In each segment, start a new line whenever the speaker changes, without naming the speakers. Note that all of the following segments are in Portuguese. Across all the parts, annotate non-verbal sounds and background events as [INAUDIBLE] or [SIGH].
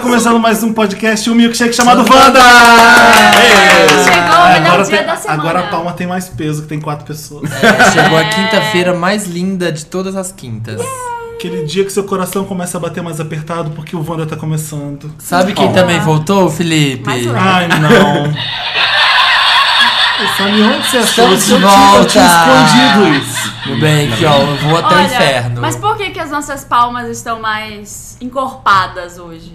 começando mais um podcast, um milkshake chamado Wanda!
É.
Chegou o melhor
Agora
dia
tem-
da semana. É.
Agora a palma tem mais peso, que tem quatro pessoas.
Chegou a quinta-feira mais linda de todas as quintas.
Aquele dia que seu coração começa a bater mais apertado porque o Wanda tá começando.
Sabe quem
Oh.
também voltou, Felipe?
Mais leve.
Ai,
[LAUGHS]
não. Sammy, onde você é? achou?
Estamos
isso? Eu
de
tinha- Eu tinha
volta.
escondido isso.
Meu bem, aqui ó, eu vou até o um inferno.
Mas por que, que as nossas palmas estão mais encorpadas hoje?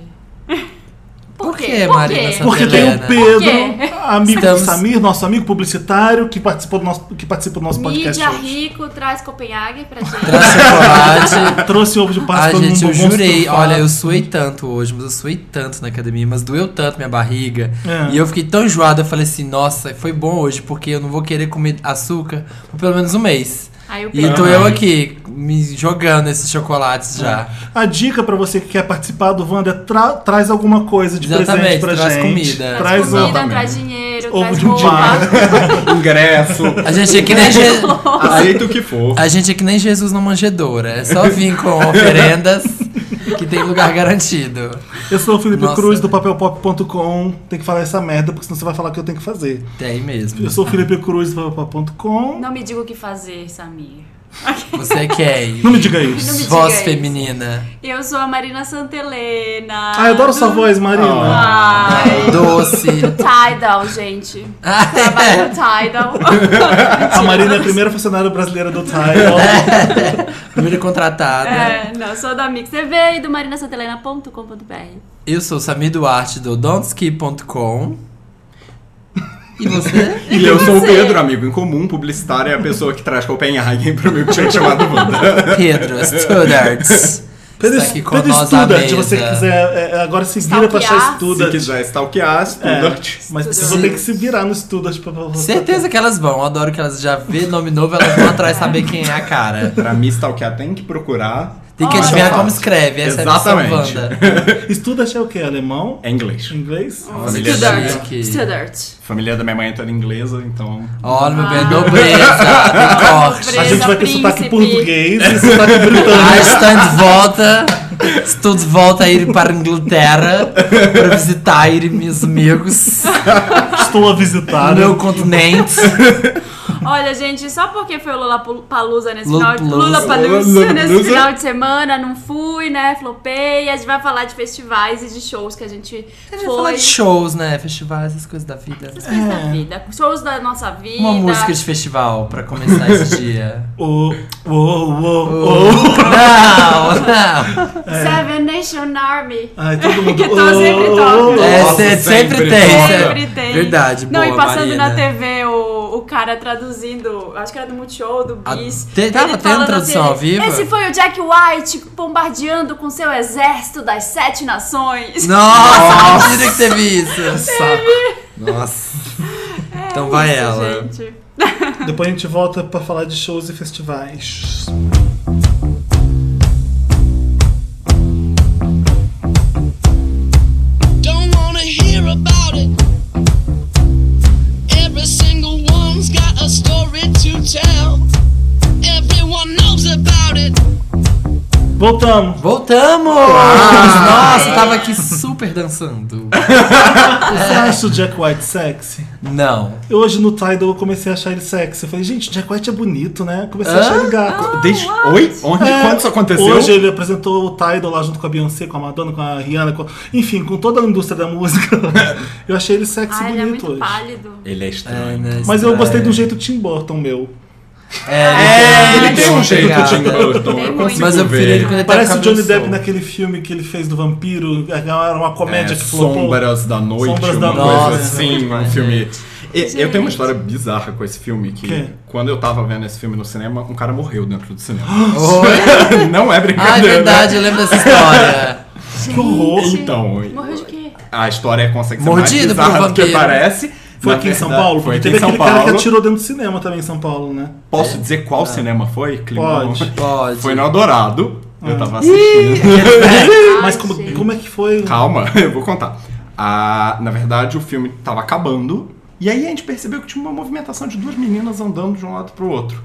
Por,
Por quê, Marina Santa-
Porque tem o
Helena.
Por
Pedro, amigo
Estamos-
do Samir, nosso amigo publicitário, que participou do nosso, que participa do nosso podcast
Mídia
hoje.
Rico traz Copenhague pra gente.
Traz
[LAUGHS]
chocolate.
Trouxe ovo de
Ah,
Páscoa
gente,
num
eu
bombom
jurei.
estufado.
Olha, eu suei tanto hoje, mas eu suei tanto na academia, mas doeu tanto minha barriga.
É.
E eu fiquei tão enjoada, eu falei assim, nossa, foi bom hoje, porque eu não vou querer comer açúcar por pelo menos um mês.
Aí o
E
Pedro.
tô
é.
eu aqui, me jogando esses chocolates já.
A dica pra você que quer participar do Wanda é tra- traz alguma coisa de
Exatamente,
presente pra
traz
gente.
comida.
Traz um-
Traz
ovo.
comida,
exatamente.
traz dinheiro,
Ovo
traz
de um
roupa.
[LAUGHS]
ingresso,
A gente é que
[LAUGHS]
nem Je-
aceita o que for.
a gente é que nem Jesus na manjedoura. É só vir com oferendas que tem lugar garantido.
Eu sou o Felipe
Nossa.
Cruz do papelpop.com. Tem que falar essa merda, porque senão você vai falar que eu tenho que fazer.
Tem mesmo.
Eu sou o Felipe Cruz do papelpop.com. Não.
Não me diga o que fazer, Samir.
Você é quem?
me diga isso.
Não me diga
Voz
isso.
feminina.
Eu sou a Marina Santelena.
Ah, eu adoro sua voz, Marina.
Ah.
Ai.
Doce.
Tidal, gente.
[LAUGHS] Ah,
Trabalho no Tidal. Mentira,
[LAUGHS]
a Marina é
não
a primeira funcionária brasileira do Tidal.
Tá Primeira contratada.
É, não, sou da Mix TV e do marinasantelena.com.br.
Eu sou o Samir Duarte do donski.com. E você?
E eu sou o
você?
Pedro, amigo em comum, publicitário, é a pessoa que traz Copenhagen [LAUGHS] pro meu time chamado
[LAUGHS]
Wanda.
Pedro Studart. Está aqui com
Pedro
nós à
Studa, se
mesa.
você quiser. é, é, agora se vira pra achar
Stalkear.
Se
Studa.
quiser stalkear,
É.
Studart.
Mas
Studa.
vocês vão ter que se virar no Studa pra pra- pra-
Certeza que elas vão. Eu adoro que elas já vê nome novo, elas vão atrás saber quem é a cara.
Pra me stalkear, tem que procurar.
Tem que
Olha.
adivinhar como escreve. Essa é a
Exatamente.
missão Wanda.
[LAUGHS] Studa é o quê? Alemão?
É inglês.
Inglês?
Família da, minha,
Studart.
chique.
Studart.
família da minha mãe é toda inglesa, então.
Olha, meu bem, nobreza.
A
Tem corte.
gente vai ter
Príncipe.
sotaque português e sotaque
Einstein volta. Se tudo volta a ir para a Inglaterra para visitar ir meus amigos.
Estou a
O
visitar.
meu continente.
Olha, gente, só porque foi o Lula Palusa nesse
Lula
final de Lula
Lula
Palusa nesse
Palusa.
final de semana, não fui, né? Flopei. A gente vai falar de festivais e de shows que a gente
A gente vai falar
foi.
de shows, né? Festivais, essas coisas da vida.
Essas coisas da vida, shows da nossa vida.
Uma música de festival pra começar esse dia.
O, o, o, o.
Não, não.
Seven Nation Army.
Ai, todo
[LAUGHS]
mundo.
Que tô sempre top.
Oh,
É,
Nossa,
cê- sempre,
sempre
tem.
toca.
cê-
Sempre tem.
Verdade,
Não,
boa,
e passando
Marina.
na TV o, o cara traduzindo, acho que era do Multishow, do
A-
Bis.
te- Ah, tava
ele
tendo
falando assim,
tradução ao vivo?
Esse foi o Jack White bombardeando com seu exército das sete nações.
Nossa, mentira que teve isso.
saco.
Nossa. Então vai
É Isso,
ela.
gente.
Depois a gente volta pra falar de shows e festivais.
Don't wanna hear about it. Every single one's got a story to tell. Everyone knows about it.
Voltamos.
Voltamos! Nossa, tava aqui super dançando.
Você acha o Jack White sexy?
Não.
Eu hoje no Tidal eu comecei a achar ele sexy. Eu falei, gente, o Jack White é bonito, né? Eu comecei a achar ele
Ah,
gato.
Desde... Oi? Onde?
É,
Quando isso Ah. aconteceu?
Hoje ele apresentou o Tidal lá junto com a Beyoncé, com a Madonna, com a Rihanna, com- enfim, com toda a indústria da música. Eu achei ele sexy
Ah,
e
ele é
bonito
muito
hoje.
pálido.
Ele é
É,
estranho.
né,
Mas eu
estranho.
gostei do jeito Tim Burton meu.
É,
Ele tem um jeito de
pegada.
Tim Burton,
Tem
eu
muito.
consigo
Mas eu prefiro ele
ver.
quando ele tá
Parece
com
o Johnny
cabelo
Depp
solto.
naquele filme que ele fez do vampiro, era uma comédia
É,
que flopou.
Sombras da Noite,
Sombras da
uma
Noite. né?
coisa
Nossa,
é muito
assim, um
mais,
filme... E- eu tenho
Gente.
uma história bizarra com esse filme, que
Que?
quando eu tava vendo esse filme no cinema, um cara morreu dentro do cinema.
[GASPS]
Oi?
Não é
Ah, é
brincadeira.
verdade, eu lembro dessa história.
Que horror.
Então,
Morreu de quê?
a história consegue ser
Mordido
mais bizarra
por
do que
vampiro.
parece.
Foi
Na
aqui em São
verdade,
Paulo?
Foi
Porque teve
aqui em São
aquele cara que
Paulo.
atirou dentro do cinema também em São Paulo, né?
Posso dizer qual cinema foi? Climão?
Pode. Ah.
Pode.
Foi no Adorado. Eu tava assistindo.
Mas
Ai,
como,
gente.
como é que foi?
Calma, [LAUGHS] eu vou contar. Ah, na verdade, o filme tava acabando. E aí a gente percebeu que tinha uma movimentação de duas meninas andando de um lado pro outro.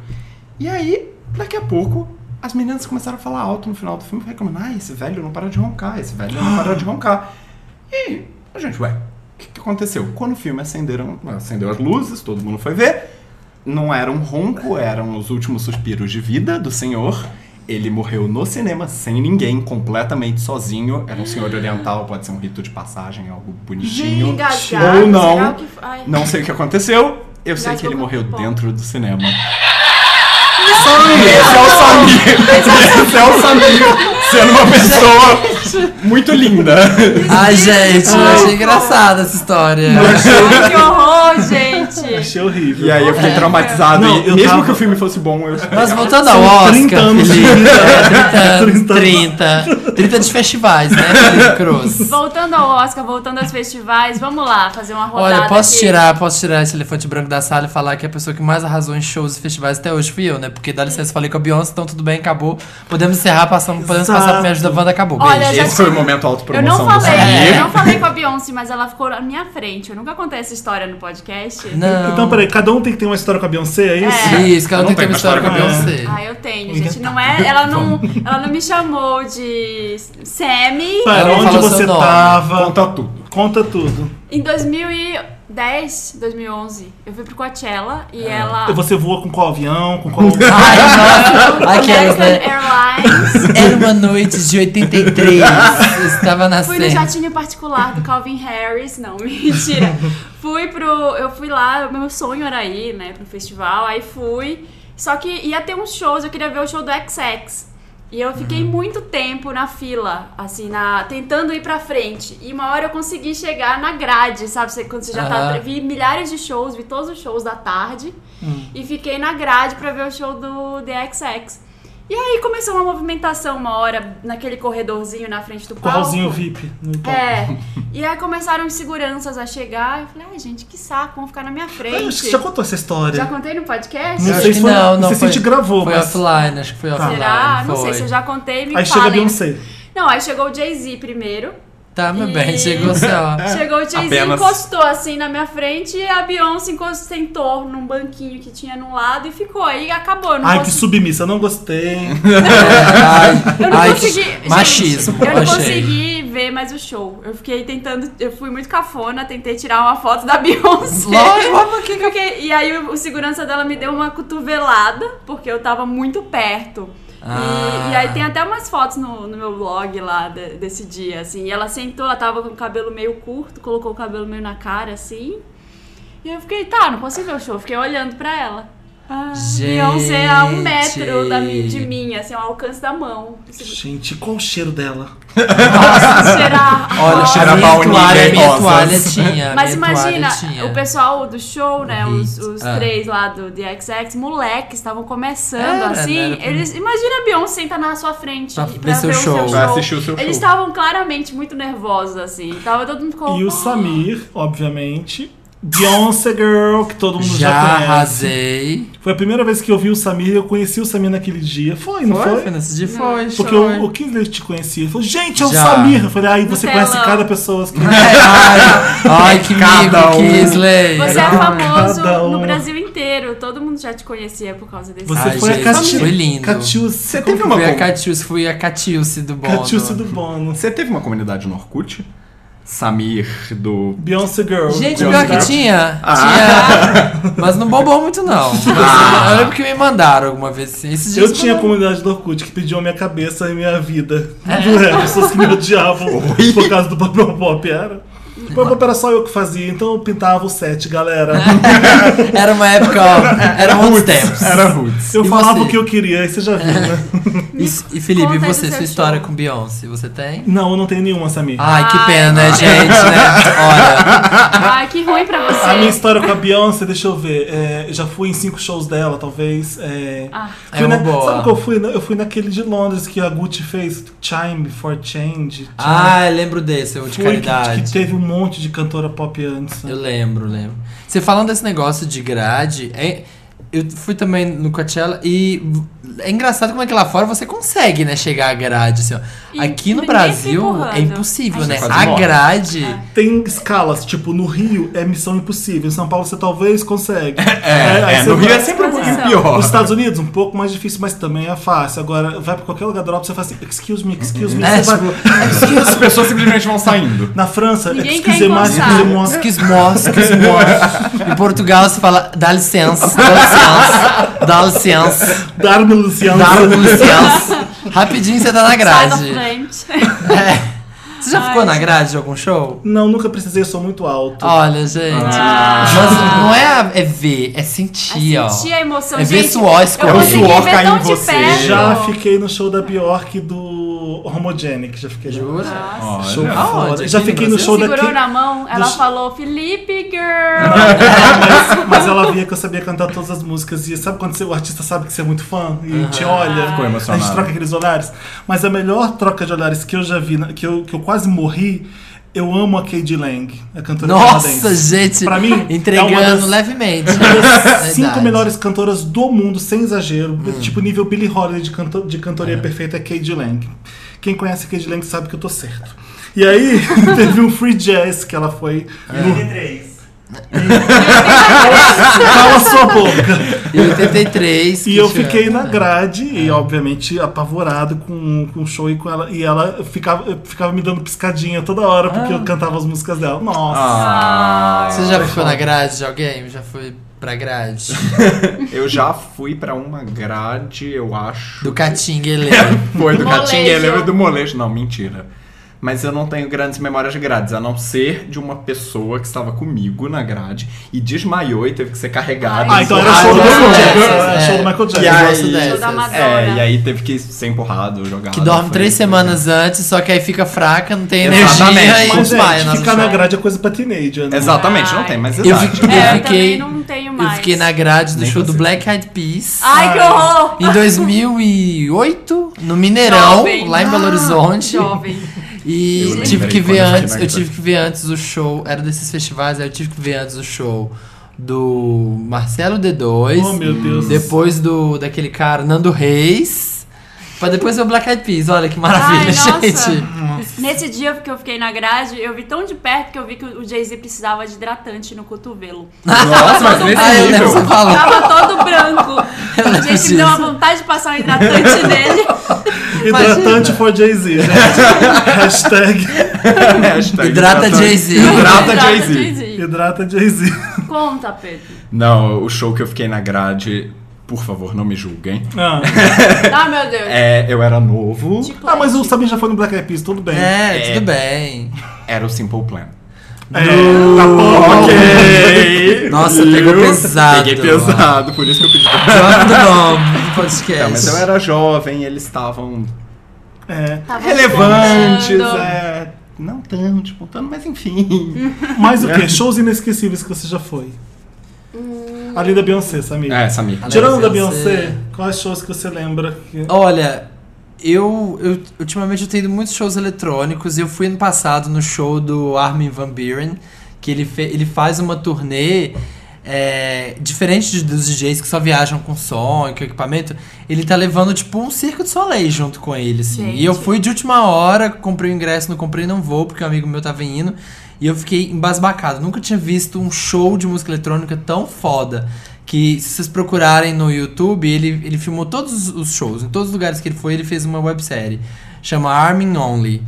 E aí, daqui a pouco, as meninas começaram a falar alto no final do filme, reclamando: Ah, esse velho não para de roncar, esse velho não para de roncar. E a gente, ué, o que, que aconteceu? Quando o filme acenderam, acendeu as luzes, todo mundo foi ver. Não era um ronco, eram os últimos suspiros de vida do senhor. Ele morreu no cinema, sem ninguém, completamente sozinho. Era um senhor oriental, pode ser um rito de passagem, algo bonitinho.
Engasgado,
Ou
será
não.
que- ai.
Não sei o que aconteceu. Eu sei que ele
Engasgou
morreu
com pipoca.
dentro do cinema. Esse é o Samir! Esse é o Samir sendo uma pessoa muito linda.
Ai, gente, eu achei engraçada essa história.
Ai, que horror, gente!
Achei É horrível.
E aí eu fiquei traumatizado.
Não,
e
eu
mesmo
tava-
que o filme fosse bom, eu.
Mas voltando ao
São
Oscar,
30 anos de
Felipe,
vida.
é, 30
30 anos.
anos, 30, 30 de festivais, né, Felipe Cruz?
Voltando ao Oscar, voltando aos festivais, vamos lá fazer uma rodada.
Olha, posso
aqui.
tirar, posso tirar esse elefante branco da sala e falar que a pessoa que mais arrasou em shows e festivais até hoje fui eu, né? Porque dá licença, falei com a Beyoncé, então tudo bem, acabou. Podemos encerrar, passamos, podemos
Exato.
passar pro Me Ajuda Wanda, acabou.
Olha,
um Beijo.
já-
Esse foi o momento
Eu não
autopromoção do
falei,
Samir.
eu não falei com a Beyoncé, mas ela ficou na minha frente. Eu nunca contei essa história no podcast.
Não.
Então, peraí, cada um tem que ter uma história com a Beyoncé, é isso?
É.
Isso, que ela
Eu
não
não
tem
tenho
uma história com a
história com
Beyoncé.
Ah, eu tenho, gente. Não é, ela não, ela não me chamou de Sammy.
Para
um
Ela
onde
falou
você
seu nome.
tava?
Conta tudo.
Conta tudo.
Em 2010, 2011, eu fui pro Coachella e ela
Você voa com qual avião? Com qual.
Ah, Ai, nossa, aquelas,
American
né?
Airlines.
Era uma noite de
[LAUGHS]
83, estava
Fui no
nascendo.
jatinho particular do Calvin Harris, não, [LAUGHS] mentira. fui pro. Eu fui lá, meu sonho era ir, né, pro festival, aí fui. Só que ia ter uns shows, eu queria ver o show do XX. E eu fiquei muito tempo na fila, assim, na, tentando ir pra frente. E uma hora eu consegui chegar na grade, sabe? Você, quando você já tá.
Aham.
Vi milhares de shows, vi todos os shows da tarde. E fiquei na grade pra ver o show do The XX. E aí começou uma movimentação uma hora naquele corredorzinho na frente do palco.
Corralzinho VIP. no palco.
É. E aí começaram os seguranças a chegar. Eu falei, ai, gente, que saco, vão ficar na minha
Ah,
frente.
acho que já contou essa história.
É, Já contei no podcast?
Não
Acho
sei
que
se foi- não
não, não
sei se
foi-
a gente gravou,
Foi
mas- Tá.
offline, acho que foi offline.
Será? Não
foi.
sei se eu já contei, me
Aí chega a
falem.
Beyoncé.
Não, aí chegou o Jay-Z primeiro.
Tá, meu bem,
E-
chegou só.
É.
Chegou o Jay-Z,
apenas.
encostou assim na minha frente e a Beyoncé encostou, sentou num banquinho que tinha num lado e ficou. Aí acabou. eu Não
Ai, que
consegui-
submissa, não gostei.
Ai,
Eu não
ai, que
consegui. gente,
machismo,
eu não
achei.
consegui ver mais o show. Eu fiquei tentando. Eu fui muito cafona, tentei tirar uma foto da [LAUGHS] Beyoncé.
Lógico, mas que-
Porque- e aí o, o segurança dela me deu uma cotovelada, porque eu tava muito perto. E-
Ah.
E, aí tem até umas fotos no, no meu blog lá de- desse dia, assim. E ela sentou, ela tava com o cabelo meio curto, colocou o cabelo meio na cara, assim. E eu fiquei, tá, não consigo ver o show. Eu Fiquei olhando pra ela. Ah,
Gente.
Beyoncé a um metro da mi- de mim, assim, ao alcance da mão.
[LAUGHS]
Gente, qual o cheiro dela?
Nossa, cheirar a
Olha,
rosa.
cheira
a minha
um
baunilha
toalha,
e
minha
rosas.
[LAUGHS]
toalha tinha.
Mas
minha toalha
imagina,
tinha.
o pessoal do show, né?
hit.
Os, os
Ah.
três lá do The XX, moleques, estavam começando
Era, né,
assim.
era pra-
Eles, imagina a Beyoncé sentar na sua frente
Pra
pra,
ver
ver
seu
o seu
show.
show.
Pra assistir o seu show.
Eles estavam claramente muito nervosos, assim. Tava todo mundo com.
E o Samir, obviamente. Beyoncé Girl, que todo mundo já,
Já
conhece.
arrasei.
Foi a primeira vez que eu vi o Samir, eu conheci o Samir naquele dia. Foi, não foi?
nesse dia foi. é.
Porque o, o Kingsley te conhecia. Ele falou, gente, é o
Já.
Samir. Eu falei, ai, você
No
conhece
telão.
cada pessoa. Que...
[LAUGHS] Ai, ai, que
Cada
mico,
um.
Kisley.
Você é famoso
Cada um."
no
uma.
Brasil inteiro. Todo mundo já te conhecia por causa desse.
Você
Ai,
foi
gente,
a Cati...
foi lindo.
Catiúce.
Você teve uma
Fui a
con-
Catius, fui a Catiuce do Bono.
Catiúce do Bono.
Você teve uma comunidade no Orkut? Samir do. [LAUGHS]
Beyoncé Girl.
Gente,
Não,
Beyoncé
pior que
Girl.
tinha.
Ah. [LAUGHS]
Tinha. Mas não bombou muito, não. Tipo assim, Eu lembro que me mandaram alguma vez. assim, Esses dias
Eu tinha a comunidade do Orkut que pediu a minha cabeça e minha vida. É, pessoas que me
[LAUGHS]
odiavam por causa do Papel Pop. Era. O Papel Pop era só eu que fazia, então eu pintava o set, galera.
Era uma época, ó, eram outros tempos.
Era Roots.
Eu
E
falava
você?
o que eu queria, aí você já viu, né?
E, e Felipe, e
Conta aí do
você,
seu
sua história
show.
com Beyoncé, você tem?
Não, eu não tenho nenhuma, Samir.
Ai, que
Ai,
pena, né, gente,
[LAUGHS]
né?
Ai, que ruim pra você.
A minha história com a Beyoncé, deixa eu ver. é, eu já fui em cinco shows dela, talvez. é,
Ah.
fui
É uma
na-
boa.
Sabe o que eu fui? Eu fui naquele de Londres que a Gucci fez, Chime for Change.
Olha. Ah, eu lembro desse, o de
Fui que, que
caridade.
teve um monte de cantora pop antes. né?
Eu lembro, lembro. Você falando desse negócio de grade, é- Eu fui também no Coachella e é engraçado como é que lá fora você consegue, né, chegar à grade, assim, ó.
E
Aqui no
ninguém
Brasil
fica
é
empurrando.
impossível,
Ai,
né?
gente. Quase
A
morre.
grade.
É.
Tem escalas, tipo, no Rio é missão impossível, em São Paulo você talvez consegue.
[LAUGHS] É,
aí
é,
você
no Rio
vai-
é sempre um pouquinho
Transição.
pior.
Nos Estados Unidos, um pouco mais difícil, mas também é fácil. Agora, vai pra qualquer lugar da Europa, você fala assim, excuse me, excuse me.
É,
você vai-
tipo, As pessoas simplesmente vão saindo.
Na França,
[LAUGHS] Ninguém
excuse
quer
me,
encostar.
excuse moi.
Esquismos, esquismos. Em Portugal se fala dá licença, dá licença,
Dar-me
dá licença,
Luciano.
[LAUGHS]
dá licença. Rapidinho você tá na
Sai da
grade.
frente.
É. Você já ficou na grade de algum show?
Não, nunca precisei, eu sou muito alto.
Ah,
Olha, gente. Mas não é, a- é ver, é sentir, ó.
Ah. Sentir a emoção.
É ver
Gente,
suor escorrer.
eu
É o
consegui
suor
ver
cair
tão
em
de
você.
perto.
Já
é.
fiquei no show da Bjork e do Homogenic, já fiquei.
Jura?
Nossa.
Olha.
Show
Aonde?
foda. Já
Aqui no
fiquei no
Brasil?
show
Segurou
daqui.
na mão, ela
dos-
falou, Felipe Girl.
mas, mas ela via que eu sabia cantar todas as músicas. E sabe quando você- o artista sabe que você é muito fã e te olha?
Ficou
a
emocionado.
gente troca aqueles olhares. Mas a melhor troca de olhares que eu já vi, na- que eu, que eu quase morri, eu amo a Cade Lang, a cantora
Nossa,
canadense.
gente.
Pra mim,
entregando
é uma das- [LAUGHS]
levemente.
das [LAUGHS] cinco
Verdade.
melhores cantoras do mundo, sem exagero.
Hum.
Tipo, nível Billie Holiday de, canto- de cantoria perfeita é Cade Lang. Quem conhece Cade Lang sabe que eu tô certo. E aí, [LAUGHS] teve um free jazz que ela foi.
É.
No... [LAUGHS] Cala sua boca!
Em 83.
E eu
que tinha-
fiquei na grade, e obviamente apavorado com, com o show e com ela. E ela ficava, ficava me dando piscadinha toda hora, porque eu cantava as músicas dela. Nossa!
Ah,
Você já ficou na grade de alguém? Já foi pra grade?
eu já fui pra uma grade, eu acho.
[LAUGHS]
Do Catinguele.
Foi do
Molejo.
Catinguele e do Molejo. Não, mentira. Mas eu não tenho grandes memórias de grades, a não ser de uma pessoa que estava comigo na grade e desmaiou e teve que ser carregada.
Ah, então era
empurrada.
show do
Ah,
Michael Jackson.
é,
Era
é.
show do Michael
E
Jackson.
gosto
aí-
dessas.
Show da Madonna.
É, e aí teve que ser empurrado, jogado.
Que dorme
foi-
três semanas antes, só que aí fica fraca, não tem
Exatamente.
energia e né,
Mas,
desmaia
gente,
nas
ficar na
horas.
grade é coisa pra teenager, né?
Exatamente, não tem mais
Eu
idade.
fiquei-
É,
[LAUGHS] Eu
eu
fiquei-
também não tenho
Eu
mais. Ah!
fiquei na grade do
Nem
show do
consigo.
Black Eyed Peas.
Ai, que horror!
Em 2008, no Mineirão,
Jovem. Ah,
lá em Belo Horizonte. [LAUGHS]
Jovem.
E
Eu
tive
lembrei
que ver
quando eu
antes,
cheguei
eu
na
tive que ver antes o show, era desses festivais, aí eu tive que ver antes o show do Marcelo D2.
Oh, meu Deus.
Depois do daquele cara Nando Reis. Pra depois ver o Black Eyed Peas, olha que maravilha,
Ai, nossa.
gente.
Nesse dia que eu fiquei na grade, eu vi tão de perto que eu vi que o Jay-Z precisava de hidratante no cotovelo.
Nossa, mas
Ah,
nesse
eu lembro que
[LAUGHS]
você
nível.
falou.
Tava
[LAUGHS]
todo branco.
Eu lembro
A gente me deu uma
disso.
vontade de passar um
[LAUGHS]
hidratante nele.
Hidratante for Jay-Z, gente. Hashtag
É, Hashtag
Hidrata Jay-Z.
[LAUGHS] Hidrata
Hidrata
Jay-Z.
Jay-Z.
hidrata Jay-Z.
Conta, Pedro.
Não, o show que eu fiquei na grade, por favor, não me julguem.
Ah.
Ah, meu Deus.
É, eu era novo.
Chiclete.
Ah, mas o Sabin já foi no Black Eyed Peas, tudo bem.
É,
É.
tudo bem.
Era o Simple Plan.
É, tá bom.
Ok!
Nossa, pegou pesado.
Peguei pesado, por isso que eu pedi pra
[LAUGHS] Drop the bomb do podcast.
Mas eu era jovem, eles estavam
É.
Tá.
Tava
relevantes,
contando.
é, não tão despontando, mas enfim.
Mas o
[LAUGHS]
quê? Shows inesquecíveis que você já foi. Além da Beyoncé, Samir.
É, Samir.
Né,
Tirando da
Beyoncé.
Beyoncé, quais shows que você lembra? que-
Olha, eu, eu- ultimamente eu tenho ido muitos shows eletrônicos. Eu fui ano passado no show do Armin Van Buren, que ele, fe- ele faz uma turnê é, diferente de- dos DJs que só viajam com som e com equipamento. Ele tá levando tipo um circo de soleil junto com ele, assim. E eu
Gente.
fui de última hora, comprei o ingresso, não comprei, não vou, porque um amigo meu tava indo. E eu fiquei embasbacado. Nunca tinha visto um show de música eletrônica tão foda. Que se vocês procurarem no YouTube, ele, ele filmou todos os shows. Em todos os lugares que ele foi, ele fez uma websérie. Chama Armin Only.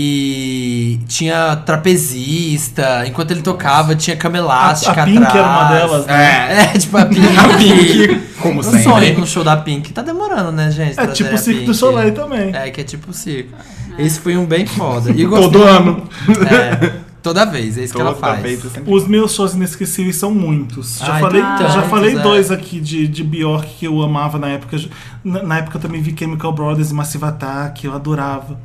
E tinha trapezista. Enquanto ele tocava, tinha cama elástica
a Pink
atrás.
era uma delas, né?
É,
É, tipo [LAUGHS] a Pink.
[LAUGHS] como
Um sonho
sempre.
no show da Pink. Tá demorando, né, gente?
É
trazer
tipo
a
o Cirque
Pink.
do Soleil também.
É, que é tipo o circo. Esse foi um bem foda. E eu
Todo ano.
gostei- É, toda vez, é isso que ela
Toda
faz.
vez eu sempre-
Os meus shows inesquecíveis são muitos. Já
Ai,
falei,
tem
já
tantos,
falei
é.
dois aqui de, de Bjork que eu amava na época. Na, na época eu também vi Chemical Brothers e Massive Attack, eu adorava.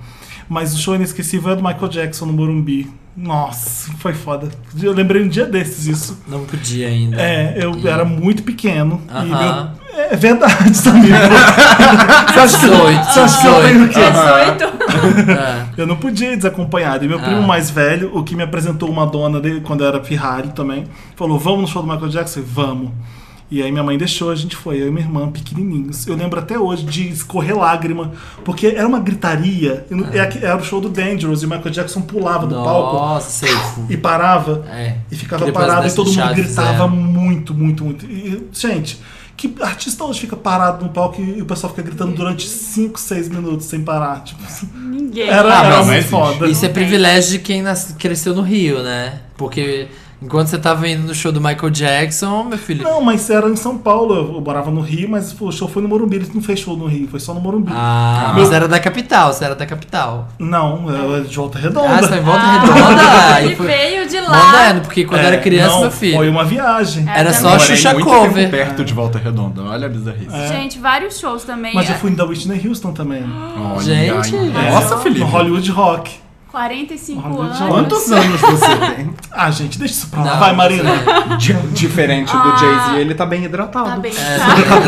Mas o show inesquecível é do Michael Jackson no Morumbi. Nossa, foi foda. Eu lembrei um dia desses isso.
Não podia ainda.
É, eu
E-
era muito pequeno. e
Aham.
meu- é verdade, [LAUGHS] Samir. você acha que,
Dezoito,
você acha que eu tenho o quê?
18.
É.
Eu não podia ir desacompanhado. E
Ah.
meu primo mais velho, o que me apresentou uma dona dele quando eu era pirralho também, falou: Vamos no show do Michael Jackson? Eu falei, Vamos. E aí minha mãe deixou, a gente foi, eu e minha irmã, pequenininhos. Eu lembro até hoje de escorrer lágrima, porque era uma gritaria. e não- é aque- Era o show do Dangerous e o Michael Jackson pulava do palco
Ah. Nossa, seco.
e parava
É.
e ficava
Que depois
parado e
dessa
todo mundo
Chaves,
gritava
é.
muito, muito, muito. E, gente, que artista hoje fica parado no palco e, e o pessoal fica gritando durante 5, 6 minutos sem parar? Tipo,
Ninguém.
era
não,
era
não
muito
existe.
foda.
Ah, Isso é
Não tem.
privilégio de quem nas- cresceu no Rio, né? Porque enquanto você tava indo no show do Michael Jackson, meu filho.
Não, mas era em São Paulo. Eu- Eu morava no Rio, mas o show foi no Morumbi. Ele não fechou no Rio, foi só no Morumbi.
Ah,
Meu-
mas era da capital, você era da capital.
Não, era de Volta
Ah,
Redonda.
você tá em volta
Ah,
redonda. aí
Ele
foi-
veio de lá.
Moderno, porque quando
É,
era criança,
não,
meu filho.
Foi uma viagem.
É.
Era
Eu
só
Morei
Xuxa
muito
Cover.
tempo perto de Volta Redonda. Olha a bizarrice.
Gente, vários shows também.
Mas eu fui da Whitney Houston também.
Olha,
Gente.
ai, Nossa,
É,
Felipe.
No Hollywood Rock.
45
Olha,
anos.
Quantos anos você tem?
Ah, gente, deixa isso pra lá.
Não,
Vai, Marina.
você-
Di- diferente do Jay-Z, ele tá bem hidratado.
Tá bem,
É,
tá.
você-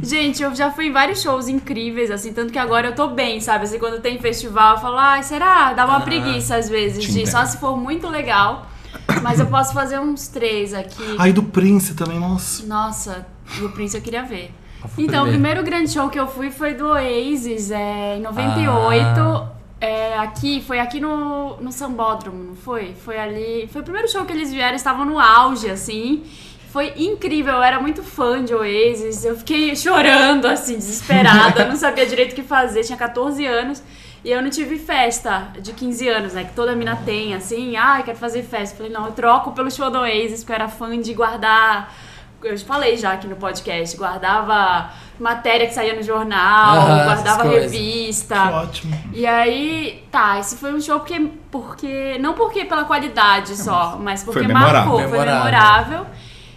[LAUGHS] Gente, eu já fui em vários shows incríveis, assim, tanto que agora eu tô bem, sabe? Assim, quando tem festival, eu falo, ai, será? Dá uma preguiça às vezes,
Te
de,
entendo.
só se for muito legal. Mas eu posso fazer uns três aqui.
Aí do Prince também, nossa.
Nossa, e o Prince eu queria ver.
Qual foi o
Então, o
primeiro?
primeiro grande show que eu fui foi do Oasis, é, em 98.
Ah.
é, aqui, foi aqui no, no Sambódromo, não foi? Foi ali. Foi o primeiro show que eles vieram, estavam no auge, assim. Foi incrível, eu era muito fã de Oasis. Eu fiquei chorando, assim, desesperada, não sabia direito o que fazer, tinha 14 anos. E eu não tive festa de 15 anos, né? Que toda mina tem, assim, ah, eu quero fazer festa. Falei, não, eu troco pelo show do Oasis, porque eu era fã de guardar eu te falei já aqui no podcast, guardava matéria que saía no jornal,
Aham, essas
guardava
coisas.
Que
revista.
ótimo.
E aí, tá, esse foi um show porque, porque não porque pela qualidade só, mas porque
foi
marcou,
memorável.
foi memorável.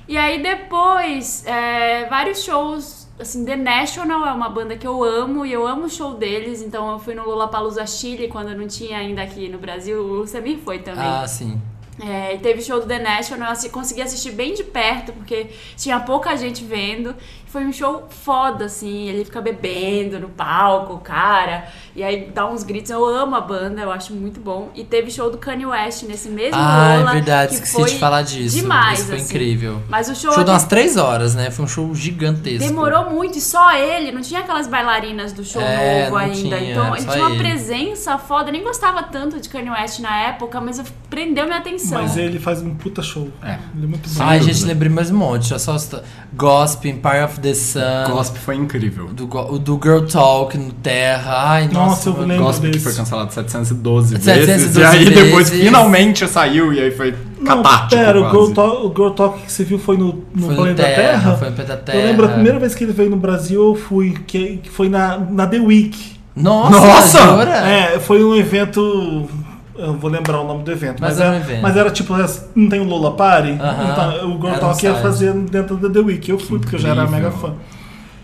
E aí depois, é, vários shows, assim, The National é uma banda que eu amo e eu amo o show deles, então eu fui no Lollapalooza Chile quando eu não tinha ainda aqui no Brasil, o Samir foi também.
Ah, sim.
É, e teve show do The National, eu assi- consegui assistir bem de perto, porque tinha pouca gente vendo. Foi um show foda, assim. Ele fica bebendo no palco, cara. E aí dá uns gritos. Eu amo a banda, eu acho muito bom. E teve show do Kanye West nesse mesmo
Ah, é
Lola,
verdade,
que
esqueci de
foi
falar disso.
Demais,
Isso foi
assim.
incrível.
Mas o show,
show de
aqui
umas três horas, né? Foi um show gigantesco.
demorou muito, e só ele. Não tinha aquelas bailarinas do show
É,
novo
não
ainda.
tinha,
então
era
ele
só
tinha uma
ele.
presença foda. Eu nem gostava tanto de Kanye West na época, mas eu- prendeu minha atenção.
Mas ele faz um puta show.
É.
Ele é muito bom.
Ai,
Sem
gente,
dúvida.
lembrei mais um monte. Olha Só os- Gossip, Empire of the Sun.
Gossip foi incrível.
Do, go- o do Girl Talk no Terra. Ai,
Nossa,
nossa.
eu lembro
Gossip que
desse.
foi cancelado 712,
712
vezes. E aí depois
vezes.
finalmente saiu e aí foi
Não,
catártico.
pera, o
quase.
Girl, Talk, o Girl Talk que você viu foi no, no
Foi no
Planeta
Terra,
Terra?
foi no Planeta Terra.
Eu lembro a primeira vez que ele veio no Brasil, eu fui, que que foi na, na The Week.
Nossa,
Nossa!
jura?
É, foi um evento. Eu vou lembrar o nome do evento.
Mas
Mas,
era
era,
um evento.
mas era tipo, não tem o Lola Party?
Aham,
Então o
era
Girl
um
Talk ia
site.
fazer dentro da The Week. Eu fui, porque eu já era
incrível.
mega fã.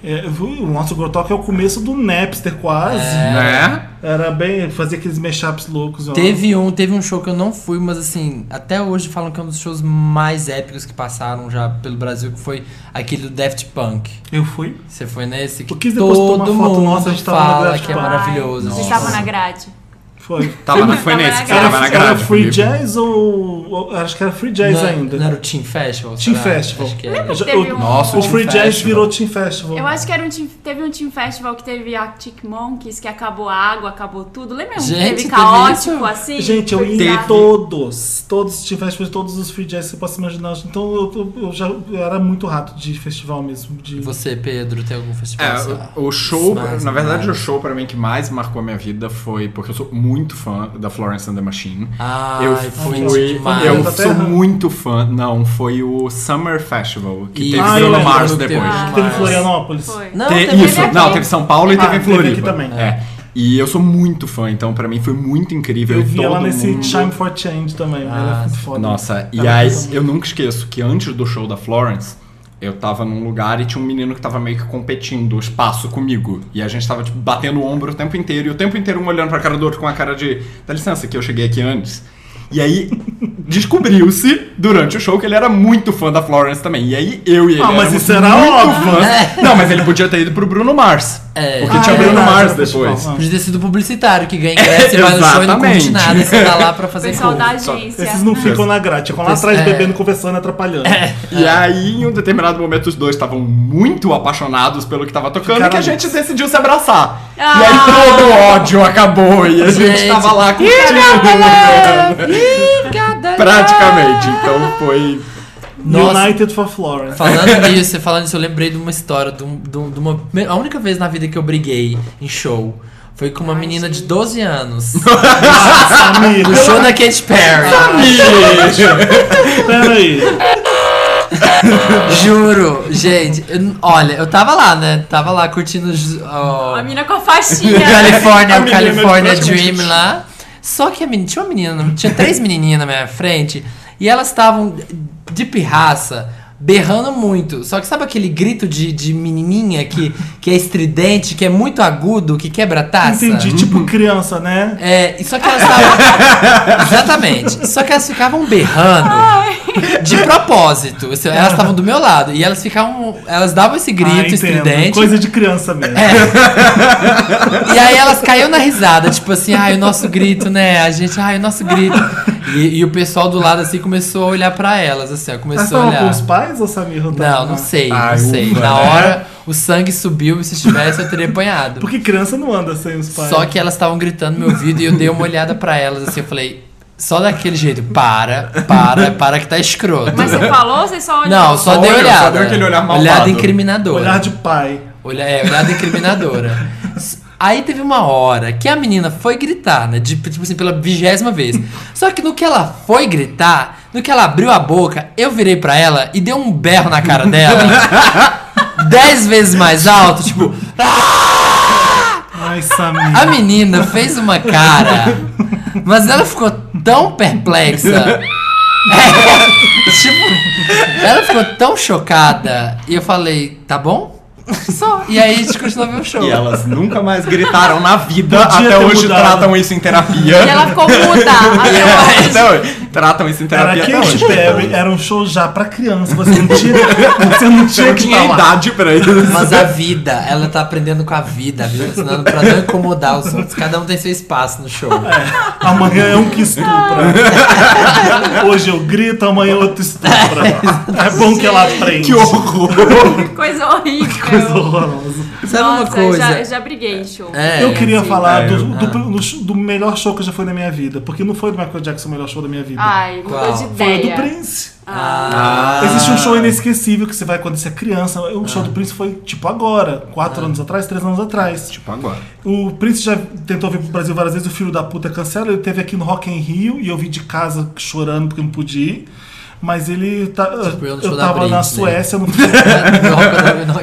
É, eu fui- o nosso Girl Talk é o começo do Napster, quase.
É.
Né?
Era bem. Fazia aqueles mashups loucos. ó.
Teve um, teve um show que eu não fui, mas assim, até hoje falam que é um dos shows mais épicos que passaram já pelo Brasil, que foi aquele do Daft Punk.
Eu fui.
Você foi nesse que
O Kiss depositou
todo
uma
mundo
foto nossa, a gente tava no
fala
Daft
que é
Punk.
maravilhoso.
Você
assim.
Nossa.
estava na grade.
Foi.
Tava na, Tá foi
Tava
nesse
na
que
grade.
tava
Era,
na
era
grade.
Free
Felipe.
Jazz ou. ou- Acho que era Free Jazz
Não é-
ainda.
Não era o Team Festival?
Team
será?
Festival.
Acho que é. era.
Eu já-
Teve
o,
um-
Nossa,
o
Team
Free Jazz
Festival.
virou Team Festival.
Eu acho que era um team- teve um Team Festival que teve Arctic Monkeys, que acabou a água, acabou tudo. Lembra um que
Gente,
teve
teve
caótico,
isso?
assim?
Gente, eu
Foi
ia em
bizarro.
todos. Todos os festivais, todos os free jazz que você possa imaginar. Então eu, eu- eu já eu era muito rato de festival mesmo. De...
Você, Pedro, tem algum festival? sei lá?
É, o o show,
Mais
na verdade,
nada.
o show pra mim que mais marcou a minha vida foi porque eu sou muito fã da Florence and the Machine.
Ah,
Ai,
eu
foi
fui,
demais.
eu
Da
sou
Terra?
muito fã. Não, foi o Summer Festival que
Isso.
teve
Ah, eu
Bruno
lembro
Mars
que teve
depois.
Que teve em
Mas-
Florianópolis.
Foi.
Não, é
Te-
teve
isso,
aqui.
não, teve São Paulo e
Ah,
teve em
teve
Floripa.
aqui também.
É. E eu sou muito fã, então pra mim foi muito incrível.
Eu
e
vi
todo
ela nesse
mundo... Ah,
Time for Change também. ela é muito foda.
Nossa, e
Ela é
aí
muito foda.
eu nunca esqueço que antes do show da Florence, eu tava num lugar e tinha um menino que tava meio que competindo o espaço comigo. E a gente tava, tipo, batendo o ombro o tempo inteiro. E o tempo inteiro um olhando pra cara do outro com a cara de... Dá licença que eu cheguei aqui antes. E aí [LAUGHS] descobriu-se durante o show que ele era muito fã da Florence também. E aí eu e ele
Ah, mas
éramos
isso era
muito
óbvio.
fãs. Não, mas ele podia ter ido pro Bruno Mars.
É.
Porque
Ah,
tinha
é
Bruno
verdade,
Mars
é festival.
depois.
Ah.
Podia ter sido publicitário que ganha ingresso e vai no show e não curte
Exatamente.
nada, você tá lá pra fazer
Pessoal da
cover.
agência.
Esses não ficam na grade, ficam lá
Esse-
atrás
é.
bebendo, conversando, atrapalhando.
E aí, em um determinado momento, os dois estavam muito apaixonados pelo que tava tocando e que a
Ficaram
gente decidiu se abraçar. E aí
Ah!
todo o ódio acabou e a gente,
Gente.
tava lá com [LAUGHS] curtindo. Praticamente. Então foi.
Nossa.
United for Florence.
Falando nisso, falando nisso, eu lembrei de uma história, de, um- de um- de uma. A única vez na vida que eu briguei em show foi com uma menina de 12
[LAUGHS]
anos.
Família,
No show da Katy Perry.
peraí.
Juro, gente. eu- olha, eu tava lá, né? Tava lá curtindo ju- ó,
A mina com
[LAUGHS]
a faixinha.
[LAUGHS] California,
A
o
menina
California
praticamente-
Dream lá. Só que a menina, tinha uma menina, tinha três menininhas na minha frente e elas estavam de pirraça, berrando muito. Só que sabe aquele grito de, de menininha que, que é estridente, que é muito agudo, que quebra a taça?
Entendi, tipo criança, né?
É, e só que elas
[LAUGHS]
estavam. Exatamente. Só que elas ficavam berrando de propósito. Assim, Elas estavam do meu lado. E elas ficavam. Elas davam esse grito
Ah, entendo.
estridente. É.
Coisa de criança mesmo.
É,
E aí elas caíam na risada, tipo assim, ai, o nosso grito, né? A gente, ai, o nosso grito. E, e o pessoal do lado assim começou a olhar pra elas, assim, ó,
Mas
começou a
tava
olhar.
com os Ah. pais ou Samir?
Não, não sei,
Ai,
não sei.
uva,
Na
né?
hora o sangue subiu e se estivesse eu teria apanhado.
Porque criança não anda sem os pais.
Só que elas estavam gritando no meu ouvido e eu dei uma olhada pra elas, assim, eu falei, só daquele jeito, para, para, para que tá escroto.
Mas você falou ou você só olhou?
Não, só,
Só
dei
olhou,
olhada.
só deu aquele olhar malvado.
Olhada incriminadora.
Olhar de pai.
Olha, é, olhada incriminadora. S- Aí teve uma hora que a menina foi gritar, né? de- tipo assim, pela vigésima vez. Só que no que ela foi gritar, no que ela abriu a boca, eu virei pra ela e dei um berro na cara dela. dez vezes mais alto, tipo.
Ai, Samir.
A menina fez uma cara, mas ela ficou tão perplexa. [LAUGHS] tipo, ela ficou tão chocada. E eu falei, tá bom? [LAUGHS] Só. E aí a gente continuou a ver o show.
E elas nunca mais gritaram na vida.
Podia
até
ter
hoje
mudado.
tratam isso em terapia.
E ela ficou
[LAUGHS]
muda. é até hoje.
[LAUGHS] Até hoje. Tratam isso em
Era
terapia tá até
Katy
hoje.
Perry, era um show já pra criança. Você não tinha, você não tá
Você
tinha
não
que
tinha
falar.
idade pra isso.
Mas a vida, ela tá aprendendo com a vida, a vida tá ensinando pra não incomodar os outros. Cada um tem seu espaço no show.
Amanhã é um que estupra. Hoje eu grito, amanhã outro estupra. É bom que ela aprende.
Que horror.
Coisa horrível.
Coisa horrorosa.
Sabe
Nossa,
uma coisa?
Eu já, eu já briguei em show.
É,
eu queria
assim,
falar
é,
do,
eu-
do- do- do melhor show que já foi na minha vida, porque não foi do Michael Jackson o melhor show da minha vida.
Ai, mudou
Qual?
de
foi o do
Ah, ideia.
Prince.
Ah,
Existe um show inesquecível que você vai quando você é criança. O show do Prince foi tipo agora,
Ah.
quatro anos atrás, três anos atrás.
Tipo agora.
O Prince já tentou vir pro Brasil várias vezes, o filho da puta cancela. Ele teve aqui no Rock em Rio e eu vi de casa chorando porque eu não pude ir. Mas ele tá.
Tipo, eu
eu
no show da
tava
Britney.
na Suécia,
[LAUGHS]
no,
Ah,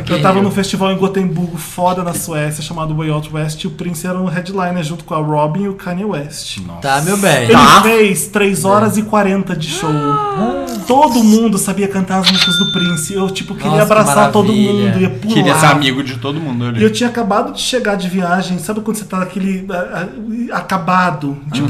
eu tava num festival em Gotemburgo foda na Suécia, chamado Way Out West, e o Prince era um headliner junto com a Robin e o Kanye West.
Tá, meu bem.
Ele fez 3 horas e 40 de show.
Ah.
Todo mundo sabia cantar as músicas do Prince. Eu, tipo, queria
Nossa, que
abraçar todo
maravilha.
mundo, ia pular.
Queria ser amigo de todo mundo
E eu
ali.
tinha acabado de chegar de viagem, sabe quando você tá naquele ah, ah, acabado, tipo,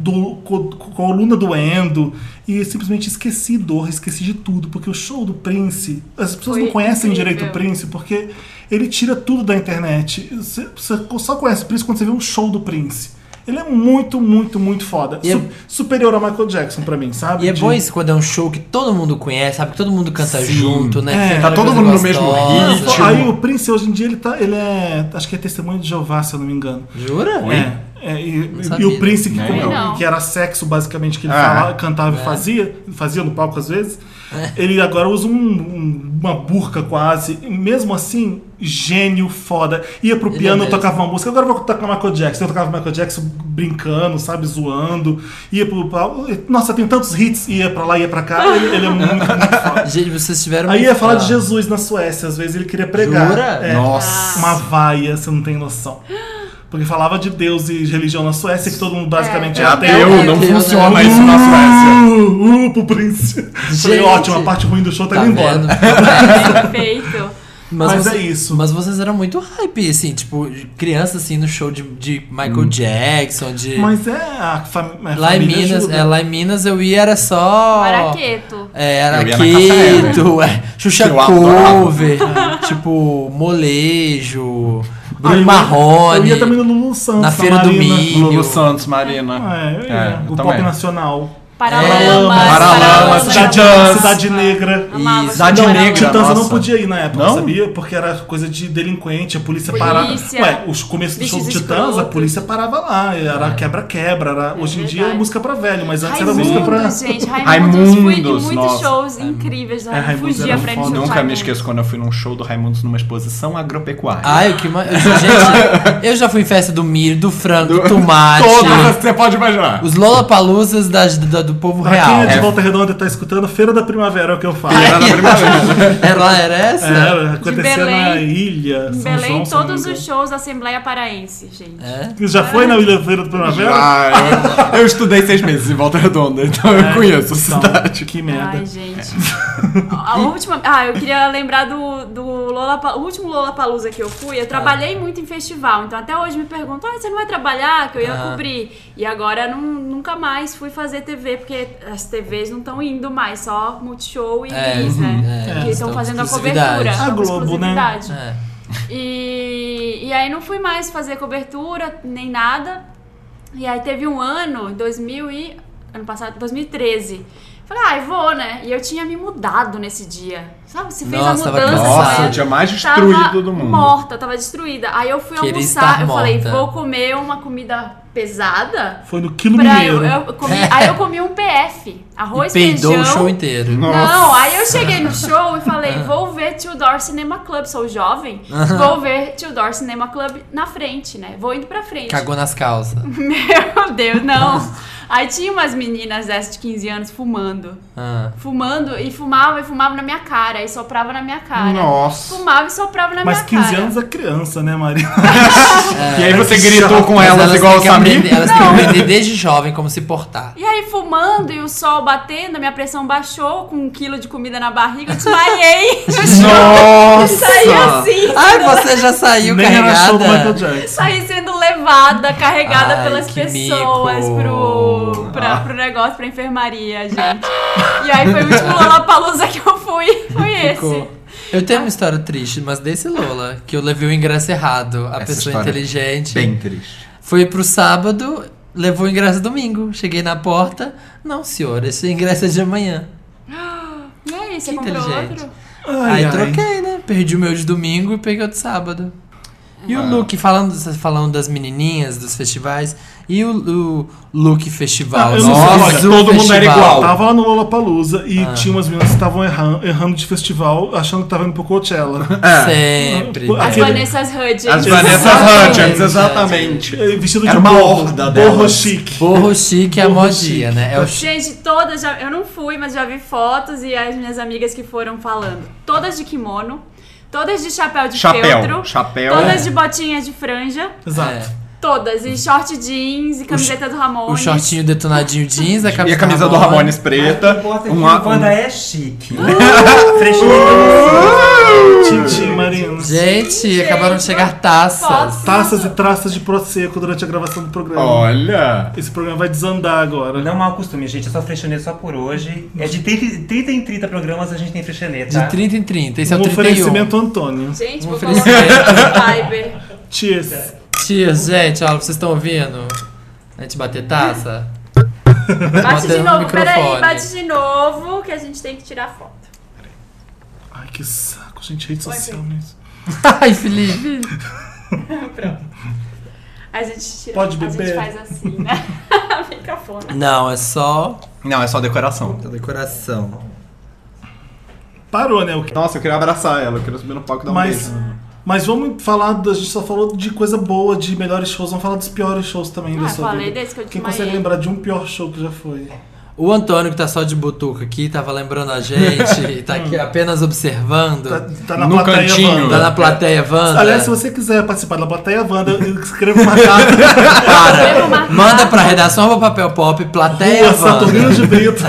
do, co- coluna doendo, e eu simplesmente esqueci dor, esqueci de tudo, porque o show do Prince, as pessoas
Foi
não conhecem
incrível.
direito o Prince, porque ele tira tudo da internet. Você, você só conhece o Prince quando você vê um show do Prince. Ele é muito, muito, muito foda.
E é-
Su- Superior a Michael Jackson pra mim, sabe?
E é
De-
bom isso quando é um show que todo mundo conhece, sabe? Que todo mundo canta
Sim.
junto, né?
É,
Que tem
tá
aquela
todo
coisa
mundo no mesmo
gostosa.
ritmo. Ótimo.
Aí o Prince hoje em dia ele tá. Ele é. Acho que é testemunho de Jeová, se eu não me engano.
Jura?
É, é, e,
sabia.
e o Prince, que,
Nem
como-
eu. Não.
que era sexo basicamente, que ele
Ah.
falava,
É.
cantava e fazia, fazia no palco às vezes, ele agora usa um- um- uma burca quase. E mesmo assim, gênio foda. Ia pro
Ele é
piano,
mesmo.
tocava uma música, agora eu vou tocar Michael Jackson. Eu tocava Michael Jackson brincando, sabe, zoando. Ia pro palco, nossa, tem tantos hits, ia pra lá, ia pra cá. Ele, ele é muito, muito foda.
Gente, vocês tiveram.
Aí
uma-
ia falar
Ah.
de Jesus na Suécia, às vezes ele queria pregar.
Jura?
É,
Nossa.
Uma vaia, você não tem noção. Porque falava de Deus e de religião na Suécia, que todo mundo basicamente
É
é,
ateu,
ateu.
não
Deus, né?
funciona isso na Suécia.
Uh, uh, pro príncipe. Falei,
Gente.
ótimo, a parte ruim do show tá,
Tá
indo
[LAUGHS]
embora.
vendo?
[LAUGHS]
Perfeito.
Mas
você-
é isso.
Mas vocês eram muito hype, assim, tipo, criança assim no show de, de Michael Jackson, de.
Hum. Mas é a, fam a
lá em
família
Minas,
ajuda.
é, lá em Minas eu ia era só.
Paraqueto.
É, era
Eu ia na Café,
Quito, é, Xuxa
Que eu adorava.
Cover, [LAUGHS] tipo molejo,
Ah, eu
Bruno
ia-
Marrone.
Eu ia também no Lulu Santos.
Na Feira do
Marina.
Mi.
Lulu Santos, Marina.
É, eu ia.
É, eu
o pop
também.
nacional.
Paralamas.
É, Paralamas,
Cidade,
Paralamas.
Cidade Negra.
Amava
E Cidade
Cidade
Negra.
Negra.
Titãs eu não
nossa.
podia ir na época,
Não?
sabia? Porque era coisa de delinquente, a polícia,
Polícia.
parava. Ué, os começos do show do
Bichos
Titãs, a
escrotos.
polícia parava lá. Era quebra-quebra. Era... Hoje em dia é
verdade.
música pra velho, mas antes
Raimundos,
era música pra. [LAUGHS]
gente. Raimundos, fui em
Raimundos,
muitos
nossa.
shows incríveis.
É,
né?
Raimundos
Fugia
era
pra ir
foda.
nos shows
Nunca me
Raimundos.
esqueço quando eu fui num show do Raimundos numa exposição agropecuária.
Ai, o que mais. Gente, eu já fui em festa do milho, do frango, do tomate.
Todas, você pode imaginar.
Os Lollapaloozas das, da- do povo
Pra
real.
quem é de
É.
Volta Redonda e tá escutando, Feira da Primavera é o que eu falo.
Era
[LAUGHS]
na primavera.
Ela É, era essa?
Era, acontecia
Belém.
na ilha.
Em
São
Belém,
João, São
todos
Miguel.
os shows da Assembleia Paraense, gente.
É?
Já foi na Ilha Feira da Primavera?
Ah, eu, eu estudei seis meses em Volta Redonda, então eu conheço a
Então,
cidade.
Que merda.
Ai, gente.
É.
A última. Ah, eu queria lembrar do, do Lollapa- o último Lollapalooza que eu fui. Eu trabalhei
Ah.
muito em festival, então até hoje me perguntam: ah, você não vai trabalhar? Que eu ia
Ah.
cobrir. E agora não, nunca mais fui fazer TV, porque as TVs não estão indo mais, só Multishow e
É,
Miss, né?
é,
que
estão
estão
com
fazendo a
exclusividade.
cobertura.
A
estão com
Globo, né?
exclusividade.
É.
E, e aí não fui mais fazer cobertura nem nada. E aí teve um ano, 2000 e ano passado, 2013. Falei, ai, vou, né? E eu tinha me mudado nesse dia. Sabe, se fez
Nossa,
a
tava
mudança.
cansada.
Nossa,
né?
o dia mais
Tava
destruído do mundo.
Morta, tava destruída. Aí eu fui
Queria
almoçar,
estar
eu falei,
morta.
vou comer uma comida pesada.
Foi no Quilo
Pra eu, é
Mineiro.
[LAUGHS]
eu comi- aí eu comi um PF, arroz,
e peidou
feijão,
o show inteiro.
não, aí eu cheguei no show e falei, vou ver Tudor Cinema Club, sou jovem, vou ver Tudor Cinema Club na frente, né? Vou indo pra frente.
Cagou nas calças.
[LAUGHS] Meu Deus, não. Aí tinha umas meninas dessas de 15 anos fumando.
Ah.
Fumando e fumava e fumava na minha cara, e soprava na minha cara.
Nossa.
Fumava e soprava na
Mas 15
minha cara.
anos é criança, né, Maria?
E aí você gritou com
Mas
elas,
elas
igual o
têm que aprender,
Samir?
Elas têm que aprender desde jovem como se portar.
E aí, fumando e o sol batendo, a minha pressão baixou com um quilo de comida na barriga, eu desmaiei.
[LAUGHS]
Saí
Nossa!
assim,
Ai, você já saiu
Nem era show do Michael
carregada.
Jackson.
sair sendo levada, carregada
Ai,
pelas
que Ah.
pessoas
mico.
pro, pra, pro negócio, pra enfermaria, gente. E aí foi o último Lollapalooza que eu fui, foi esse.
Ficou. Eu tenho uma história triste, mas desse Lola, que eu levei o ingresso errado. A
Essa
pessoa
história é
inteligente
Bem triste.
foi pro sábado, levou o ingresso domingo. Cheguei na porta, não, senhor, esse ingresso é de amanhã.
E aí, você
Que
comprou
inteligente.
outro?
Ai,
aí
ai.
troquei, né? Perdi o meu de domingo e peguei o de sábado. E
Ah.
o look, falando, vocês falando das menininhas, dos festivais, e o, o look festival?
Ah, eu não sei,
Nossa,
olha,
o
todo mundo era
festival.
igual.
Eu tava lá no Lollapalooza e
Ah.
tinha umas meninas que estavam erran- errando de festival, achando que tava indo pro
[LAUGHS]
Coachella.
É.
Sempre.
Pô,
né?
As
Aquele-
Vanessas Hudgens.
As Vanessa
Exatamente.
Hudgens, exatamente.
Eh, Vestido de
Era uma
borro,
horda
borro
delas.
chique.
Borro chique é a
Borro
modinha, né? É o chique.
Gente, todas, já, eu não fui, mas já vi fotos e as minhas amigas que foram falando. Todas de kimono, todas de chapéu de
Chapéu,
feltro,
chapéu. é
todas de botinhas de franja,
Exato.
É.
todas, e short jeans, e camiseta do Ramones.
O shortinho detonadinho jeans, a camisa,
E a camisa do Ramones preta. um
Importa que
uma-
o Wanda é chique.
é
Fresquinho.
Tintim, Marina.
Gente,
Gente,
acabaram de chegar taças.
fotos.
Taças e traças de Prosecco durante a gravação do programa.
Olha!
Esse programa vai desandar agora.
Não mal costume, gente. É só freschanê só por hoje. É de 30 30 em 30 programas a gente tem freschanê, tá?
De 30 em 30. Esse é
um
o 31.
oferecimento Antônio.
Gente, vou colocar
oferecimento.
no Viber.
Cheers.
Cheers, gente. Olha, vocês estão ouvindo? A gente bater taça?
Bate de
Batendo no
novo,
microfone.
peraí, bate de novo que a gente tem que tirar foto.
Ai, que saco, gente. Rede social mesmo.
Ai, Felipe.
A gente tira,
Pode
a gente
beber.
faz assim, né? [LAUGHS] Microfone.
Não, é só
Não, é só decoração.
a decoração.
Parou, né? O que...
Nossa, eu queria abraçar ela, eu queria subir no palco e dar um
Mas,
beijo.
mas vamos falar, do- a gente só falou de coisa boa, de melhores shows, vamos falar dos piores shows também
Ah,
da sua
falei
vida.
desse que eu
Quem
desmaiei.
consegue lembrar de um pior show que já foi?
O Antônio, que tá só de butuca aqui, tava lembrando a gente, tá aqui apenas observando.
Tá,
Tá,
tá na
No
plateia
cantinho.
Wanda.
na plateia, Wanda.
Aliás, se você quiser participar da plateia Wanda, escreva uma carta
Vamos
Para.
marcar.
Manda pra redação arroba papel pop, plateia [LAUGHS]
rua
Wanda.
Saturnino de Brito.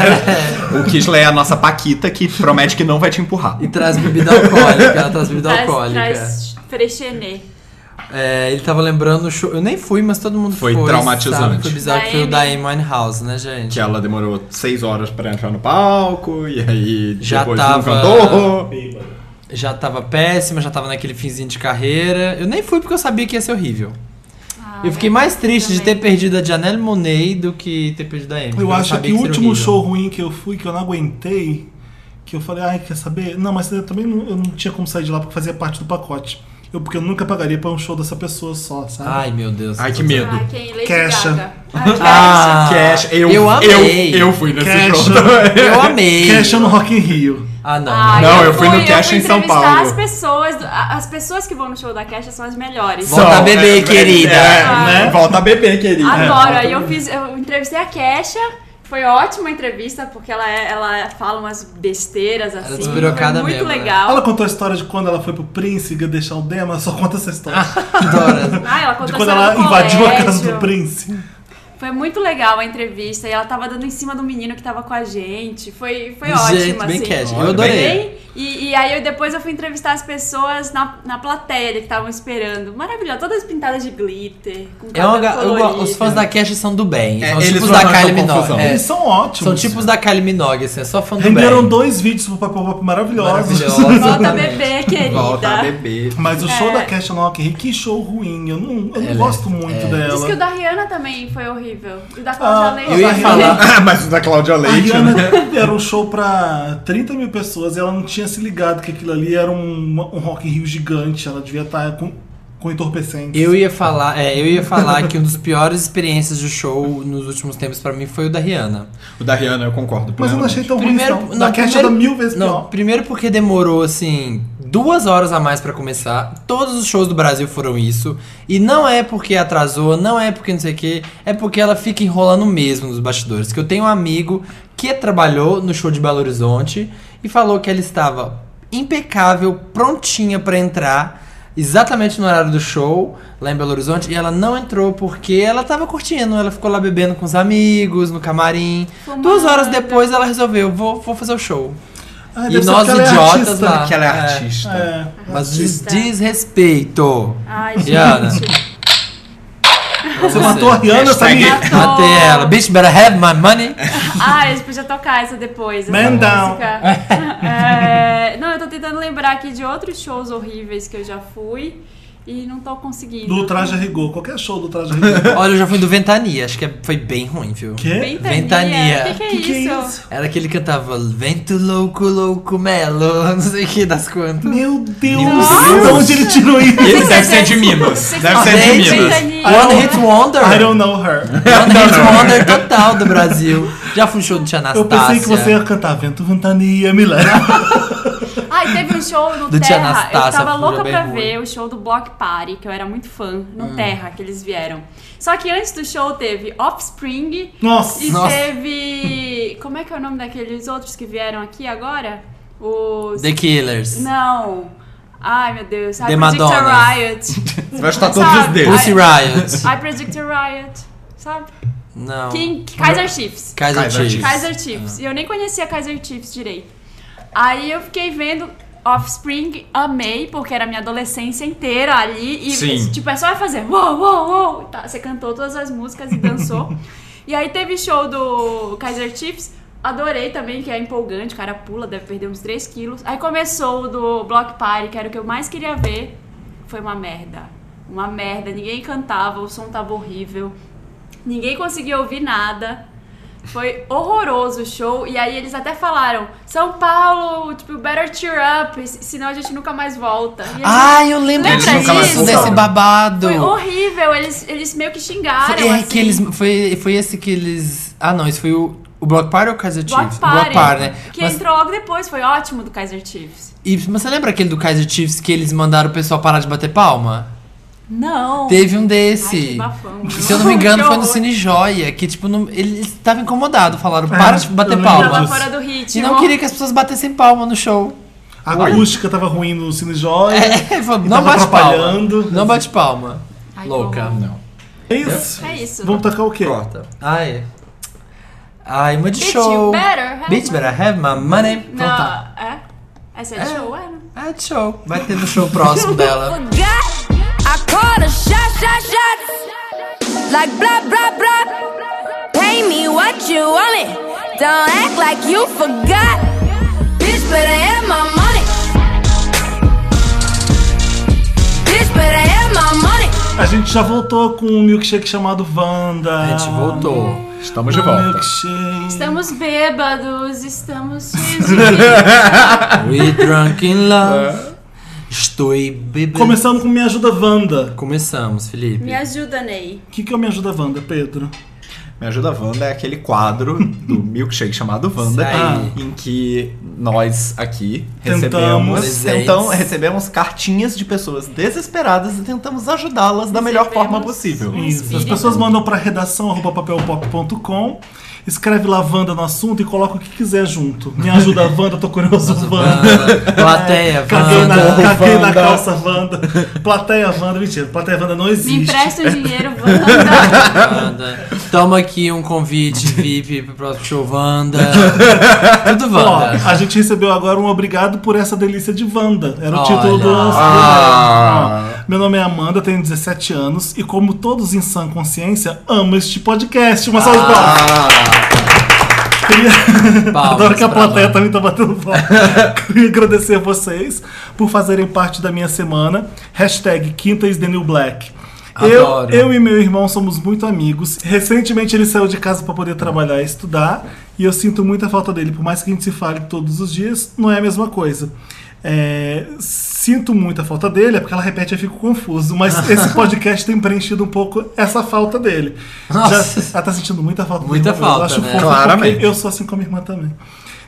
O Kisla é a nossa Paquita que promete que não vai te empurrar.
[LAUGHS] E traz bebida alcoólica, ela traz bebida
Traz,
alcoólica.
traz frechenê.
É, ele tava lembrando o show. Eu nem fui, mas todo mundo foi.
Foi traumatizante.
Sabe? Foi bizarro que foi o da
Da
Amy Winehouse, né, gente?
Que é ela demorou seis horas pra entrar no palco, e aí
Já
depois
tava-
não cantou.
já tava péssima, já tava naquele finzinho de carreira. Eu nem fui porque eu sabia que ia ser horrível. eu fiquei mais triste de ter perdido a Janelle Monet do que ter perdido a Emily. porque
Eu acho
sabia
que o
seria
último
horrível.
show ruim que eu fui, que eu não aguentei, que eu falei, ai, quer saber? Não, mas eu também não, eu não tinha como sair de lá porque fazia parte do pacote. Eu, porque eu nunca pagaria pra um show dessa pessoa só, sabe?
Ai, meu Deus.
Ai,
eu
que
tô-
medo.
Ah, quem? Lady
Kesha. [LAUGHS]
Gaga. Ah,
Ah,
Cash, eu,
eu amei.
Eu, eu fui nesse
Cash.
show também.
Eu amei.
Cash é um no Rock in Rio.
Ah, não.
Ah,
Não, eu fui no
eu
Kesha em São
entrevistar
Paulo.
As pessoas, do- a- as pessoas que vão no show da Kesha são as melhores.
Volta
[LAUGHS]
a beber, querida.
é,
Ah.
né? Volta a beber,
É.
querida.
Adoro. Aí eu fiz, eu entrevistei a Kesha. Foi ótima a entrevista, porque ela, é- ela fala umas besteiras assim.
despirocada
foi muito
mesmo, né?
legal.
Ela contou a história de quando ela foi pro Prince e ia deixar o Dema, ela só conta essa história.
Adoro.
Ah, ela contou
de
a
quando
história
ela
do
invadiu a
colégio.
casa do Prince.
Foi muito legal a entrevista e ela tava dando em cima do menino que tava com a gente. Foi, foi
Gente,
ótimo,
bem
assim.
Kesha.
Olha,
Eu adorei.
Bem, e, e aí eu, depois eu fui entrevistar as pessoas na, na plateia que estavam esperando. Maravilhosa, todas pintadas de glitter, com
É uma,
cabelo
ga- eu go-
colorido.
os fãs da Cash são do bem.
É,
São os
eles
tipos
não
da
arranjam
Kylie Minogue.
confusão.
é.
Eles são ótimos.
São tipos da Kylie Minogue, assim, é só fã do bem.
Renderam dois vídeos pro Papel Pop maravilhosos.
Maravilhosos. [LAUGHS]
Volta bebê, querida.
Volta a beber.
Mas o show
É.
da Cash no Rock in Rio, que show ruim. Eu não, eu não
Ela- é-
gosto muito dela.
Diz que o da Rihanna também foi horrível. E o da Cláudia
Ah,
Leite.
Eu ia
também.
falar.
[LAUGHS] Mas o da Cláudia
A
Leite,
Rihanna
né?
era um show pra 30 mil pessoas e ela não tinha se ligado que aquilo ali era um, um Rock in Rio gigante. Ela devia estar com, com entorpecentes.
Eu ia falar, é, eu ia falar que uma das piores experiências de show nos últimos tempos pra mim foi o da Rihanna.
O da Rihanna, eu concordo.
Mas eu não achei tão
Primeiro,
ruim. Não.
não,
da Cash
primeiro-
era mil vezes
Não,
pior.
primeiro porque demorou assim duas horas a mais pra começar. Todos os shows do Brasil foram isso. E não é porque atrasou, não é porque não sei o quê, é porque ela fica enrolando mesmo nos bastidores. Que eu tenho um amigo que trabalhou no show de Belo Horizonte e falou que ela estava impecável, prontinha pra entrar. Exatamente no horário do show, lá em Belo Horizonte, e ela não entrou porque ela tava curtindo, ela ficou lá bebendo com os amigos, no camarim. Duas horas
Fumada.
depois ela resolveu, vou, vou fazer o show.
Ah,
E
deve ser
nós
porque ela é
idiotas
artista,
lá.
né?
Que ela é
É.
artista.
É.
Mas des- desrespeito.
[LAUGHS] Ai, gente.
Rihanna.
Você matou a Rihanna,
Hashtag-
sabia?
Matou.
Matei ela. Bitch, better have my money.
[LAUGHS] Ah, eles podiam tocar essa depois. Essa
Man down. [LAUGHS]
música. É, não, eu tô tentando lembrar aqui de outros shows horríveis que eu já fui e não tô conseguindo.
Do Traje a Rigor. Qualquer show do Traje a
[LAUGHS]
Rigor.
[LAUGHS] Olha, eu já fui do Ventania. Acho que é- foi bem ruim, viu?
Quê?
Ventania.
O que, que é
Que que é
isso?
isso?
Era aquele que cantava Vento louco, louco, melo. [LAUGHS] Não sei o que das quantas.
Meu Deus,
Nossa.
de onde ele tirou
[LAUGHS]
isso?
Ele deve ser de Minas.
Vocês
Deve
são
ser de
doidos.
Minas.
Ventania.
One Hit Wonder.
I
One
don't know her.
Hit Wonder total do Brasil. Já fui no show do
Eu
Tia Anastácia.
pensei que você ia cantar Vento Ventania, me leva.
Ah, e teve um show
[LAUGHS]
no
Do Tia
Terra. Eu
Anastácia,
tava
Fuja
louca
bem
pra
ruim.
ver o show do Block Party, que eu era muito fã, no
Hum.
Terra, que eles vieram. Só que antes do show teve Offspring
Nossa.
e
Nossa.
teve. Como é que é o nome daqueles outros que vieram aqui agora? Os.
The Killers.
Não. Ai, meu Deus. I
The
Predict
Madonnas.
a Riot.
Você vai chutar todos os
Sabe?
dedos.
Pussy Riot.
I Predict a Riot. Sabe?
Não.
King, Kaiser Chiefs.
Kaiser
Kaiser
Chiefs.
Kaiser Chiefs. E eu nem conhecia Kaiser Chiefs direito. Aí eu fiquei vendo Offspring, amei, porque era a minha adolescência inteira ali. E
Sim.
tipo, é só fazer uou, uou, uou. Tá, você cantou todas as músicas e
[LAUGHS]
dançou. e aí teve show do Kaiser Chiefs. Adorei também, que é empolgante, o cara pula, deve perder uns 3 quilos. Aí começou o do Block Party, que era o que eu mais queria ver. Foi uma merda. Uma merda, ninguém cantava, o som tava horrível. Ninguém conseguia ouvir nada. Foi horroroso o show. E aí eles até falaram: São Paulo, tipo, better cheer up, se- senão a gente nunca mais volta. E aí,
Ah, eu lembro
Lembra
disso,
disso?
desse babado.
foi horrível, eles, eles meio que xingaram.
Foi, é,
assim.
que eles, foi, foi esse que eles. Ah, não, esse foi o. O Block Party ou o Kaiser
Block
Chiefs?
Party,
Block Party, né?
Que
Mas,
entrou logo depois, foi ótimo do Kaiser Chiefs.
e, mas você lembra aquele do Kaiser Chiefs que eles mandaram o pessoal parar de bater palma?
Não.
Teve um
Ai, que
desse.
bafão, né?
E, se eu não me engano,
[LAUGHS] Que
foi no
horror.
Cine Joia, que tipo, não, ele estava incomodado, falaram, para de bater
eu
palma.
Tava
Deus.
fora do
E
ritmo.
não queria que as pessoas batessem palma no show. [LAUGHS]
A acústica tava ruim no Cine Joia.
É, ele falou, não
tava
bate palma.
atrapalhando.
Não bate palma.
Ai, que
Louca.
horror.
Ah, Não.
É isso.
É isso.
Vamos tocar o quê?
Corta.
Ai. Ai, uma de
Bitch,
show.
you better have
Bitch,
my-
better have my money.
Não,
Então tá.
é? Essa é, de show, é? né?
É de show. Vai ter no show [LAUGHS] próximo dela.
forgot. I caught a shot, shot, shot. Like blah, blah, blah. Pay me what you want it. Don't act like you forgot. Bitch, better have my money.
A gente já voltou com um milkshake chamado Wanda.
A gente voltou.
Estamos de
Um
volta.
Milkshake.
Estamos bêbados, estamos cheios de vida.
We drunk in love. Estou bebendo.
Começando com Me Ajuda Wanda.
Começamos, Felipe.
Me ajuda, Ney.
O que, que é o Me Ajuda Wanda, Pedro?
Me Ajuda Wanda é aquele quadro do milkshake chamado Wanda,
Sai.
em que nós aqui
Tentamos.
recebemos, então,
Presentes.
recebemos cartinhas de pessoas desesperadas e tentamos ajudá-las da melhor
Recebemos.
forma possível.
Isso. As
espírito.
pessoas mandam pra redação arroba papelpop.com, escreve lá Wanda no assunto e coloca o que quiser junto. Me ajuda Wanda, tô curioso Wanda.
Wanda,
[LAUGHS]
plateia,
Caguei, na,
Wanda.
caguei na
Wanda.
calça Wanda. Plateia Wanda, mentira, plateia Wanda não
Me
existe.
empresta o dinheiro, Wanda.
Wanda. Toma aqui um convite VIP pro próximo show
[LAUGHS]
Wanda. Tudo
Ó,
Wanda.
a gente recebeu agora um obrigado por essa delícia de Wanda. Era o
Olha.
título do nosso
Ah.
programa. Ó, Meu nome é Amanda, tenho 17 anos e, como todos em sã consciência, amo este podcast. Uma salva de palmas. Queria-
Palmas
Adoro que a
pra
plateia
Wanda.
também tá batendo
[LAUGHS]
palma. Queria agradecer a vocês por fazerem parte da minha semana. Hashtag Quinta is the New Black. Eu,
Adoro.
eu e meu irmão somos muito amigos. Recentemente ele saiu de casa para poder trabalhar e estudar. E eu sinto muita falta dele. Por mais que a gente se fale todos os dias, não é a mesma coisa. É, sinto muita falta dele, é porque ela repete e eu fico confuso.
[LAUGHS]
Mas esse podcast tem preenchido um pouco essa falta dele.
Nossa.
Já- ela tá sentindo muita falta do
Muita
irmão,
falta,
Eu acho
né?
fofo,
Claramente.
porque eu sou assim com a minha irmã também.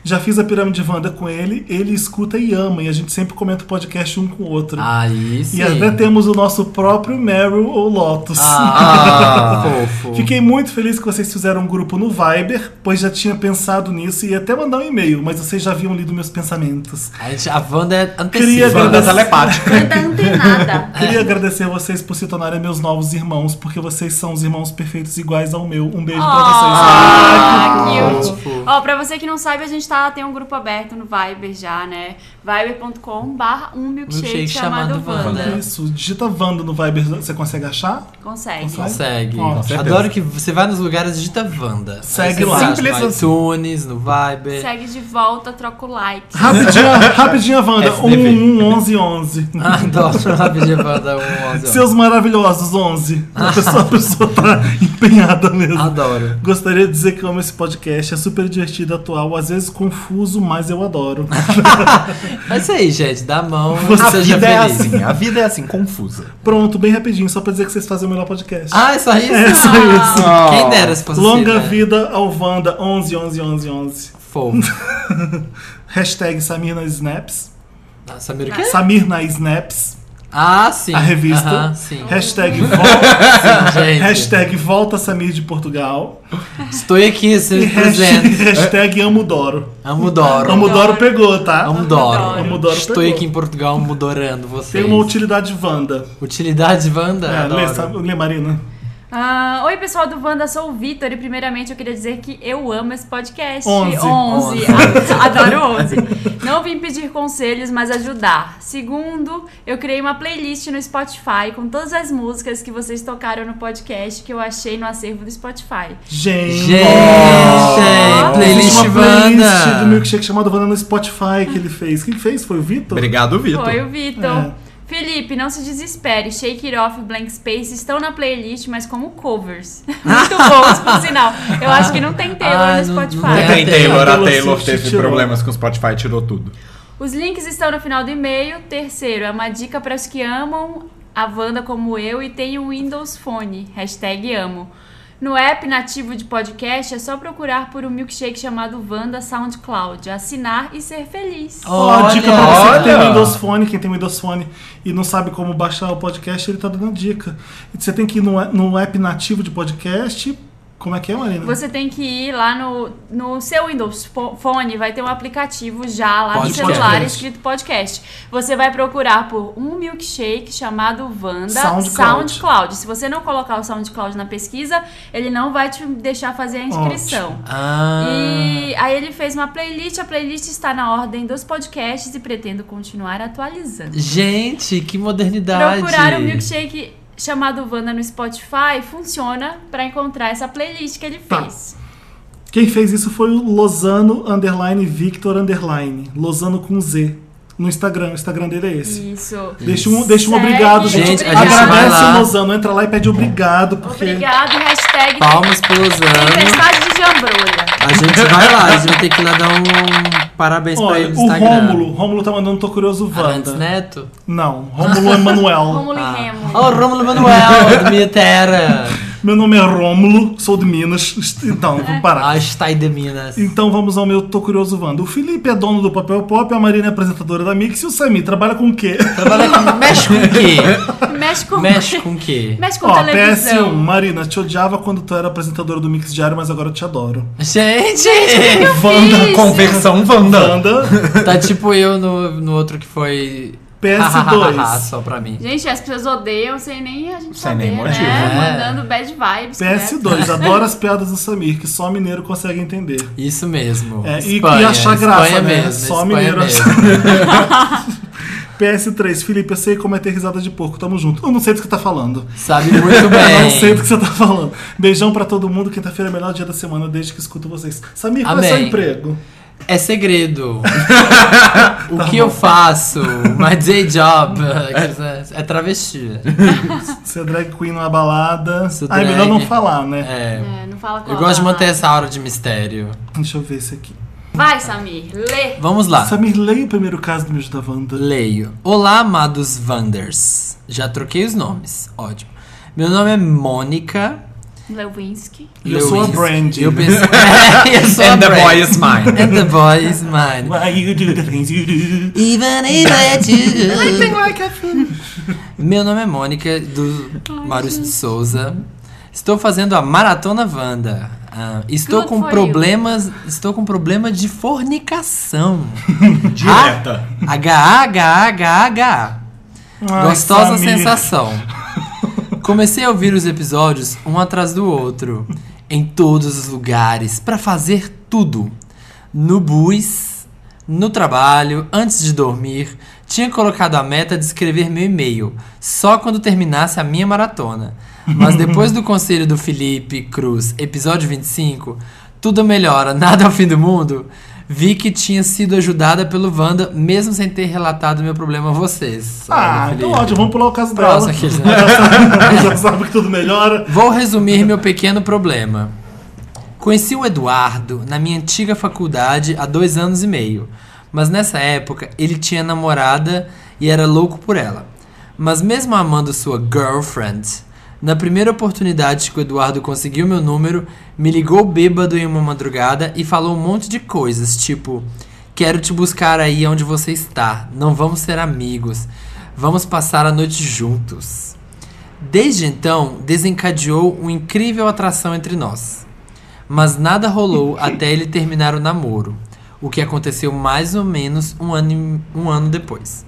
Já fiz a pirâmide Wanda com ele, ele escuta e ama, e a gente sempre comenta o podcast um com o outro.
Aí Ah, sim.
e até temos o nosso próprio Meryl ou Lotus. [LAUGHS]
Ah, fofo.
Fiquei muito feliz que vocês fizeram um grupo no Viber, pois já tinha pensado nisso e ia até mandar um e-mail, mas vocês já haviam lido meus pensamentos.
A, gente, a Wanda é
Queria
antecipa. é
agradecer-
telepática.
Wanda não tem nada.
Queria agradecer a vocês por se tornarem meus novos irmãos, porque vocês são os irmãos perfeitos iguais ao meu. Um beijo pra vocês.
Ah,
Ah,
que
que
fofo.
fofo.
Ó, pra você que não sabe, a gente tá, tem um grupo aberto no Viber já, né? viber.com barra um milkshake
Milkshake chamado
chamado
Wanda.
Wanda.
Isso, digita Wanda no Viber, você consegue achar?
Consegue.
Consegue.
Consegue.
Com certeza.
Adoro que você vai nos lugares e digita Wanda.
Segue
Aí você
lá.
acha
Simples
no
assim.
iTunes, no Viber.
Segue de volta, troca o like.
Rapidinha, rapidinha, Wanda.
SDV.
1, 1, 11, 11.
[LAUGHS] Adoro rapidinho Wanda 11.
Seus maravilhosos,
[LAUGHS]
11. A pessoa, a pessoa tá empenhada mesmo.
Adoro.
Gostaria de dizer que eu amo esse podcast. É super divertido, atual, às vezes confuso, mas eu
[LAUGHS]
adoro.
É isso aí, gente. Dá
[LAUGHS]
a mão
A
e seja
vida é
feliz.
assim, a vida é assim, confusa.
Pronto, bem rapidinho, só pra dizer que vocês fazem o melhor podcast.
Ah, é só isso? Ah.
É só isso.
Quem dera se fosse
Longa
assim, né?
vida ao Wanda, 11, 11, 11, 11.
Fofo.
Hashtag Samir na Snaps.
Nossa, Samir, o quê?
Samir na Snaps.
Ah, sim.
A revista. [LAUGHS]
Aham, sim.
Hashtag volta,
Gente,
hashtag volta Samir de Portugal.
Estou aqui,
E
se
[LAUGHS] hashtag,
presente.
hashtag amo Doro.
Amo Doro.
Amo Doro pegou, tá?
Amo Doro.
Amo Doro
Estou
pegou.
aqui em Portugal mudorando
Tem
vocês.
uma utilidade Wanda.
Utilidade Wanda?
É,
Adoro.
lê, sabe, né? lê, Marina.
Ah, Oi, pessoal do Wanda, sou o Vitor e primeiramente eu queria dizer que eu amo esse podcast.
Onze.
11.
Onze.
Ah, [LAUGHS] Adoro 11. Não vim pedir conselhos, mas ajudar. Segundo, eu criei uma playlist no Spotify com todas as músicas que vocês tocaram no podcast que eu achei no acervo do Spotify.
Gente,
Gente, playlist
existe uma playlist do
Wanda.
milkshake chamado Wanda no Spotify que ele fez. Quem fez? Foi o Vitor?
Obrigado, Vitor.
Foi o Vitor.
É.
Felipe, não se desespere. Shake It Off e Blank Space estão na playlist, mas como covers.
[LAUGHS]
[LAUGHS] Muito bons, por sinal. Eu acho que não tem Taylor
Ah,
no
não- não
Spotify.
tem.
Tem É, Taylor, a
Taylor
Taylor
Swift
teve
tirou.
problemas com o Spotify, tirou tudo.
Os links estão no final do e-mail. Terceiro, é uma dica para os que amam a Wanda como eu e tem um Windows Phone. Hashtag amo. No app nativo de podcast é só procurar por um milkshake chamado Wanda SoundCloud, assinar e ser feliz.
Ó,
Olha,
dica pra você que tem um
olha.
Windows Phone, quem tem Windows Phone e não sabe como baixar o podcast, ele tá dando dica. E Você tem que ir no, no app nativo de podcast. Como é que é, Marina?
Você tem que ir lá no, no seu Windows Fo- Phone, vai ter um aplicativo já lá no
Podcast.
celular escrito podcast. Você vai procurar por um milkshake chamado Wanda
SoundCloud.
SoundCloud. Se você não colocar o SoundCloud na pesquisa, ele não vai te deixar fazer a inscrição.
Ah,
E aí ele fez uma playlist, a playlist está na ordem dos podcasts e pretendo continuar atualizando.
Gente, que modernidade.
Procurar o milkshake chamado Wanda no Spotify funciona para encontrar essa playlist que ele
Tá.
fez.
Quem fez isso foi o Lozano Underline Victor Underline. Lozano com Z. no Instagram. O Instagram dele é esse.
Isso.
Deixa um, deixa um
Segue,
obrigado,
Gente,
gente.
a gente vai
Agradece
lá.
o Lozano. Entra lá e pede obrigado, porque.
Obrigado, hashtag
Palmas pelo Zano.
Tempestade de Jambrolha.
A gente vai lá, a gente vai ter que ir lá dar um parabéns pra
Olha,
ele no
o
Instagram. né?
Rômulo, Rômulo tá mandando Tô Curioso
Arantes
Wanda.
Neto?
Não, Rômulo é Emanuel.
Romulo
Ah.
e Remo.
Ó, o Rômulo Manuel, da minha terra.
Meu nome é Rômulo, sou de Minas. Então, vamos parar.
Ah, está de Minas.
Então vamos ao meu Tô Curioso Wanda. O Felipe é dono do Papel Pop, a Marina é apresentadora da Mix e o Sami trabalha com o quê?
Trabalha com... Mexe com o quê?
Mexe com, [LAUGHS]
Mexe com o quê?
Mexe com
Ó, PS1,
televisão.
Marina, te odiava quando tu era apresentadora do Mix Diário, mas agora eu te adoro.
Gente!
Wanda
Conversão Wanda.
Wanda,
[LAUGHS] Tá tipo eu no, no outro que foi... [LAUGHS]
PS2.
Só pra mim.
Gente, as pessoas odeiam sem nem a gente
Sem
saber,
nem motivo.
né?
É.
Mandando bad vibes. né?
PS2, adoro as piadas do Samir, que só mineiro consegue entender.
Isso mesmo.
É, e-
Espanha,
e achar graça,
Espanha
né?
Mesmo,
Só
Espanha
mineiro
mesmo.
PS3, Felipe, eu sei como é ter risada de porco, tamo junto. Eu não sei do que tá falando.
Sabe muito
Eu [LAUGHS] não sei do
bem.
que você tá falando. Beijão pra todo mundo, quinta-feira é o melhor dia da semana desde que escuto vocês. Samir, qual é seu
Amém.
emprego?
É [LAUGHS] segredo. o que eu faço? My day job. [LAUGHS] É travesti.
Você é drag queen numa balada.
Sou
Ah, é
drag.
melhor não falar, né?
É.
É, não fala com
Eu
a
gosto de
Lana.
manter essa aura de mistério.
Deixa eu ver esse aqui.
Vai, Samir, lê.
Vamos lá.
Samir, leia o primeiro caso do Me Ajuda Wanda.
Leio. Olá, amados Wanders. Já troquei os nomes. Ótimo. Meu nome é Mônica.
Lewinsky.
E eu sou a
Lewis.
Brandy.
Eu pensei. [LAUGHS] eu sou a
And the
Brandy.
boy is mine.
And the boy is mine.
Why you do the things you do?
Even if I
é
do. Meu nome é Mônica, do Maurício de Souza. Estou fazendo a Maratona Wanda. Ah, estou
Good
com
for you.
problemas. Estou com problema de fornicação. [LAUGHS]
Direta.
H, H, H, H.
Ai,
Gostosa
Samir.
sensação. Comecei a ouvir os episódios um atrás do outro, em todos os lugares, pra fazer tudo. No bus, no trabalho, antes de dormir, tinha colocado a meta de escrever meu e-mail, só quando terminasse a minha maratona. Mas depois do conselho do Felipe Cruz, episódio 25, tudo melhora, [LAUGHS] nada é o fim do mundo. Vi que tinha sido ajudada pelo Wanda, mesmo sem ter relatado meu problema a vocês.
Ah,
Olha,
então
Felipe.
ótimo, vamos pular o caso dela.
Próximo, aqueles, né?
[LAUGHS] Já sabe que tudo melhora.
Vou resumir meu pequeno problema. Conheci o Eduardo na minha antiga faculdade há dois anos e meio, mas nessa época ele tinha namorada e era louco por ela. Mas mesmo amando sua girlfriend, na primeira oportunidade que o Eduardo conseguiu meu número, me ligou bêbado em uma madrugada e falou um monte de coisas, tipo: Quero te buscar aí onde você está, não vamos ser amigos, vamos passar a noite juntos. Desde então, desencadeou uma incrível atração entre nós. Mas nada rolou até ele terminar o namoro, o que aconteceu mais ou menos um ano, e- um ano depois.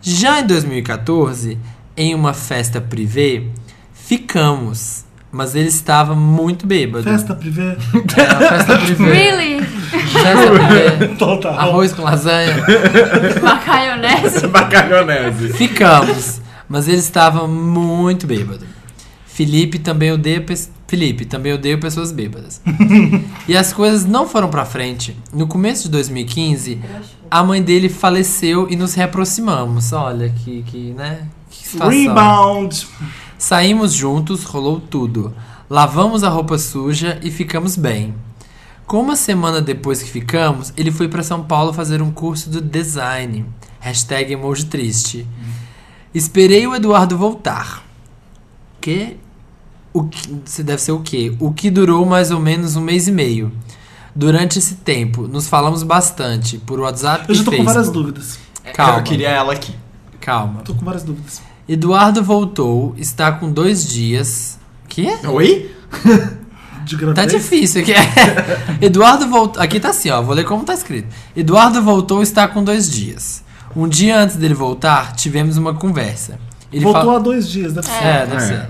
Já em 2014, em uma festa privê, ficamos, mas ele estava muito bêbado.
Festa privê.
Era uma festa privê.
[LAUGHS] Really?
Festa
[LAUGHS]
privê.
Então tá.
Arroz com lasanha.
É.
[LAUGHS] Macaionese?
Macarionese.
Ficamos, mas ele estava muito bêbado. Felipe também odeia pes- Felipe também odeia pessoas bêbadas. e as coisas não foram pra frente. No começo de 2015, a mãe dele faleceu e nos reaproximamos. Olha que, que né? Que situação.
Rebound.
Saímos juntos, rolou tudo. Lavamos a roupa suja e ficamos bem. Com uma semana depois que ficamos, ele foi para São Paulo fazer um curso de design. Hashtag emoji triste. Esperei o Eduardo voltar. Que? O que? se Deve ser o quê? O que durou mais ou menos um mês e meio. Durante esse tempo, nos falamos bastante por WhatsApp
Eu
e
já tô com várias
Facebook.
dúvidas.
Calma,
Eu queria ela aqui.
calma.
Tô com várias dúvidas.
Eduardo voltou, está com dois dias. Quê?
Oi?
De gravidez.
Tá difícil aqui. [LAUGHS] Eduardo voltou. Aqui tá assim, ó. Vou ler como tá escrito. Eduardo voltou está com dois dias. Um dia antes dele voltar, tivemos uma conversa. Ele
Voltou
fal-
há dois dias, né? deve ser.
É, deve
É.
ser.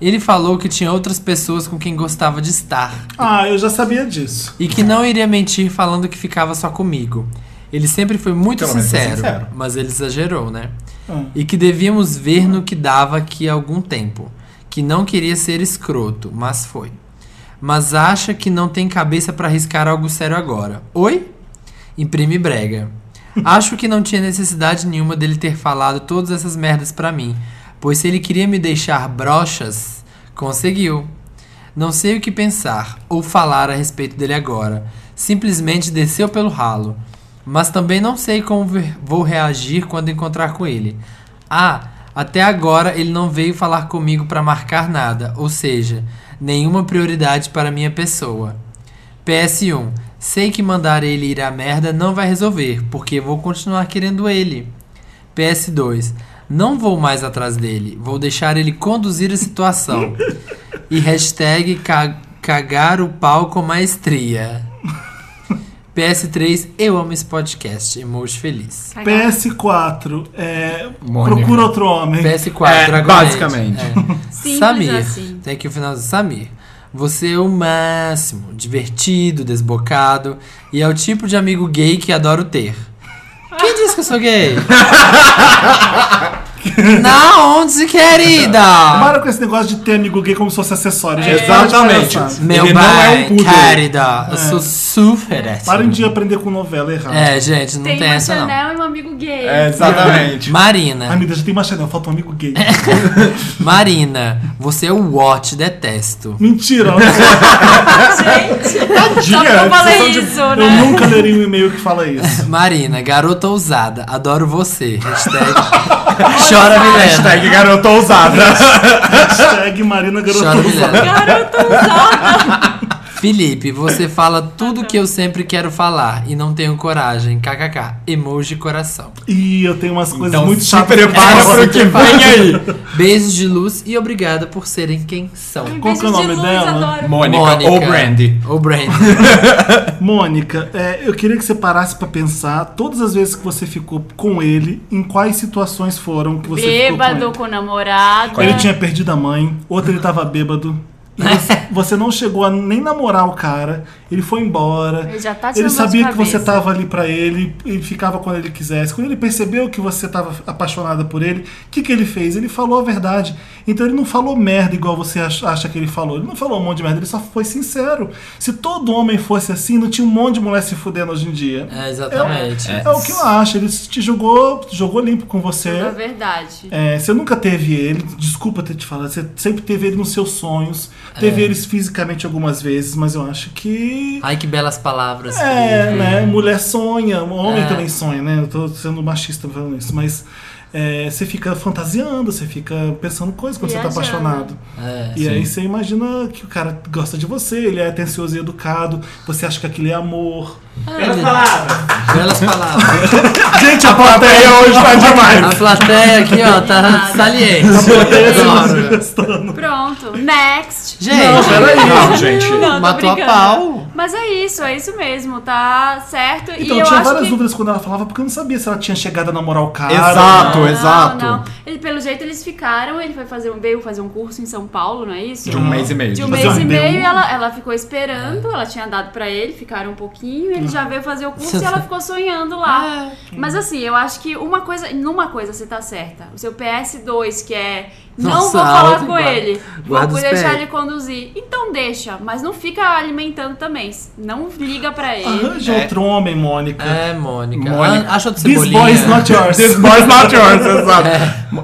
Ele falou que tinha outras pessoas com quem gostava de estar
Ah, eu já sabia disso.
e que não iria mentir falando que ficava só comigo. Ele sempre foi muito
Pelo menos é
sincero,
sincero.
mas ele exagerou, né?
Ah.
E que devíamos ver no que dava aqui há algum tempo. Que não queria ser escroto, mas foi. Mas acha que não tem cabeça pra arriscar algo sério agora. Oi? Imprime brega. Acho que não tinha necessidade nenhuma dele ter falado todas essas merdas pra mim, pois se ele queria me deixar brochas, conseguiu. Não sei o que pensar ou falar a respeito dele agora. Simplesmente desceu pelo ralo. Mas também não sei como ver- vou reagir quando encontrar com ele. Ah, até agora ele não veio falar comigo pra marcar nada, ou seja, nenhuma prioridade para minha pessoa. PS1. Sei que mandar ele ir à merda não vai resolver, porque vou continuar querendo ele. PS2. Não vou mais atrás dele, vou deixar ele conduzir a situação. E hashtag ca- cagar o pau com maestria. PS3, eu amo esse podcast. Emoji feliz.
Cagar.
PS4, é,
Mônica.
procura outro homem.
PS4,
É,
Dragon Age.
basicamente. [LAUGHS]
É.
Simples
Samir,
assim.
tem aqui o final do Samir. Você é o máximo, divertido, desbocado e é o tipo de amigo gay que adoro ter. Quem disse que eu sou
[LAUGHS]
gay? Na onde, querida?
Para com esse negócio de ter amigo gay como se fosse acessório. gente.
Exatamente.
Para de palhaçada.
Meu
Ele não é um
pai,
poodle. É.
querida, eu sou super
Parem
hétero.
de um aprender com novela errada.
É, gente, não tem,
Tem uma
essa não.
Chanel e um amigo gay.
É, exatamente.
Ai,
Marina,
meu Deus, já tem uma Chanel, falta um amigo gay.
É.
Marina, você é o Watch, detesto.
[LAUGHS]
Mentira, olha só, [LAUGHS]
Gente, só porque eu falei isso,
eu
né?
nunca leria um e-mail que fala
[LAUGHS]
isso.
Marina, garota ousada, adoro você.
[LAUGHS]
Hashtag chora Milena.
Hashtag garota ousada.
Hashtag Marina Garoto
Chora
Ousada.
Milena.
Garoto usado.
[LAUGHS] Felipe, você fala tudo que eu sempre quero falar e não tenho coragem. KKK. Emoji coração.
E eu tenho umas coisas
Então
muito
se
chatas.
prepara
Nossa,
pro que vem aí.
Beijos de luz e obrigada por serem quem são.
Qual que é o
Beijos de
nome
luz,
dela?
adoro.
Mônica ou Brandy.
Ou Brandy.
Mônica, é, eu queria que você parasse pra pensar todas as vezes que você ficou com ele, em quais situações foram que você ficou
Bêbado
com
com namorada.
ele. Ele tinha perdido a mãe, outra ele tava bêbado. E você, você não chegou a nem namorar o cara, ele foi embora.
Ele já tá te
Ele
dando dor de
sabia que você
cabeça.
tava ali pra ele, ele ficava quando ele quisesse. Quando ele percebeu que você tava apaixonada por ele, o que, que ele fez? Ele falou a verdade. Então ele não falou merda igual você ach- acha que ele falou. Ele não falou um monte de merda, ele só foi sincero. Se todo homem fosse assim, não tinha um monte de mulher se fudendo hoje em dia.
É, exatamente.
É, o que eu acho. Ele te jogou, jogou limpo com você.
É verdade.
É, você nunca teve ele, desculpa ter te falado, você sempre teve ele nos seus sonhos,
É.
teve eles fisicamente algumas vezes, mas eu acho que.
Ai, que belas palavras.
É,
Felipe.
né? Mulher sonha, homem
É.
também sonha, né? Eu tô sendo machista falando isso, mas é, você fica fantasiando, você fica pensando coisas quando você tá
Viajando.
apaixonado.
É.
E aí você imagina que o cara gosta de você, ele é atencioso e educado, você acha que aquilo é amor.
Pelas palavras.
Belas palavras.
Gente, a plateia hoje tá
A
demais.
plateia aqui, ó, tá saliente.
é
Adoro.
Pronto. Next.
Gente,
Não, gente.
Não, tô
matou a
brincando.
pau.
Mas é isso, é isso mesmo, tá certo?
Então,
e
eu
eu
tinha
acho
várias
que...
dúvidas quando ela falava, porque eu não sabia se ela tinha chegado a namorar o cara.
Exato,
Não,
exato.
Não. Ele, pelo jeito eles ficaram, ele foi fazer um, veio fazer um curso em São Paulo, não é isso?
De um mês e meio.
De um
tipo
mês
Fazer
e
um
meio,
B1.
ela, ela ficou esperando, ela tinha dado pra ele, ficaram um pouquinho, ele já veio fazer o curso e ela ficou sonhando
Ah,
lá. Mas assim, eu acho que uma coisa, numa coisa você tá certa. O seu PS2, que é não
Nossa,
vou falar
alto
com
guarda-
ele, vou
guarda os
deixar
pés.
ele conduzir. Então deixa, mas não fica alimentando também. Não liga pra ele.
Arranja um outro homem, Mônica.
É, Mônica.
Mônica.
Ah, Acha outro
This
cebolinha.
boy is not yours.
This boy's not yours, exato.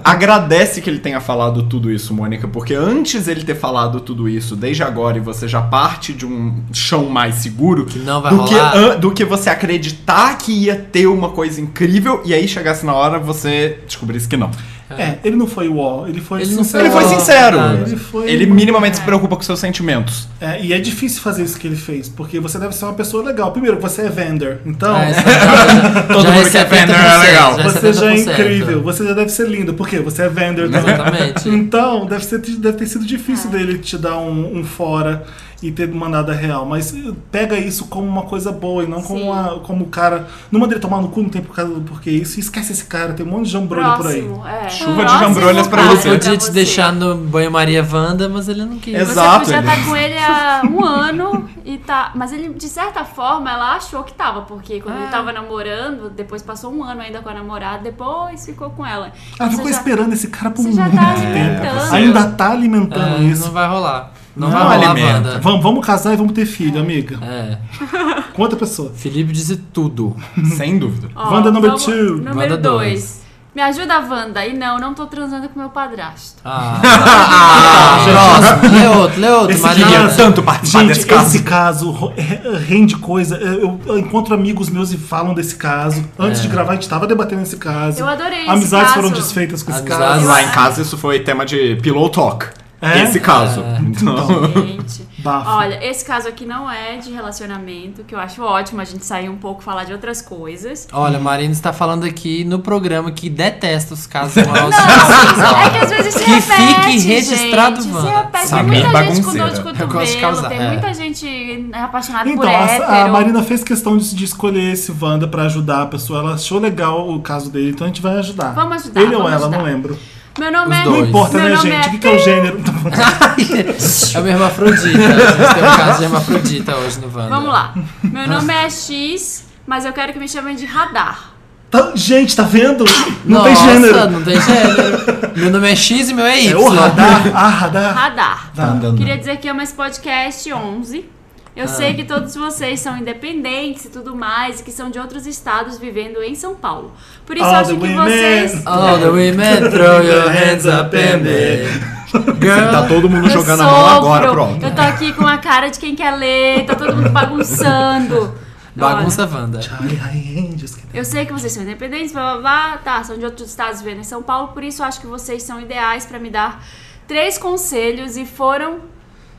Agradece que ele tenha falado tudo isso, Mônica, porque antes ele ter falado tudo isso desde agora e você já parte de um chão mais seguro
Que não vai
do, que,
rolar.
an- do que você acreditar que ia ter uma coisa incrível e aí chegasse na hora você descobrisse que não.
É, ele não foi o ó, ele foi
Ele não
sincero.
Ele foi
Oh,
sincero.
verdade.
Ah, Ele foi-
Ele minimamente se preocupa com seus sentimentos.
É, e é difícil fazer isso que ele fez, porque você deve ser uma pessoa legal. Primeiro, você é vendor, então
Ah, isso
[LAUGHS]
já-
Todo
já
mundo que é
70%,
vendor é legal.
você já é
70%.
incrível, você já deve ser lindo, porque você é vendor também.
Exatamente.
Então, deve, ser, deve ter sido difícil dele te dar um, um fora e ter mandado a real. Mas eh, pega isso como uma coisa boa e não como,
Sim.
uma, como o cara. Não manda ele tomar no cu, não tem por causa do porquê isso. E esquece esse cara, tem um monte de jambrolho por aí.
Próximo, é.
Chuva de
Próximo
jambrolhas pra
passo
Ele
você.
podia te
você.
deixar no banho-maria Wanda, mas ele não quis.
Exato.
Você podia
ele-
estar com ele há
[LAUGHS]
um ano e tá. Mas ele, de certa forma, ela achou que tava, porque quando
Ah.
ele tava namorando, depois passou um ano ainda com a namorada, depois ficou com ela.
Ela
Você
ficou
já-
Ah, esperando esse cara por
Você
muito
já
tempo.
tá alimentando.
Ainda tá alimentando
É,
isso.
Não vai rolar. Não,
Não
vai rolar
alimenta.
banda.
Vamos, vamos casar e vamos ter filho, amiga.
É.
Com outra pessoa.
Felipe disse tudo.
Sem dúvida.
Ó,
Wanda number
vamos-
two.
Wanda
Número
dois.
2. Me ajuda, Wanda. E não, não tô transando com meu
[LAUGHS]
padrasto.
[LAUGHS]
Ah, ah próximo. Lê outro, lê outro.
Esse
mas
aqui
não.
é tanto
participar
Gente, esse caso ro- é- rende coisa. Eu, eu encontro amigos meus e falam desse caso. Antes
É.
de gravar, a gente tava debatendo esse caso.
Eu adorei esse
Amizades
caso.
foram desfeitas com esse
Amizades.
caso.
Lá em casa isso foi tema de pillow talk.
É?
Esse caso. Então,
Gente.
Bafo.
Olha, esse caso aqui não é de relacionamento, que eu acho ótimo a gente sair um pouco falar de outras coisas.
Olha, Marina está falando aqui no programa que detesta os
[LAUGHS]
casos amorosos.
É que às vezes se
Que
repete,
fique registrado,
gente. Se
Wanda.
repete. Tem
Samir
muita
é
gente com
bagunceira.
dor de
Eu gosto de
cotovelo,
causar.
tem
É.
muita gente é, apaixonada
Então,
por hétero.
a, a Marina fez questão de, de escolher esse Wanda pra ajudar a pessoa. Ela achou legal o caso dele, então a gente vai ajudar.
Vamos ajudar,
Ele ou
vamos
ela,
ajudar.
não lembro.
Meu nome
Os
é...
dois.
Não importa,
meu
né,
nome
gente?
é-
O que, que é o gênero? [LAUGHS]
[LAUGHS] é uma hermafrodita. A gente tem um caso de hermafrodita hoje no Wanda.
Vamos lá. Meu nome
[LAUGHS]
é X, mas eu quero que me chamem de Radar.
Tá- gente, tá vendo? Não
Nossa,
tem gênero.
não tem gênero. [LAUGHS] Meu nome é X e meu é Y.
É o radar, a radar.
Radar.
Tá.
Queria dizer que é mais podcast 11. Eu
Ah.
sei que todos vocês são independentes e tudo mais, e que são de outros estados vivendo em São Paulo. Por isso
All
eu
the
acho que
women.
vocês.
All the women throw your hands up in the girl.
tá todo mundo
Eu
jogando a mão agora,
sofro.
pronto.
Eu tô aqui com a cara de quem quer ler, tá todo mundo bagunçando.
Bagunça Wanda.
Ai, ai, angels, que-
Eu sei que vocês são independentes, blá blá blá, tá, são de outros estados vivendo em São Paulo, por isso eu acho que vocês são ideais pra me dar três conselhos e foram.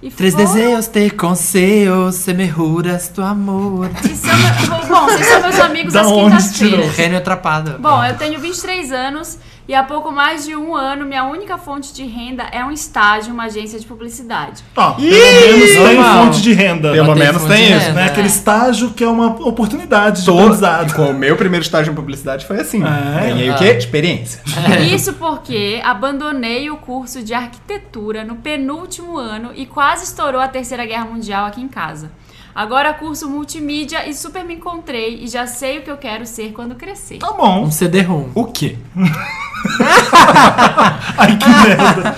E
Três
foram-
desejos, ter conselhos, semeruras do amor.
e são meu- Bom, vocês são meus amigos
Da
às
onde
O
quintas-feiras.
Rênio atrapado.
Bom, eu tenho 23 anos e há pouco mais de um ano minha única fonte de renda é um estágio, uma agência de publicidade.
Ó, pelo menos tem
Normal.
fonte de renda.
Pelo
Mas É tem
menos
fonte
tem
um de
isso,
renda,
né? Aquele estágio que é uma oportunidade de aprendizado.
Com o meu primeiro estágio em publicidade foi assim.
Ah, é?
Ganhei o quê?
[LAUGHS]
Experiência.
Isso porque abandonei o curso de arquitetura no penúltimo ano e quase estourou a Terceira Guerra Mundial aqui em casa. Agora curso multimídia e super me encontrei e já sei o que eu quero ser quando crescer.
Tá bom.
Um [LAUGHS] CD-ROM.
O quê?
Ai, que merda.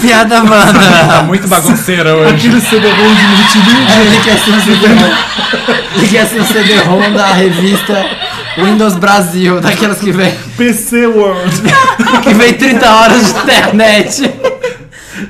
Piada, [LAUGHS]
É.
Wanda.
Tá muito bagunceira hoje.
Aquele CD-ROM de multimídia.
Ele quer ser um CD-ROM. Ele quer ser um CD-ROM da revista Windows Brasil, daquelas que vem,
PC World.
que vem 30 horas de internet.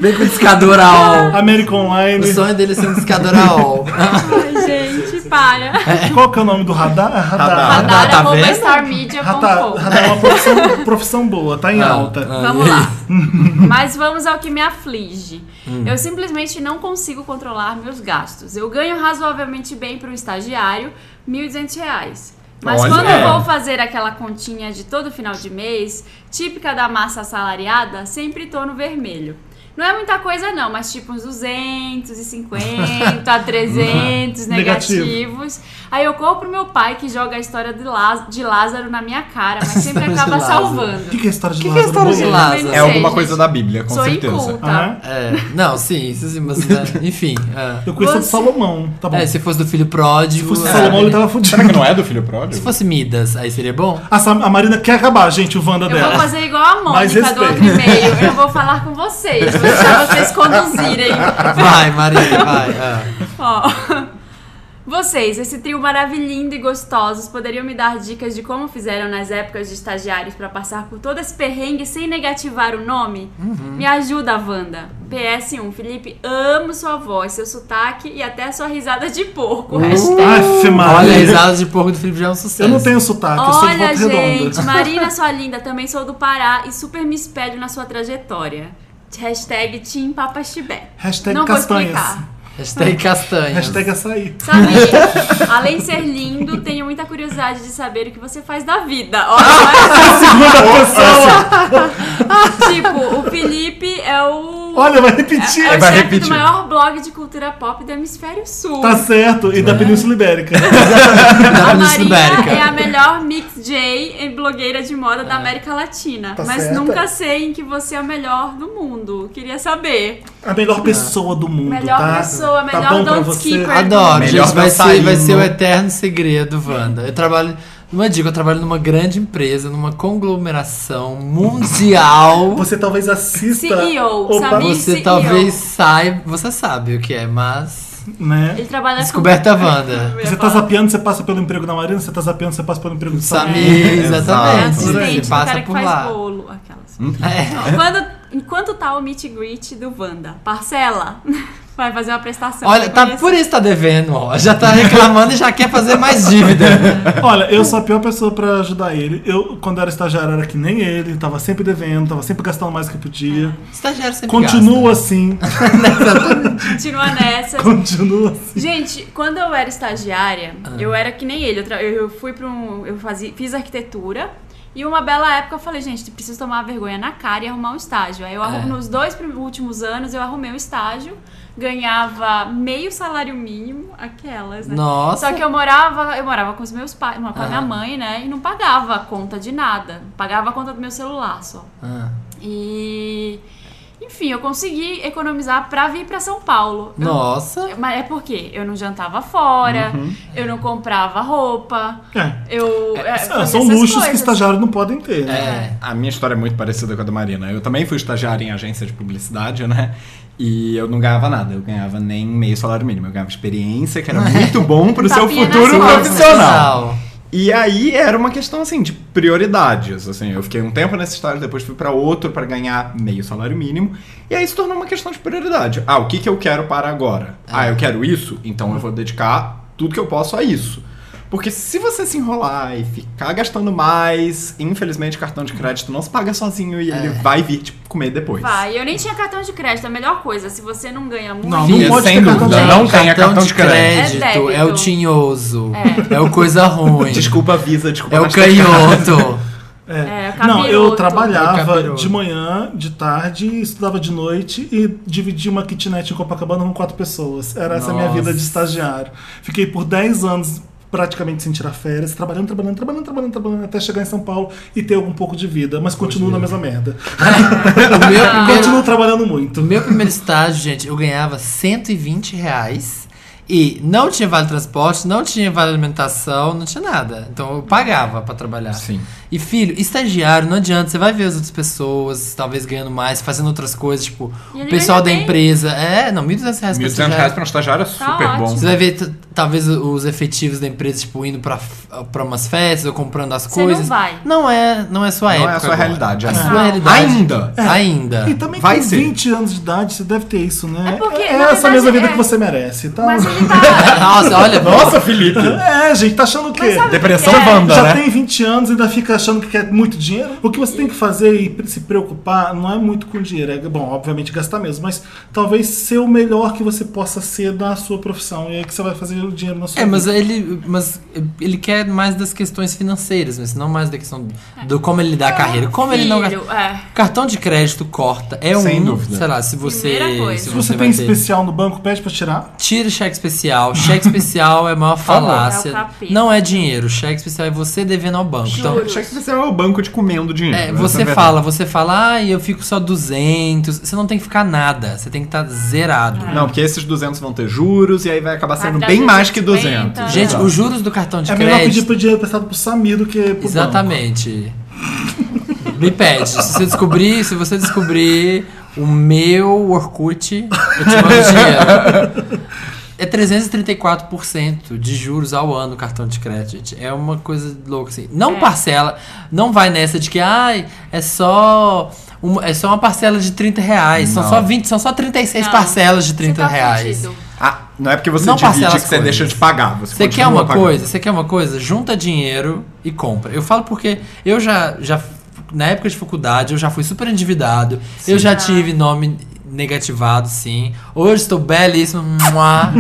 Vem com discador AOL.
American Online.
O sonho dele é ser um discador AOL.
Ai, gente, para.
Qual que é o nome do radar? É Radar.
Radar.
Radar, tá
Radar,
vendo?
Radar,
starmedia.com.
radar é uma profissão, profissão boa, tá em
Ah,
alta.
Vamos lá. Mas vamos ao que me aflige. Eu simplesmente não consigo controlar meus gastos. Eu ganho razoavelmente bem para um estagiário, R$ 1.200. reais. Mas
Olha.
quando eu vou fazer aquela continha de todo final de mês, típica da massa assalariada, sempre tô no vermelho. Não é muita coisa não, mas tipo uns 250 a 300
Negativo.
negativos. Aí eu compro meu pai que joga a história de Lázaro, de Lázaro na minha cara, mas sempre
História de
acaba
Lázaro.
O
salvando.
que, que é a história de
Que que é a
Lázaro?
história de
Boa.
Lázaro?
Também não
É
sei,
alguma
gente.
coisa da Bíblia, com
Sou
certeza.
inculta.
Ah,
É, não, sim, isso sim, mas, né, enfim. é.
eu conheço a de
Você-
Salomão, tá bom.
É,
se
se fosse do filho pródigo.
fosse
é,
Salomão, ele tava
Será que
fudido.
não é do filho
Se
[LAUGHS]
pródigo?
fosse Midas, aí seria bom?
A, Sam- a Marina quer acabar, gente, o Wanda
Eu vou
dela.
fazer igual a
Mais
Mônica do outro
respeito.
e-mail. Eu vou falar com vocês. Vou deixar
[LAUGHS]
vocês conduzirem.
Vai, Maria, vai. é.
Ó. Vocês, esse trio maravilhindo e gostosos, poderiam me dar dicas de como fizeram nas épocas de estagiários pra passar por todo esse perrengue sem negativar o nome?
Uhum.
Me ajuda, Wanda. PS1, Felipe, amo sua voz, seu sotaque e até sua risada de porco.
Uh!
Hashtag
Aff,
Olha, a
Marina.
risada de porco do Felipe já é um sucesso.
Eu não tenho sotaque, eu sou de
Olha,
volta
gente,
redonda.
Marina, sua linda, também sou do Pará e super me espelho na sua trajetória. Hashtag Team Papa Chibé.
Hashtag
Não
castanhas.
vou explicar.
Hashtag
[LAUGHS]
castanha.
Hashtag é açaí.
Samir, além de ser lindo, tenho muita curiosidade de saber o que você faz da vida.
[LAUGHS]
Olha,
Segunda pessoa.
tipo, o Felipe é o...
Olha, vai
é
repetir.
o
vai
chefe
repetir.
do maior blog de cultura pop do Hemisfério Sul.
Tá certo. E da Península Ibérica.
da
A
Península
Marina
Ibérica.
é a melhor Mix J e blogueira de moda da América Latina.
É. Tá
mas
certa.
nunca sei em que você é a melhor do mundo. Queria saber.
A melhor pessoa do mundo,
Melhor
tá?
pessoa,
tá
melhor
bom pra
don't
você?
skipper.
Adoro,
Melhor
gente. Vai ser, vai
dançarino.
ser o eterno segredo, Wanda. Eu trabalho. Uma dica, eu trabalho numa grande empresa, numa conglomeração mundial.
Ah, [LAUGHS] Você talvez assista.
CEO,
Opa,
sabe?
Você
CEO.
talvez saiba. Você sabe o que é, mas.
Né?
Ele trabalha
Descoberta
com...
Wanda.
Eu ia
Você tá
falar.
zapeando, você passa pelo emprego da Marina, você tá zapeando, você passa pelo emprego do Samir.
Samir,
É
exatamente.
acidente
Ah, então Você
do
passa
cara que
por
faz
lá.
bolo. Aquelas.
É.
Quando, enquanto tá o meet and greet do Wanda, parcela, [LAUGHS] vai fazer uma prestação.
Olha,
Eu
tá,
conheço.
por isso tá devendo, ó. Já tá reclamando e já quer fazer mais dívida.
Olha, eu sou a pior pessoa pra ajudar ele. Eu, quando era estagiário, era que nem ele, tava sempre devendo, tava sempre gastando mais do que podia.
Estagiário
É.
sempre
Continua assim, [LAUGHS]
Continua
[LAUGHS]
nessa.
continua assim.
Gente, quando eu era estagiária,
Ah.
eu era que nem ele. Eu, tra- eu fui para um. Eu fazia, fiz arquitetura. E uma bela época eu falei, gente, preciso tomar vergonha na cara e arrumar um estágio. Aí eu arru-
É.
nos dois prim- últimos anos eu arrumei um estágio, ganhava meio salário mínimo, aquelas, né?
Nossa. Ah.
Só que eu morava, eu morava com os meus pais, morava com a minha
Aham.
mãe, né? E não pagava a conta de nada. Pagava a conta do meu celular só.
Ah,
E enfim, eu consegui economizar pra vir pra São Paulo. Eu-
Nossa.
mas é porque eu não jantava fora, eu não comprava roupa,
Uhum. É.
eu. é,
Ah,
fazia
São
essas
luxos que
coisas.
estagiário não podem ter, né?
É.
A minha história é muito parecida com a da Marina. Eu também fui estagiária em agência de publicidade, né? E eu não ganhava nada, eu ganhava nem meio salário mínimo, eu ganhava experiência,
[LAUGHS]
que era muito bom pro seu
Tapinha nas
futuro
costas.
profissional. E aí era uma questão assim de prioridades, assim, eu fiquei um tempo nesse estágio, depois fui pra outro pra ganhar meio salário mínimo, e aí se tornou uma questão de prioridade. Ah, o que que eu quero para agora? Ah, eu quero isso, então eu vou dedicar tudo que eu posso a isso. Porque se você se enrolar e ficar gastando mais, infelizmente cartão de crédito não se paga sozinho e ele vai vir te comer depois.
Vai, eu nem tinha cartão de crédito, a melhor coisa. Se você não ganha muito.
Não,
Fia,
pode
sem
ter cartão
dúvida,
de
não tenha cartão de crédito.
crédito. É,
É débito.
o tinhoso. É. o coisa ruim.
Desculpa, Visa, desculpa. tá
É o [LAUGHS]
Mastercard. [LAUGHS]
canhoto.
É, o
Não, eu
capiroto.
trabalhava
É, capiroto.
de manhã, de tarde, estudava de noite e dividia uma kitnet em Copacabana com quatro pessoas. Era essa a minha
Nossa.
vida de estagiário. Fiquei por 10 anos praticamente sem tirar férias, trabalhando, trabalhando, trabalhando, trabalhando, trabalhando, até chegar em São Paulo e ter algum pouco de vida. Mas continuo na mesma merda.
o meu
Ah.
primeiro
Continuo trabalhando
O
muito.
meu primeiro estágio, gente, eu ganhava 120 reais e não tinha vale transporte, não tinha vale alimentação, não tinha nada. Então eu pagava pra trabalhar.
Sim.
E filho, estagiário, não adianta, você vai ver as outras pessoas, talvez ganhando mais, fazendo outras coisas, tipo,
E
o
ele
pessoal
ganha
da
bem.
empresa. É, não, 1.200 reais pra
1.200 reais
estagiário.
pra um estagiário é super
Tá ótimo.
bom.
Você vai ver, t- talvez, os efetivos da empresa, tipo, indo pra, f- pra umas festas ou comprando as
Você não
coisas.
vai. Ah.
Não é, não é sua
Não
época.
é a sua
agora.
realidade. É.
A
né?
sua realidade. É.
Ainda. Então-
Ainda.
[LAUGHS]
E também
Vai
com
ser.
20 anos de idade, você deve ter isso, né?
É porque,
é
na
essa mesma
verdade,
vida
é.
que você merece, tá?
Mas
[LAUGHS]
ele tá.
[LAUGHS] Nossa, olha,
Nossa, Felipe!
É, gente, tá achando o quê?
sabe o que
Depressão
é?
Wanda,
Já
né?
tem 20 anos e ainda fica achando que quer muito dinheiro? O que você tem que fazer e se preocupar não é muito com dinheiro. É, bom, obviamente gastar mesmo, mas talvez ser o melhor que você possa ser na sua profissão. E é que você vai fazer o dinheiro na sua
É, mas
vida.
ele, mas ele quer mais das questões financeiras, mas não mais da questão do, do como ele dá a carreira. Como ele não gasta.
Ah, Filho, é.
Cartão de crédito corta. É
Sem
um,
dúvida.
sei lá, se você.
Primeira coisa.
Se
Se
é você
você
vai
tem
ter.
especial no banco, pede pra tirar.
Tira cheque especial. Cheque especial é a maior falácia.
É o capeta.
não é dinheiro. Cheque especial é você devendo ao banco. Então,
Juros.
Achei que você é o banco de comendo dinheiro.
é,
Essa
você
a verdade.
fala, você fala, ah, eu fico só 200. Você não tem que ficar nada. Você tem que estar zerado.
Não, porque esses 200 vão ter juros e aí vai acabar sendo
dar
bem mais que
250.
200.
Gente,
Exato.
os juros do cartão de
É melhor
crédito.
pedir pro dinheiro prestado pro Samir do que pro banco.
Exatamente. Me pede. Se você descobrir, se você descobrir o meu Orkut, eu
[LAUGHS]
te mando dinheiro. É 334% de juros ao ano o cartão de crédito, gente. É uma coisa louca, assim. Não
É.
parcela, não vai nessa de que, ai, é só. uma- é só uma parcela de 30 reais. São
Não.
só 20, são só 36
Não.
parcelas de 30
Você tá
reais.
fudido.
Ah, não é porque você
Não
divide
parcela
que
as
você
coisas.
deixa de pagar. Você,
Você quer
continua
uma
pagando.
coisa? Você quer uma coisa? Junta dinheiro e compra. Eu falo porque eu já, já na época de faculdade, eu já fui super endividado. Eu já tive nome negativado, sim. Hoje estou belíssima.
[LAUGHS]
muá.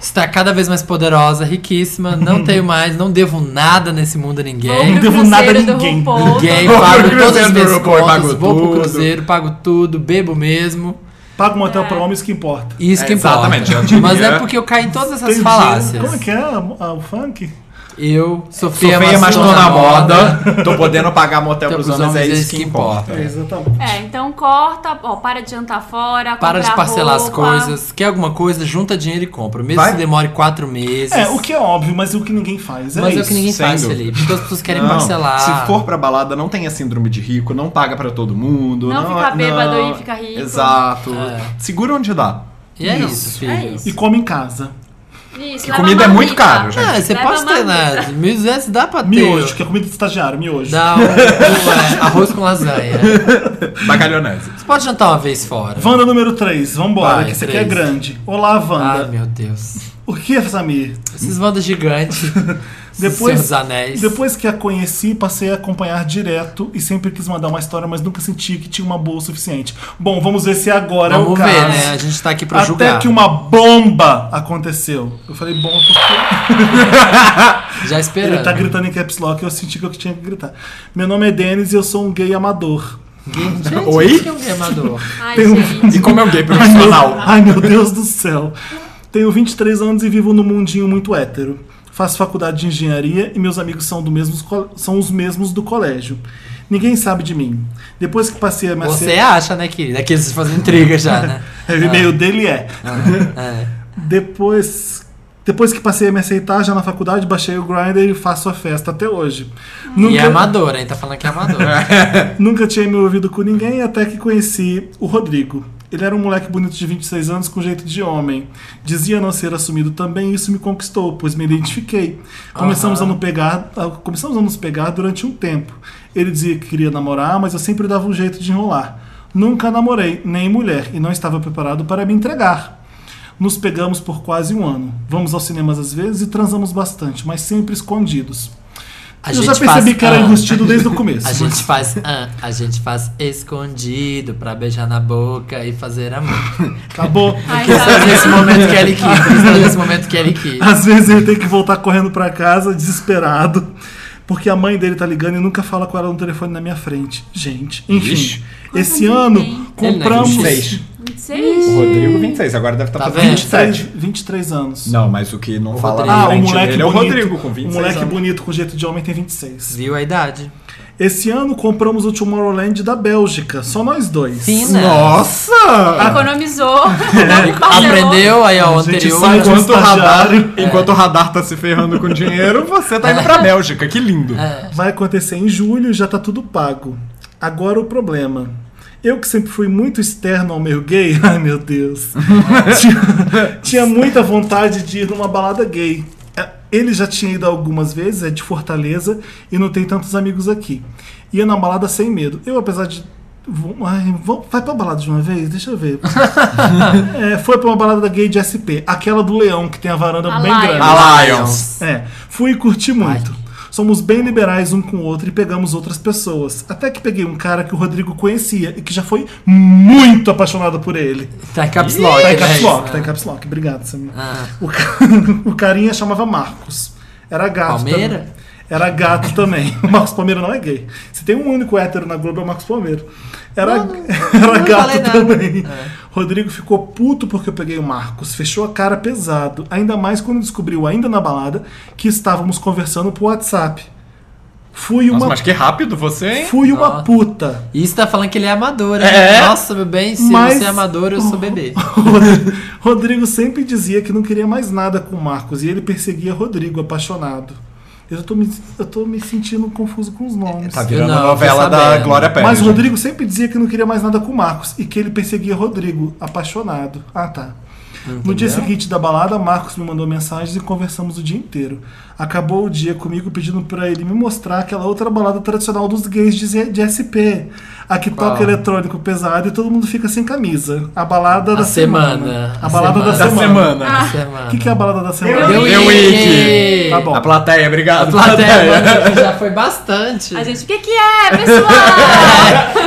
Está cada vez mais poderosa, riquíssima.
Uhum.
Não tenho mais, não devo nada nesse mundo a
Vou
ninguém.
pro
devo nada a
cruzeiro do
ninguém.
RuPaul.
Ninguém
Vou pro
pago
cruzeiro
todas as
do
minhas
Uruguai,
contas,
pago
vou pro
tudo.
cruzeiro, pago tudo, bebo mesmo.
Paga um hotel pra homem, isso que importa.
Isso
É,
que importa.
exatamente, eu diria-
Mas é porque eu caí em todas essas
Tem dinheiro.
falácias.
Como é que é a- a- o funk?
Eu sou
Sou
feia,
feia, mas tô na moda. Tô podendo pagar motel
Então,
pros homens, é isso que importa.
É, exatamente.
É, então corta, ó, para de jantar fora,
Para de
comprar
parcelar as
roupa.
coisas. Quer alguma coisa, junta dinheiro e compra. Mesmo
Vai.
que demore quatro meses.
É, o que é óbvio, mas é o que ninguém faz. É
Mas é o
isso.
que ninguém
sem
faz,
dúvida.
Felipe. Todas as pessoas querem
Não,
parcelar.
Se for pra balada, não tenha síndrome de rico, não paga pra todo mundo.
Não fica bêbado
não-
e fica rico.
Exato.
É.
Segura onde dá.
E é
Isso.
isso, filho.
É
E
isso.
come em casa.
Isso,
Que
leva
comida é muito
marmita.
caro, gente.
Ah, você
Leva
pode ter, né?
marmita.
1.200 dá pra ter.
Miojo, que é comida de estagiário, miojo.
Dá um, um, é, arroz com lasanha.
Bacalhonese.
Você pode jantar uma vez fora.
Wanda número 3, vambora,
Vai,
que isso aqui é
três. Ah.
grande. Olá,
Ai,
Wanda.
meu Deus.
o que é, Samir?
Esses bandas gigantes.
Depois-
Seus anéis.
Depois que a conheci, passei a acompanhar direto e sempre quis mandar uma história, mas nunca senti que tinha uma boa o suficiente. Bom, vamos ver se agora é o
Vamos
caso.
ver, né? A gente tá aqui pra
Até
julgar.
que uma bomba aconteceu. Eu falei bom porque
Já
ele
esperando.
tá gritando em caps lock e eu senti que eu tinha que gritar. Meu nome é Denis e eu sou um gay amador.
Gente,
Oi?
isso que é um queimador.
Ai,
Tem um-
gente.
E como é
[LAUGHS]
o gay
Ai meu,
profissional?
ai, meu Deus do céu. Tenho 23 anos e vivo num mundinho muito hétero. Faço faculdade de engenharia e meus amigos são, do mesmo, co- são os mesmos do colégio. Ninguém sabe de mim. Depois que passei a me
Você
aceitar-
acha, né, querida? Aqueles que fazem intriga já,
[LAUGHS]
né?
É, O e-mail dele é.
É.
Depois. Depois que passei a me aceitar, já na faculdade, baixei o Grindr e faço a festa até hoje. Nunca,
E é amador, hein? Tá falando que é
[LAUGHS]
amador.
nunca tinha me ouvido com ninguém até que conheci o Rodrigo. Ele era um moleque bonito de 26 anos com jeito de homem. Dizia não ser assumido também, e isso me conquistou, pois me identifiquei. Começamos a nos pegar, a- começamos a nos pegar durante um tempo. Ele dizia que queria namorar, mas eu sempre dava um jeito de enrolar. Nunca namorei, nem mulher, e não estava preparado para me entregar. Nos pegamos por quase um ano. Vamos aos cinemas às vezes e transamos bastante, mas sempre escondidos.
A
eu
gente
já percebi
faz-
que era
ah.
enrustido
[LAUGHS]
desde o começo.
A
mas-
gente faz. ah, a gente faz escondido pra beijar na boca e fazer
[LAUGHS]
amor.
Acabou.
[LAUGHS]
[LAUGHS]
Ai,
Tá
sabe?
nesse momento que ele quis. Tá nesse momento que ele quis.
Às vezes ele tem que voltar correndo pra casa desesperado, porque a mãe dele tá ligando e nunca fala com ela no telefone na minha frente. Gente, enfim.
Ixi.
Esse
Quantos
ano
anos ele
tem?
compramos
Ele não é
26.
Seis?
O Rodrigo, 26. Agora deve estar
Tá
fazendo
vendo?
23,
27.
23 anos.
Não, mas o que não fala
Rodrigo.
na
Ah, o
frente
moleque
dele é o
bonito,
Rodrigo com 26
o moleque
anos.
bonito com jeito de homem tem 26.
Viu
[LAUGHS]
a idade?
Esse ano compramos o Tomorrowland da Bélgica, só nós dois.
Fina.
Nossa!
Ah.
Tá Economizou.
Aprendeu aí, ó, o
A gente
anterior.
É, sai de um
Enquanto o, radar,
estagiário.
enquanto o radar tá se ferrando com dinheiro, você tá indo pra Bélgica. Que lindo.
Vai acontecer em julho, já tá tudo pago. Agora o problema. Eu que sempre fui muito externo ao meio gay, [LAUGHS] ai meu Deus, tinha, tinha muita vontade de ir numa balada gay. É, Ele já tinha ido algumas vezes, é de Fortaleza e não tem tantos amigos aqui. Ia na balada sem medo. Eu, apesar de. vou- Ai, vou- vai pra balada de uma vez? Deixa eu ver. É, foi pra uma balada gay de SP, aquela do Leão, que tem a varanda
A
bem
Lions.
grande.
A
Ah,
Alliance.
É, fui e curti muito. Somos bem liberais um com o outro e pegamos outras pessoas. Até que peguei um cara que o Rodrigo conhecia e que já foi muito apaixonado por ele.
Tá em caps lock.
Tá em
né?
caps lock, tá em caps lock. Obrigado, Samir.
Ah,
O, ca- [LAUGHS] o carinha chamava Marcos. Era gato.
Palmeira?
também. Era gato também. [LAUGHS] O Marcos Palmeira não é gay. Se tem um único hétero na Globo, é o Marcos Palmeira. Era, [LAUGHS] era
não falei
gato
nada. É.
também. Rodrigo ficou puto porque eu peguei o Marcos. Fechou a cara pesado. Ainda mais quando descobriu, ainda na balada, que estávamos conversando por WhatsApp. Fui
Nossa,
uma,
mas que rápido você, hein?
fui uma
Nossa.
puta.
E isso tá falando que ele é amador, né?
É.
Nossa, meu bem, se
Mas-
você é amador, eu
[LAUGHS]
sou bebê.
Rodrigo sempre dizia que não queria mais nada com o Marcos e ele perseguia Rodrigo, apaixonado. Eu tô me, eu tô me sentindo confuso com os nomes.
Tá virando
Não,
a novela
tô sabendo.
da Glória Pérez.
Mas
gente.
Rodrigo sempre dizia que não queria mais nada com o Marcos e que ele perseguia Rodrigo, apaixonado. Ah, tá. No dia seguinte da balada, Marcos me mandou mensagens e conversamos o dia inteiro. Acabou o dia comigo pedindo pra ele me mostrar aquela outra balada tradicional dos gays de, Z- de SP. A que toca eletrônico pesado e todo mundo fica sem camisa. A balada da semana.
semana.
A
A
balada da
da
semana.
semana.
Ah.
O que, que é a balada da semana?
Eu Wiki.
The Wiki.
Tá bom.
A plateia,
A
obrigado.
plateia mano, que já foi bastante.
A gente, o que que
[LAUGHS]
é, pessoal?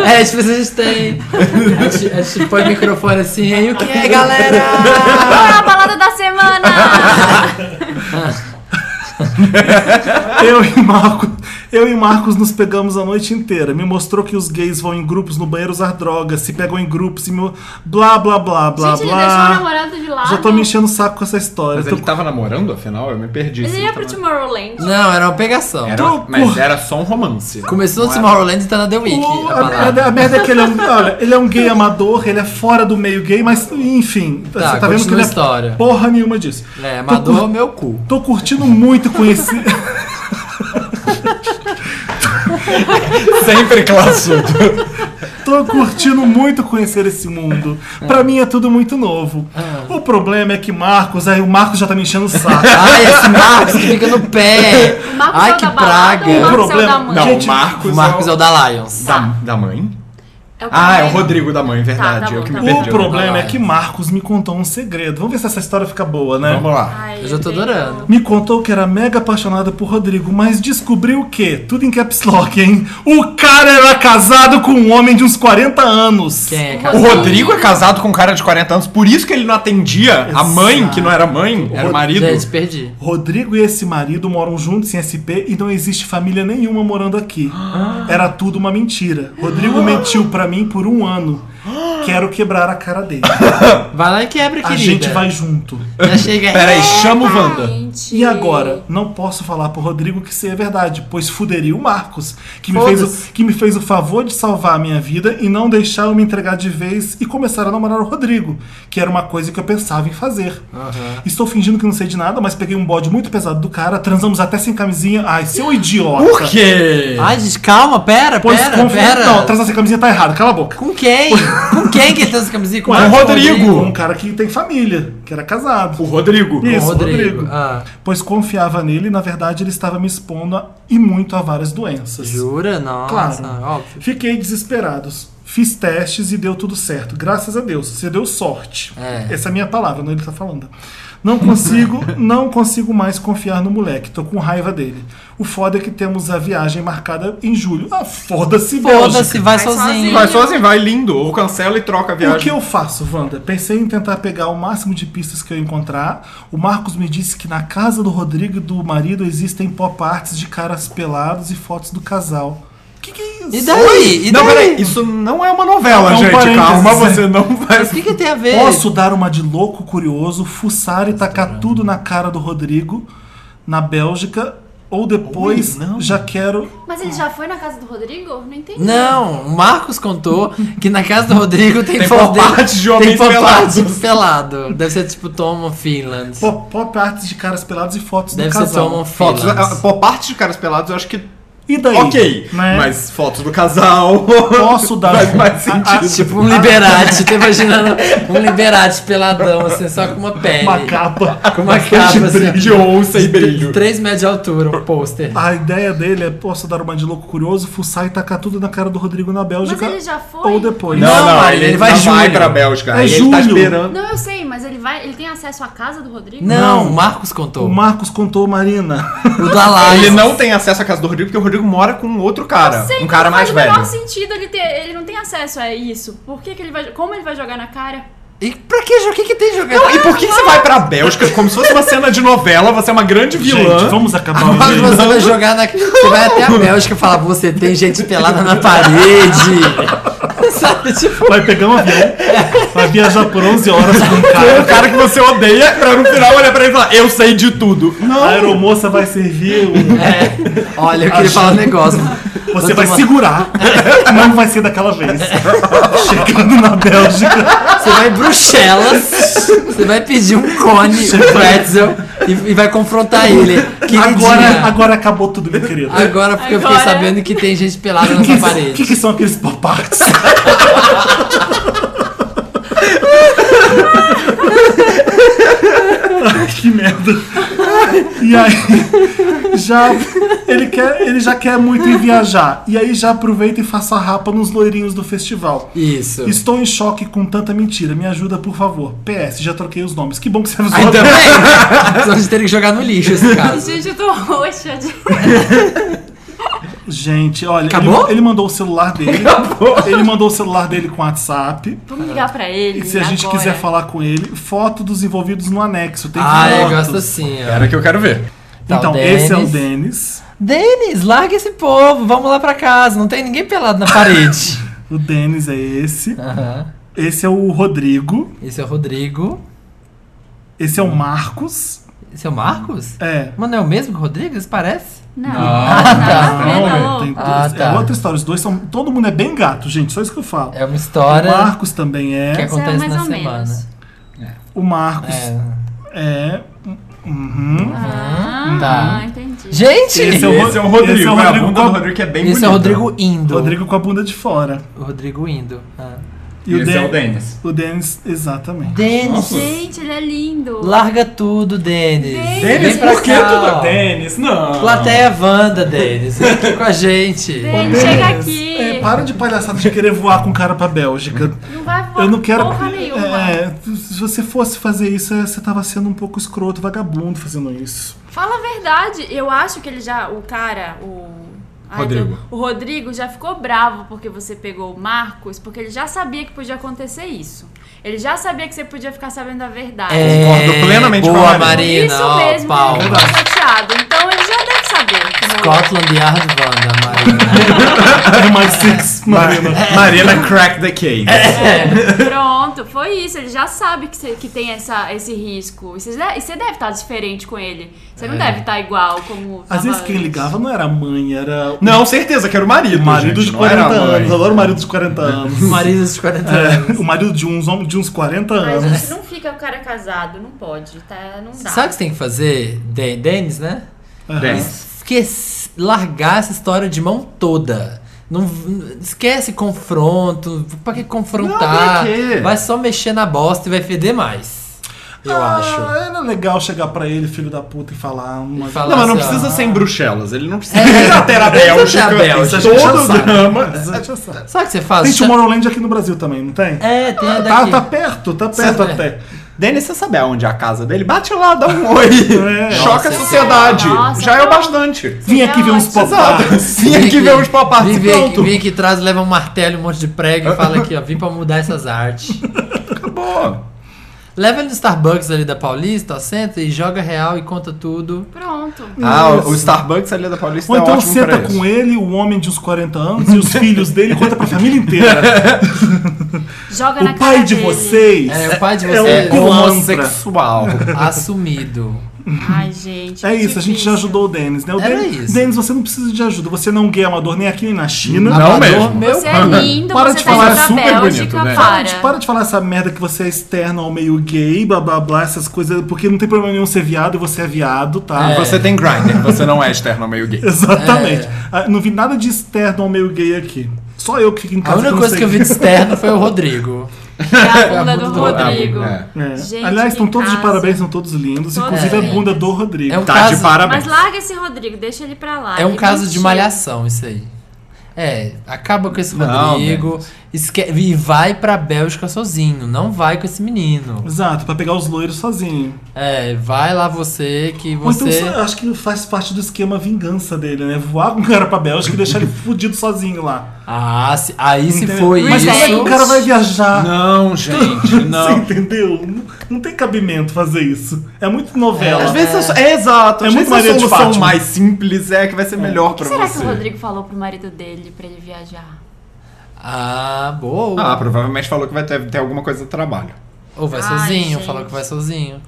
É, tipo, a gente tem. A gente, a gente põe o microfone assim, e aí o que é, galera?
Qual é a balada da semana?
Eu e Marcos, Eu e Marcos nos pegamos a noite inteira. Me mostrou que os gays vão em grupos no banheiro usar drogas, se pegam em grupos e meu. blá blá blá [LAUGHS] blá
Gente, ele deixou a
blá.
namorada de lado.
Já tô me enchendo o saco com essa história.
Mas
Tô-
ele
tá
tava namorando, afinal? Eu me perdi.
Ele
assim,
ia
tava-
pro Tomorrowland.
Não, era uma pegação.
Era-
Tô-
Mas era só um romance.
Começou no
Não era-
Tomorrowland e tá na The Week.
O-
a
a, merda,
palavra.
a merda é que ele é
[LAUGHS]
um. Olha, ele é um gay amador, ele é fora do meio gay, mas enfim.
Tá,
você tá vendo que
continua
ele
a história.
é porra nenhuma disso.
É,
Tô cur-
amador meu cu.
Tô curtindo muito conhecer.
[LAUGHS] Sempre classudo.
[LAUGHS] Tô curtindo muito conhecer esse mundo. Pra mim é tudo muito novo. O problema é que Marcos, aí o Marcos já tá me enchendo o saco.
Ai, Ah, esse Marcos que fica no pé.
O Marcos
Ai,
é o
que
da balada
praga.
O
ou o Marcos é o
problema-
da mãe?
Não,
Gente,
o Marcos.
O Marcos é o da Lions.
da, da mãe?
É o
Ah, é o
primeiro.
Rodrigo da mãe, verdade.
Tá, tá
eu
bom,
que me
tá
O
perdi.
problema é que Marcos me contou um segredo. Vamos ver se essa história fica boa, né?
Vamos lá.
Ai,
Eu já tô
gente,
adorando.
Me contou que era mega apaixonada por Rodrigo, mas descobriu o quê? Tudo em caps lock, hein? O cara era casado com um homem de uns 40 anos.
Quem é,
O
cara?
Rodrigo é casado com um cara de 40 anos, por isso que ele não atendia a mãe, que não era mãe, era o marido.
Gente, perdi.
Rodrigo e esse marido moram juntos em SP e não existe família nenhuma morando aqui. Era tudo uma mentira. Rodrigo mentiu pra mim por um ano. Quero quebrar a cara dele.
Vai lá e quebra,
A
querida.
gente vai junto.
Já chega
Peraí, chama o Wanda.
Gente.
E agora, não posso falar pro Rodrigo que isso é verdade, pois fuderia o Marcos, que me,
Foda-se.
fez o, que me fez o favor de salvar a minha vida e não deixar eu me entregar de vez e começar a namorar o Rodrigo, que era uma coisa que eu pensava em fazer. Estou fingindo que não sei de nada, mas peguei um bode muito pesado do cara, transamos até sem camisinha. Ai, seu idiota.
Por quê?
Ai, gente, calma, pera,
Pois
pera,
confi-
pera.
Não, transar sem camisinha tá errado, cala a boca.
Com quem? Com quem que ele trouxe camisinha?
Ué,
o
com o
Rodrigo.
Um cara que tem família, que era casado.
O Rodrigo.
Isso,
Rodrigo.
Rodrigo.
Ah,
Pois confiava nele e, na verdade, ele estava me expondo a- e muito a várias doenças.
jura? Nossa,
Claro.
é óbvio.
Fiquei desesperado. Fiz testes e deu tudo certo. Graças a Deus. Você deu sorte.
É.
Essa é a minha palavra, não ele tá falando. Não
[LAUGHS]
consigo, não consigo mais confiar no moleque. Tô com raiva dele. O foda é que temos a viagem marcada em julho. Ah, foda-se,
Foda-se,
Bélgica.
vai,
Vai
sozinho.
sozinho.
Vai sozinho, vai lindo. Ou cancela e troca a
O que
viagem.
eu faço, Wanda? Pensei em tentar pegar o máximo de pistas que eu encontrar. O Marcos me disse que na casa do Rodrigo e do marido existem pop arts de caras pelados e fotos do casal. O que, que é isso?
E daí? E
Não,
daí?
peraí, isso é não é uma novela,
É um
gente.
parênteses,
Calma,
né?
você não vai.
Mas o que, que tem a ver?
Posso dar uma de louco curioso, fuçar e tacar tudo na cara do Rodrigo na Bélgica ou depois
Ui, não.
já quero.
Mas ele já foi na casa do Rodrigo? Não entendi.
Não, o Marcos contou que na casa do Rodrigo tem,
Tem
foto dele-
pop-art de homens
tem pop-art
pelados.
pelado. Deve ser tipo Tom Finland.
Pop, pop arts de caras pelados e fotos
Deve
do
ser
casal.
Tom
[LAUGHS] Fotos.
Finland.
Por parte de caras pelados, eu acho que.
E daí?
Ok.
Né? Ah,
Mas fotos do casal. [LAUGHS]
posso dar.
Faz
a-
mais
a-
sentido.
Tipo um Liberati, tô imaginando um Liberati peladão, assim, só com uma pele.
uma capa.
Com uma capa,
de
assim.
brilho, onça
[LAUGHS]
e brilho.
3 metros de altura, um pôster.
A ideia dele é posso dar uma de louco curioso, fuçar e tacar tudo na cara do Rodrigo na Bélgica.
Mas ele já foi?
Ou depois.
Não,
Não, não,
Maria,
ele,
ele vai
vai, vai
julho.
pra Bélgica.
É
aí ele tá
julho.
esperando.
Não, eu sei, mas ele vai. Ele tem acesso à casa do Rodrigo?
Não,
Não.
o Marcos contou.
O Marcos contou Marina.
O da Lions.
Ele não tem acesso à casa do Rodrigo porque o Rodrigo mora com outro cara.
Sei,
um cara
não
mais
faz
velho.
o menor sentido ele ter. Ele não tem acesso a isso. Por que, que ele vai. Como ele vai jogar na cara?
E pra que, jo- o que, que tem jogar?
Não, e por que, que você vai pra Bélgica como se fosse uma cena de novela? Você é uma grande vilã.
Gente, vamos acabar
[LAUGHS]
o
Agora
vídeo.
você vai jogar na. Você vai até a Bélgica e falar, você tem gente pelada na parede. Sabe, tipo.
Vai pegar um avião, vai viajar por 11 horas com um
É
cara.
o cara que você odeia pra no final olhar pra ele e falar, eu sei de tudo.
A aeromoça vai servir o
É. Olha, eu queria falar um negócio.
Você
Vou
vai
tomar- É.
segurar. Não vai ser daquela vez. Chegando na Bélgica.
Você vai em Bruxelas, você vai pedir um cone, um pretzel, e, e vai confrontar ele. Queridinha,
Agora, agora acabou tudo, meu querido.
agora porque eu fiquei
Agora-
sabendo que tem gente pelada
O que, é
na
que,
parede.
que são aqueles pop-arts? Ai, que merda. E aí, já, ele, quer, ele já quer muito ir viajar. E aí já aproveita e faça a rapa nos loirinhos do festival.
Isso.
Estou em choque com tanta mentira. Me ajuda, por favor. PS, já troquei os nomes. Que bom que você avisou.
Ainda bem! Só então a gente teria que jogar no lixo esse caso.
Gente, eu tô roxa de.
Gente, olha,
Acabou?
Ele, ele mandou o celular
[LAUGHS]
dele. Ele mandou o celular dele com WhatsApp.
Vamos ligar pra ele.
E se a gente
agora.
quiser falar com ele, foto dos envolvidos no anexo. Tem
Ah, eu
fotos.
gosto assim, ó.
Era que eu quero ver.
Tá, o
Então, esse é o
Denis.
Denis.
Denis, larga esse povo, vamos lá pra casa. Não tem ninguém pelado na parede.
O Denis é esse.
[LAUGHS] Aham.
Esse é o Rodrigo.
Esse é o Rodrigo.
Esse é o Marcos.
Esse é o Marcos?
É.
Mano, é o mesmo que o Rodrigo? Isso parece?
Não.
tá.
Nada a ver,
Ah, Não, né?
tá louco?
tem dois-
Ah, tá.
É outra história. Os dois são. Todo mundo é bem gato, gente. Só isso que eu falo.
É uma
O
história
Marcos também
que
é.
Isso é
acontece
mais
na
ou
semana.
menos.
O Marcos
É.
é. Uhum.
Ah,
Tá.
entendi.
Gente!
Esse é o
Esse é o Rodrigo.
Esse é o
né? A
Rodrigo
bunda do
com-
Rodrigo é bem
Esse é o
bonita.
Rodrigo indo.
Rodrigo com a bunda de fora.
O Rodrigo indo. Ah.
E esse é o
Den-
Denis.
O Denis, exatamente.
Denis,
Gente, ele é lindo.
larga tudo, Denis.
Denis,
Vem pra
por que
cá,
tudo
ó.
é Denis? Não.
Plateia Wanda, Denis. Vem aqui com a gente.
Ele chega aqui.
É, para de palhaçada de querer voar com o cara pra Bélgica.
Não vai voar
Eu não quero.
porra nenhuma.
É, se você fosse fazer isso, é, você tava sendo um pouco escroto, vagabundo fazendo
[LAUGHS]
isso.
Fala a verdade, eu acho que ele já, o cara, o... Ai,
Rodrigo.
meu- o Rodrigo já ficou bravo porque você pegou o Marcos, porque ele já sabia que podia acontecer isso. Ele já sabia que você podia ficar sabendo a verdade.
É,
Concordo plenamente com a
É, boa,
Marina.
Marina.
Isso
ó,
mesmo,
pau.
ele ficou chateado. Então ele já deve saber. que não-
Scotland Yard Wanda,
[LAUGHS]
Marina.
Mais six, Marina.
Marina crack the case.
Pronto, foi isso. Ele já sabe que, você- que tem essa, esse risco. E você, de- e você deve estar diferente com ele. Você não deve estar igual como.
É. Às
tava
vezes quem
antes.
ligava não era a mãe, era o
Não, certeza que era o marido.
marido
gente,
de
não era a
40
mãe.
anos. Adoro o marido de 40 anos.
Marisa de 40 anos.
É, o marido de uns, hom- de uns 40
Mas
anos.
a gente não fica o cara casado, não pode, tá? Não dá.
Sabe o que você tem que fazer, De- Denis, né?
Denis.
Esquece, largar essa história de mão toda. Não, esquece confronto. Pra que confrontar?
Não, pra quê?
vai só mexer na bosta e vai feder mais. Eu
Ah,
acho.
Era legal chegar pra ele, filho da puta, e falar uma.
E falar-
Não, mas não
assim,
Nossa.
precisa ser em Bruxelas. Ele não precisa
É.
[LAUGHS] ir até a Bélgica.
Até a
é
Bélgica, a gente já
Todo o
sabe.
drama.
Mas é a gente já sabe.
Sabe o que você faz?
Tem Tomorrowland aqui no Brasil também, não tem?
É, tem
Tá,
a daqui.
tá perto, tá perto
Certo.
até.
Denis, você sabe aonde é a casa dele? Bate lá, dá um oi.
É.
[LAUGHS] Choca a
Nossa,
sociedade.
nossa,
Já é o
pronto.
bastante.
Vim aqui ver uns
Exato.
pop-up.
Sim, aqui vê uns pop-up.
Vem, vem, aqui-
Pronto.
vem aqui atrás, leva um martelo, um monte de prego e fala aqui, ó. Vim pra mudar essas artes.
Acabou.
Leva ele no Starbucks ali da Paulista, ó, senta e joga real e conta tudo.
Pronto.
Ah, o- o Starbucks ali da Paulista
Ou
é
então
ótimo
senta
pra
com
isso.
ele, o homem de uns 40 anos, e os filhos dele, conta pra família inteira.
Joga na
o
cara
pai de
dele.
vocês
É, o pai de
é
vocês.
um pilantra.
Homossexual.
Assumido.
Ai, gente.
É
que
isso, a gente já
difícil.
ajudou o Denis, né? O
Era
Denis,
isso.
Denis, você não precisa de ajuda. Você não guia amador nem aqui nem na China.
Não
Amador
mesmo.
meu
Você é lindo,
Para
você
de
tá
falar,
indo
é
pra
super bonito,
Bélgica,
né?
Para
para.
de, para de falar essa merda que você é externo ao meio gay, blá blá blá, essas coisas, porque não tem problema nenhum ser viado e você [LAUGHS] é viado, tá?
Você tem grinder, você não é externo ao meio gay.
É.
Exatamente. Ah, Não vi nada de externo ao meio gay aqui. Só eu que fico em
A
casa.
única
não
coisa
sei
que eu vi de externo foi o
[LAUGHS]
Rodrigo.
É a bunda do
Mudou.
Rodrigo.
É.
É.
Gente,
Aliás, estão
que
todos de
casa.
parabéns, são todos lindos,
Todos
inclusive a
lindos.
bunda do Rodrigo.
É um
Tá de
caso,
parabéns.
Mas larga esse Rodrigo, deixa ele pra lá.
é um
Ele
caso de
mentiu.
malhação, isso aí. É, acaba com esse
Não,
Rodrigo esque- e vai pra Bélgica sozinho, não vai com esse menino.
Exato, pra pegar os loiros sozinho.
É, vai lá você que
Ou então,
você.
só- acho que faz parte do esquema vingança dele, né? Voar com o cara pra Bélgica e deixar ele fudido sozinho lá.
Ah, se- aí se
Entendeu?
foi
Mas como é que
isso.
o cara vai viajar?
Não, gente,
Você entendeu? Não, não tem cabimento fazer isso. É muito novela.
Às vezes é, só- é exato,
É
às
muito
vezes
Maria
a
de
solução
Fátima.
mais simples é a que vai ser melhor pra
Será
você.
que o Rodrigo falou pro marido dele pra ele viajar?
Ah, boa.
Ah, provavelmente falou que vai ter, ter alguma coisa do trabalho.
Ou vai
Ai,
sozinho,
gente.
falou que vai sozinho.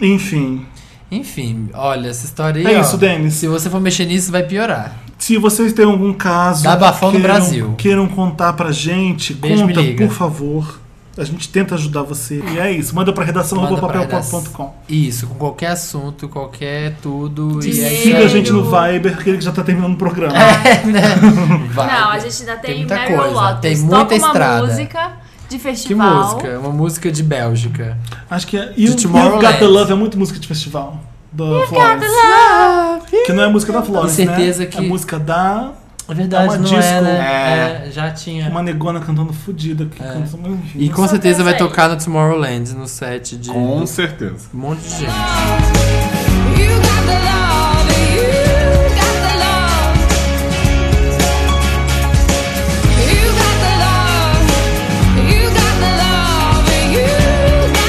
Enfim,
Enfim, olha, essa história aí.
É
ó,
isso, Denis.
Se você for mexer nisso, vai piorar.
se vocês têm algum caso
Dá bafão no
queiram,
Brasil.
queiram contar pra gente,
Beijo, me
conta,
liga.
por favor. A gente tenta ajudar você. E é isso. Manda pra redação
Manda
arroba
pra
papelpop.com.
Isso, com qualquer assunto, qualquer tudo. E é isso
Siga
aí.
a gente no Viber, que ele já tá terminando o programa.
[LAUGHS] É,
[LAUGHS]
né? Vai.
Não, a gente ainda tem,
Tem muita
Meryl
coisa,
Lotus.
tem muita
Toca
estrada.
uma música de
Que
festival.
música? É Uma música de Bélgica.
Acho que é. E o
De
e o Got the
Tomorrowland.
Love é muito música de festival. Da Florence. Que não é música da Florence,
Com certeza
né?
que-
É música da.
É verdade,
uma
não é,
disco.
né? É, já tinha.
Uma negona cantando fudida. Que canta... Enfim,
E
não
com
Só
certeza vai
pensei.
tocar no Tomorrowland, no set de
Com
um
certeza.
[LAUGHS]
monte de gente.
You got the love, you got the love. You got the love, you got the love, you got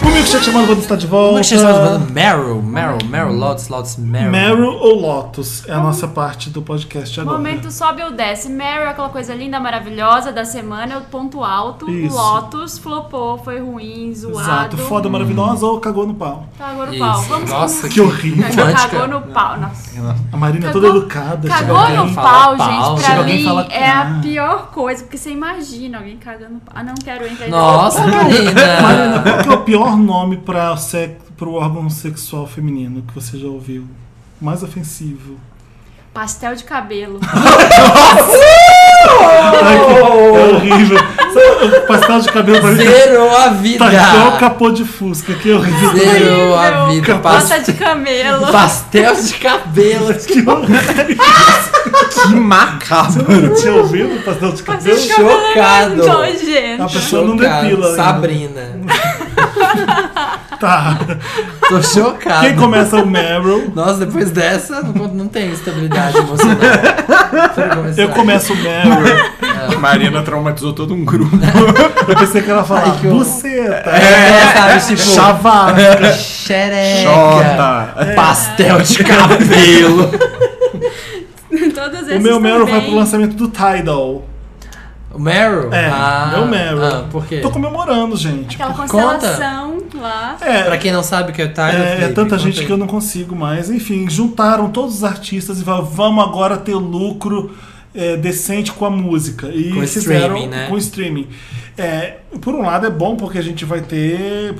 the love.
O Milk Milkshake chamado Vanda está de volta.
Como é que chama essa banda? Meryl, Meryl, Meryl, Lotus, Lotus, Meryl.
Meryl ou Lotus? É a nossa parte do podcast agora.
Momento sobe ou desce. Meryl, aquela coisa linda, maravilhosa da semana, é o ponto alto.
Isso.
Lotus, flopou, foi ruim, zoado.
Exato, foda, maravilhosa ou cagou no pau.
Cagou no
Isso.
pau. Vamos [LAUGHS]
Nossa,
Que horrível.
Cagou-
romântica.
Cagou no pau. Nossa.
A Marina é toda
Cagou-
educada.
Cagou
gente.
alguém
no
fala
pau,
pau,
gente,
chega
pra
alguém e
mim
fala,
é
"Ah".
a pior coisa, porque você imagina alguém cagando no pau. Ah, não quero entrar em
Nossa,
Marina,
Marina.
qual que é o pior nome para o órgão sexual feminino que você já ouviu? Mais ofensivo.
Pastel de cabelo.
Ai, que é horrível. Sabe, O pastel de cabelo pra mim
Zerou a vida.
tá igual o capô de fusca. Que horrível.
Zerou a
Horrível.
vida. Pas-
Pasta de camelo.
Pastel de cabelo.
Que horrível.
Que
[LAUGHS]
macabro.
Tinha ouvido o pastel de
Pastel
cabelo?
de cabelo é
Chocado.
nojento.
A pessoa não depila. ainda.
Sabrina.
Tá.
Tô chocado.
Quem começa é o Meryl.
Nossa, depois dessa, não, não tem estabilidade
[LAUGHS]
emocional. Pra começar.
Eu começo o Meryl.
Marina traumatizou todo um grupo.
Eu pensei que ela ia falar
Ai, que horror.
buceta, [LAUGHS]
É, sabe, tipo,
chavasca.
xereca,
Jota.
pastel de cabelo.
[LAUGHS] Todos
O
esses
meu Meryl
também.
vai pro lançamento do Tidal.
O Meryl?
É,
ah,
meu Meryl.
Ah, por quê?
Tô comemorando, gente.
Aquela
Conta.
constelação lá.
É,
Pra quem não sabe o que é Tyler,
É, é
Felipe,
tanta
conta
gente
aí.
que eu não consigo mais. Enfim, juntaram todos os artistas e falaram: vamos agora ter lucro é, decente com a música. E
Com o
fizeram
streaming, né?
com o streaming. É, por um lado é bom porque a gente vai ter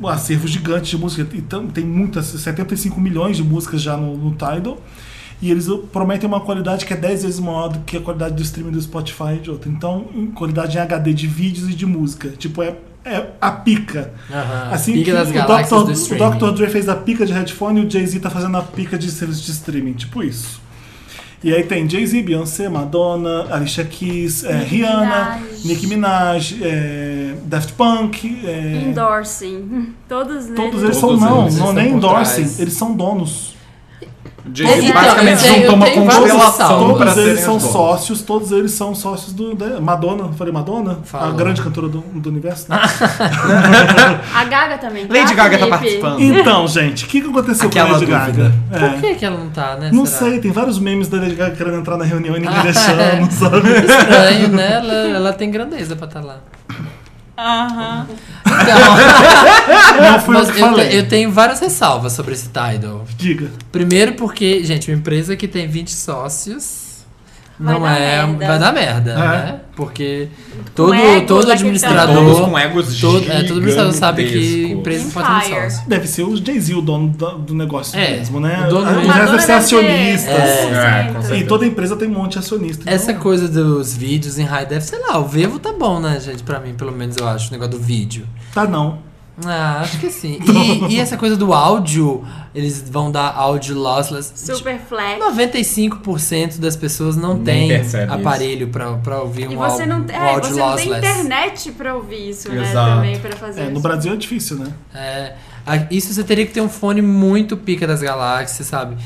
um acervo gigante de música. Então, tem muitas, 75 milhões de músicas já no, no Tidal. E eles prometem uma qualidade que é 10 vezes maior do que a qualidade do streaming do Spotify e de outro. Então, em qualidade em HD de vídeos e de música. Tipo, é, é a pica.
Aham,
Assim
Pica
que
das
o
Galáxias
Dr.
do streaming.
O Dr. Dre fez a pica de headphone e o Jay-Z tá fazendo a pica de serviço de streaming. Tipo isso. E aí tem Jay-Z, Beyoncé, Madonna, Alicia Keys, eh, Rihanna,
Minaj.
Nicki Minaj, eh, Daft Punk. eh,
Endorsing. Todos,
todos eles
eles.
são,
Todos
não,
eles
não
estão
nem
por
endorsing,
trás.
eles são donos.
Jay-Z
Então,
basicamente
eu
juntou
tenho-
uma
eu tenho vários
constelação
salvos.
pra
Todos eles
serem
são
os donos.
sócios, todos eles são sócios do da Madonna. Falei Madonna?
Falou.
A grande cantora do, do universo. né?
A Gaga também.
Lady Gaga tá
Felipe?
participando.
Então, gente, o que, que aconteceu
Aquela
com a Lady Gaga?
dúvida.
É.
Por que, que ela não tá, né?
Não
será?
sei, tem vários memes da Lady Gaga querendo entrar na reunião e ninguém
Ah, é.
deixando, [LAUGHS] sabe?
[LAUGHS] Estranho, né? Ela, ela tem grandeza pra estar
[LAUGHS]
lá.
Aham.
Então,
Não foi o
mas
que
eu,
falei.
te- eu tenho várias ressalvas sobre esse Tidal.
Diga.
Primeiro porque, gente, uma empresa que tem 20 sócios
Vai
não
dar
é.
merda.
Vai dar merda,
É.
né? Porque todo,
ego
todo
daquele
Todos
administrador.
com egos
Todo, é, todo administrador
gigantescos.
sabe que empresa não pode ter
Empire.
sócio.
Deve ser o Jay-Z o dono da- do negócio
É,
mesmo, né?
o dono
Ah,
mesmo.
O resto
Madonna
deve ser acionistas.
É, com
É.
certeza.
E toda empresa tem um monte de acionista. então-
Essa é coisa dos vídeos em high def, sei lá, o Vevo tá bom, né, gente? Pra mim, pelo menos eu acho, o negócio do vídeo.
Tá, não.
Ah, acho que sim. E, e essa coisa do áudio, eles vão dar áudio lossless.
Super flex.
95% das pessoas não
Nem
tem
percebe isso.
aparelho pra, pra ouvir
E
um,
você
áudio-
não,
um
é,
áudio
você não tem
lossless.
internet pra ouvir isso, né?
Exato.
Também pra fazer
É, no
isso.
Brasil é difícil, né?
É, a- isso você teria que ter um fone muito pica das galáxias, sabe?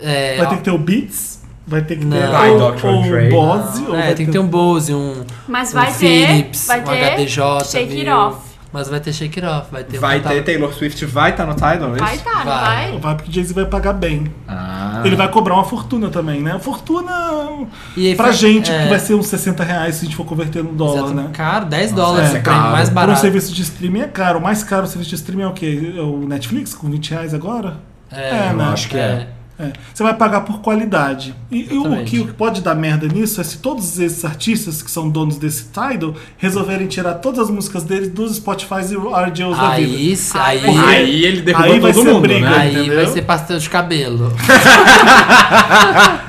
É,
Vai ter que ter o Beats, vai ter que ter
Não.
Vai,
o,
Dr.
o
Dre.
Bose,
é,
ou vai
tem que ter um Bose, um,
Mas
um
vai ter.
Philips,
vai
um
ter
HDJ.
Shake It
1000.
Off.
Mas vai ter Shake It Off, vai ter um
Vai ter
catálogo.
Taylor Swift, vai estar no Tidal, é
Vai
isso?
tá, não
Vai.
vai?
Vai porque o Jay-Z vai pagar bem.
Ah.
Ele vai cobrar uma fortuna também, né? Fortuna
E aí
pra
fa-
gente,
é.
que vai ser uns 60 reais se a gente for converter no dólar,
Exato,
né?
caro, 10 dólares
é
o prêmio
caro.
mais
Para um
Tá barato.
serviço de streaming é caro. O mais caro serviço de streaming é o quê? É o Netflix com 20 reais agora?
É,
eu
acho que é.
É. Você vai pagar por qualidade. E, e o,
Exatamente.
que, o que pode dar merda nisso é se todos esses artistas que são donos desse Tidal resolverem tirar todas as músicas deles dos Spotify e RGOs um da vida.
Aí, se- aí,
Porque-
Aí ele derrubou
Aí vai
todo
ser
mundo,
briga.
né?
aí
entendeu?
vai ser pastel
[LAUGHS]
de cabelo.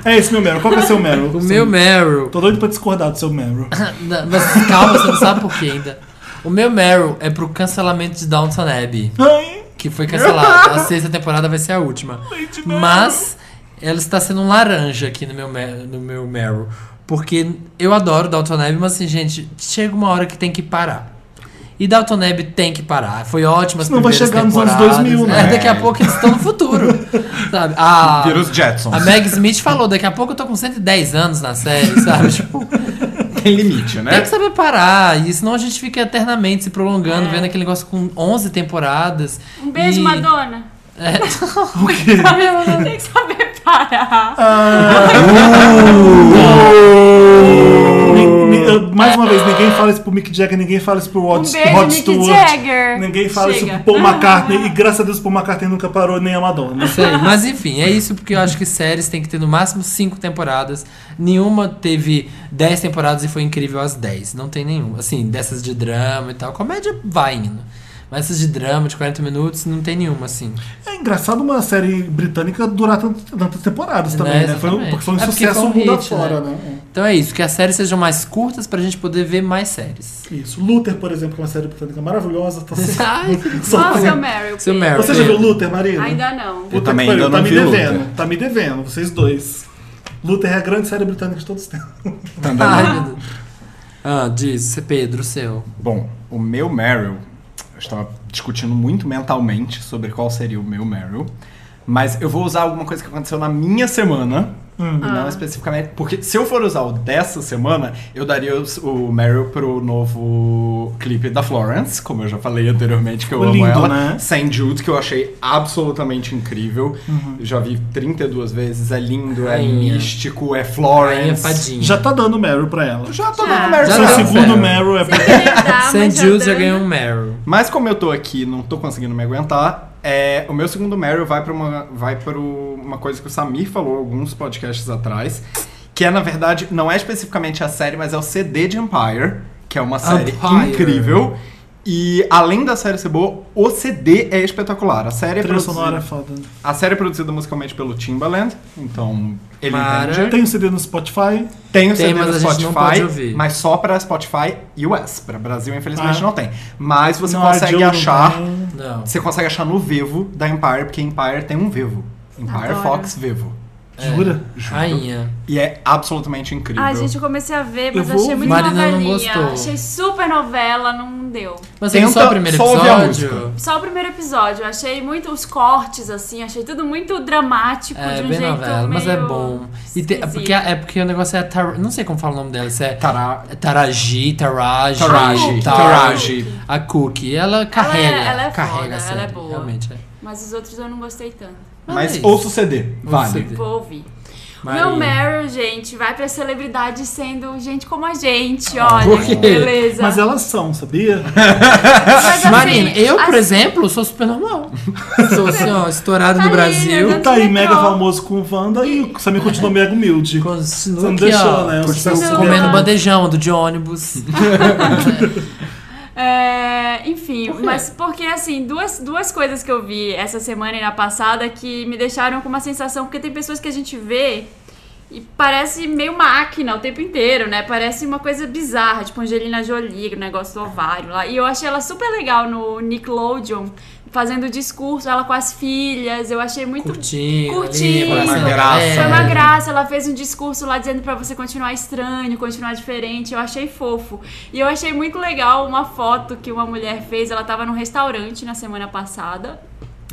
É esse meu Meryl. Qual que é o seu Meryl?
[LAUGHS] O meu Meryl.
Tô doido pra discordar do seu Meryl.
Não, Mas calma, você não sabe por quê ainda. O meu Meryl é pro cancelamento de Downton Abbey.
Ai,
que
[LAUGHS]
foi cancelada. A sexta temporada vai ser a última.
é
Mas ela está sendo um laranja aqui no meu, Mer- no meu Meryl. Porque eu adoro Dalton Abbey, mas assim, gente, chega uma hora que tem que parar. E Dalton Abbey tem que parar. Foi ótimo as
Senão vai
primeiras
chegar nos anos
temporadas.
2000, né?
É, daqui a pouco eles estão
[LAUGHS]
no futuro. sabe? A,
Vira os
[LAUGHS]
Jetsons.
a Meg Smith falou, daqui a pouco eu tô com 110 anos na série, sabe? tipo,
Tem limite, né?
Tem que saber parar, e senão a gente fica eternamente se
É.
prolongando, vendo aquele negócio com 11 temporadas.
Um beijo,
e...
Madonna. [LAUGHS]
É.
Tem que saber parar.
Ah. Ni- ni- eu- mais uma vez, ninguém fala isso pro Mick Jagger, ninguém fala isso pro
Um
Rod,
beijo,
Rod
Mick
Stewart.
Jagger.
Ninguém fala isso
Chega. [LAUGHS]
pro Paul McCartney. E graças a Deus, Paul McCartney nunca parou nem a Madonna.
Isso aí. Mas enfim, é isso porque eu acho que séries tem que ter no máximo cinco temporadas. Nenhuma teve 10 temporadas e foi incrível as 10. Não tem nenhuma. Assim, dessas de drama e tal. Comédia vai indo. Mas essas de drama, de 40 minutos, não tem nenhuma, assim.
É engraçado uma série britânica durar tant- tantas temporadas também, né? Foi, um-
Exatamente.
porque foi um
É porque
sucesso
foi um
mundo
hit,
afora,
né?
né?
Então é isso, que as séries sejam mais curtas pra gente poder ver mais séries.
É. Isso. Luther, por exemplo, que é uma série britânica maravilhosa.
[LAUGHS]
Tá sempre-
Ai,
só-
Nossa, seu Meryl.
Seu
P.
Meryl.
Você já viu Luther, Marina? [LAUGHS]
Ainda não.
Eu
Puta
também
que pariu,
ainda
tá
não
me
vi Luther.
devendo, tá me devendo, vocês dois. Luther é a grande série britânica de todos os tempos.
Tá Ah.
Ai, meu Deus. Ah, diz, você, Pedro, o seu.
Bom, o meu Meryl, eu estava discutindo muito mentalmente sobre qual seria o meu Meryl, mas eu vou usar alguma coisa que aconteceu na minha semana, e
Ah.
não especificamente, porque se eu for usar o dessa semana, eu daria os- o Meryl pro novo clipe da Florence, como eu já falei anteriormente, que eu
Ficou
amo
lindo,
ela,
né?
Sem Jude, que eu achei absolutamente incrível, já vi 32 vezes, é lindo,
Uhum. Rainha.
é místico, é
Rainha
Florence.
fadinha. Ah.
Já tá dando Meryl pra ela.
já tô
Já.
dando Meryl
Já
pra
Seu
deu,
ela.
segundo
sério.
Meryl é
Sem querer dar,
Sam
Ah, mas né?
Jules já
dando.
ganhou um Meryl.
Mas como eu tô aqui e não tô conseguindo me aguentar, é, o meu segundo Meryl vai pra, uma, vai pra uma coisa que o Samir falou alguns podcasts atrás, que é, na verdade, não é especificamente a série, mas é o CD de Empire, que é uma série
Empire.
incrível. E além da série ser boa, o CD é espetacular. A série é,
A trilha
produzida,
sonora é foda. né?
a série é produzida musicalmente pelo Timbaland, então ele
Mara.
entende.
Tem o CD no Spotify.
Tem
Tem,
o CD
mas
no
a gente
Spotify,
não pode ouvir.
mas só pra Spotify US. Pra Brasil, infelizmente,
Ah.
não tem. Mas você
no
consegue
Audio, não
achar...
né?
tem.
Não.
Você consegue achar no Vivo da Empire, porque Empire tem um Vivo. Empire
Adoro.
Fox Vivo.
Jura?
é. Rainha.
E é absolutamente incrível.
Ai, gente, eu comecei a ver, mas
Eu vou
achei muito
ouvir. um Marina não
novelinha.
gostou.
Achei super novela, não deu.
Mas tem só
Tenta-
o primeiro
só ouvir a
episódio.
Só o primeiro episódio, eu achei muito os cortes, assim, achei tudo muito dramático,
É,
de um
bem
jeito
novela,
meio
mas é bom. E tem- é,
esquisito.
porque, é porque o negócio é. Tar, não sei como fala o nome dela, se é.
Tara-
Taraji, Taraji.
Taraji,
tal.
Taraji.
A Cookie, ela carrega.
ela é
carrega
foda,
a série,
ela é boa.
Realmente, é.
Mas os outros eu não gostei tanto.
Mas
é isso.
ouça o CD, vale.
CD.
Vou ouvir.
Maria.
Meu Meryl, gente, vai pra celebridade sendo gente como a gente, olha,
Ah, Por
que
quê?
beleza.
Mas elas são, sabia?
Mas, assim,
Marina, eu, por
as-
exemplo, sou super
[LAUGHS]
normal. sou assim, ó, estourado no
Marina,
Brasil.
Tanto
tá aí
metrô.
mega famoso com o Wanda e o Samir continua mega humilde.
Continuo
Você não
aqui,
deixou,
ó,
né, o
continuo
tá
sucesso
comendo
dela.
bandejão do de
[LAUGHS]
ônibus.
É, enfim,
Por quê?
mas porque assim, duas, duas coisas que eu vi essa semana e na passada que me deixaram com uma sensação, porque tem pessoas que a gente vê e parece meio máquina o tempo inteiro, né? Parece uma coisa bizarra, tipo Angelina Jolie, o negócio do ovário lá. E eu achei ela super legal no Nickelodeon, fazendo discurso, ela com as filhas, eu achei muito
Curtindo.
Curtindo.
ali, abraçando
Foi uma
a
graça. né?
foi
galera.
uma graça, ela fez um discurso lá dizendo pra você continuar estranho, continuar diferente. Eu achei fofo. E eu achei muito legal uma foto que uma mulher fez. Ela tava num restaurante na semana passada.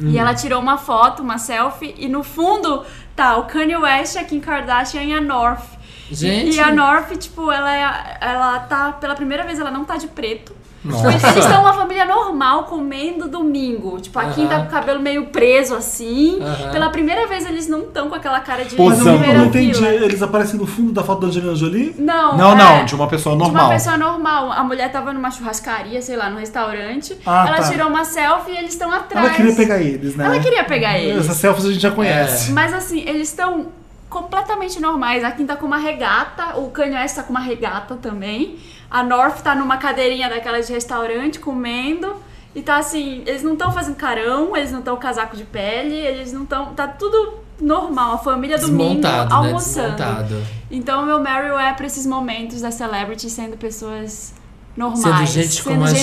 Hum.
E ela tirou uma foto, uma selfie, e no fundo tá o Kanye West, a Kim Kardashian e a North.
Gente.
E a North, tipo, ela, é- ela tá, pela primeira vez, ela não tá de preto. Tipo, eles eles são uma família normal comendo domingo. Tipo, a Kim tá
Aham.
com o cabelo meio preso assim.
Aham.
Pela primeira vez, eles não estão com aquela cara de
Mas eu não-
Posando.
eu
primeira
não entendi.
fila.
Eles aparecem no fundo da foto da Angelina Jolie?
Não,
Não,
é,
não, de uma pessoa
de uma
normal.
pessoa normal. A mulher tava numa churrascaria, sei lá, num restaurante.
Ah,
ela
tá.
tirou uma selfie e eles estão atrás.
Ela queria pegar eles, né?
Ela queria pegar eles.
Essas selfies a gente já
É.
conhece.
Mas assim, eles estão completamente normais. A Kim tá com uma regata, o Kanye West tá com uma regata também. A North tá numa cadeirinha daquela de restaurante comendo. E tá assim, eles não estão fazendo carão, eles não estão casaco de pele, eles não estão. Tá tudo normal. A família é domingo
Desmontado, né?
almoçando.
Desmontado.
Então meu Meryl é pra esses momentos da celebrity sendo pessoas normais.
Sendo gente
sendo
como a gente.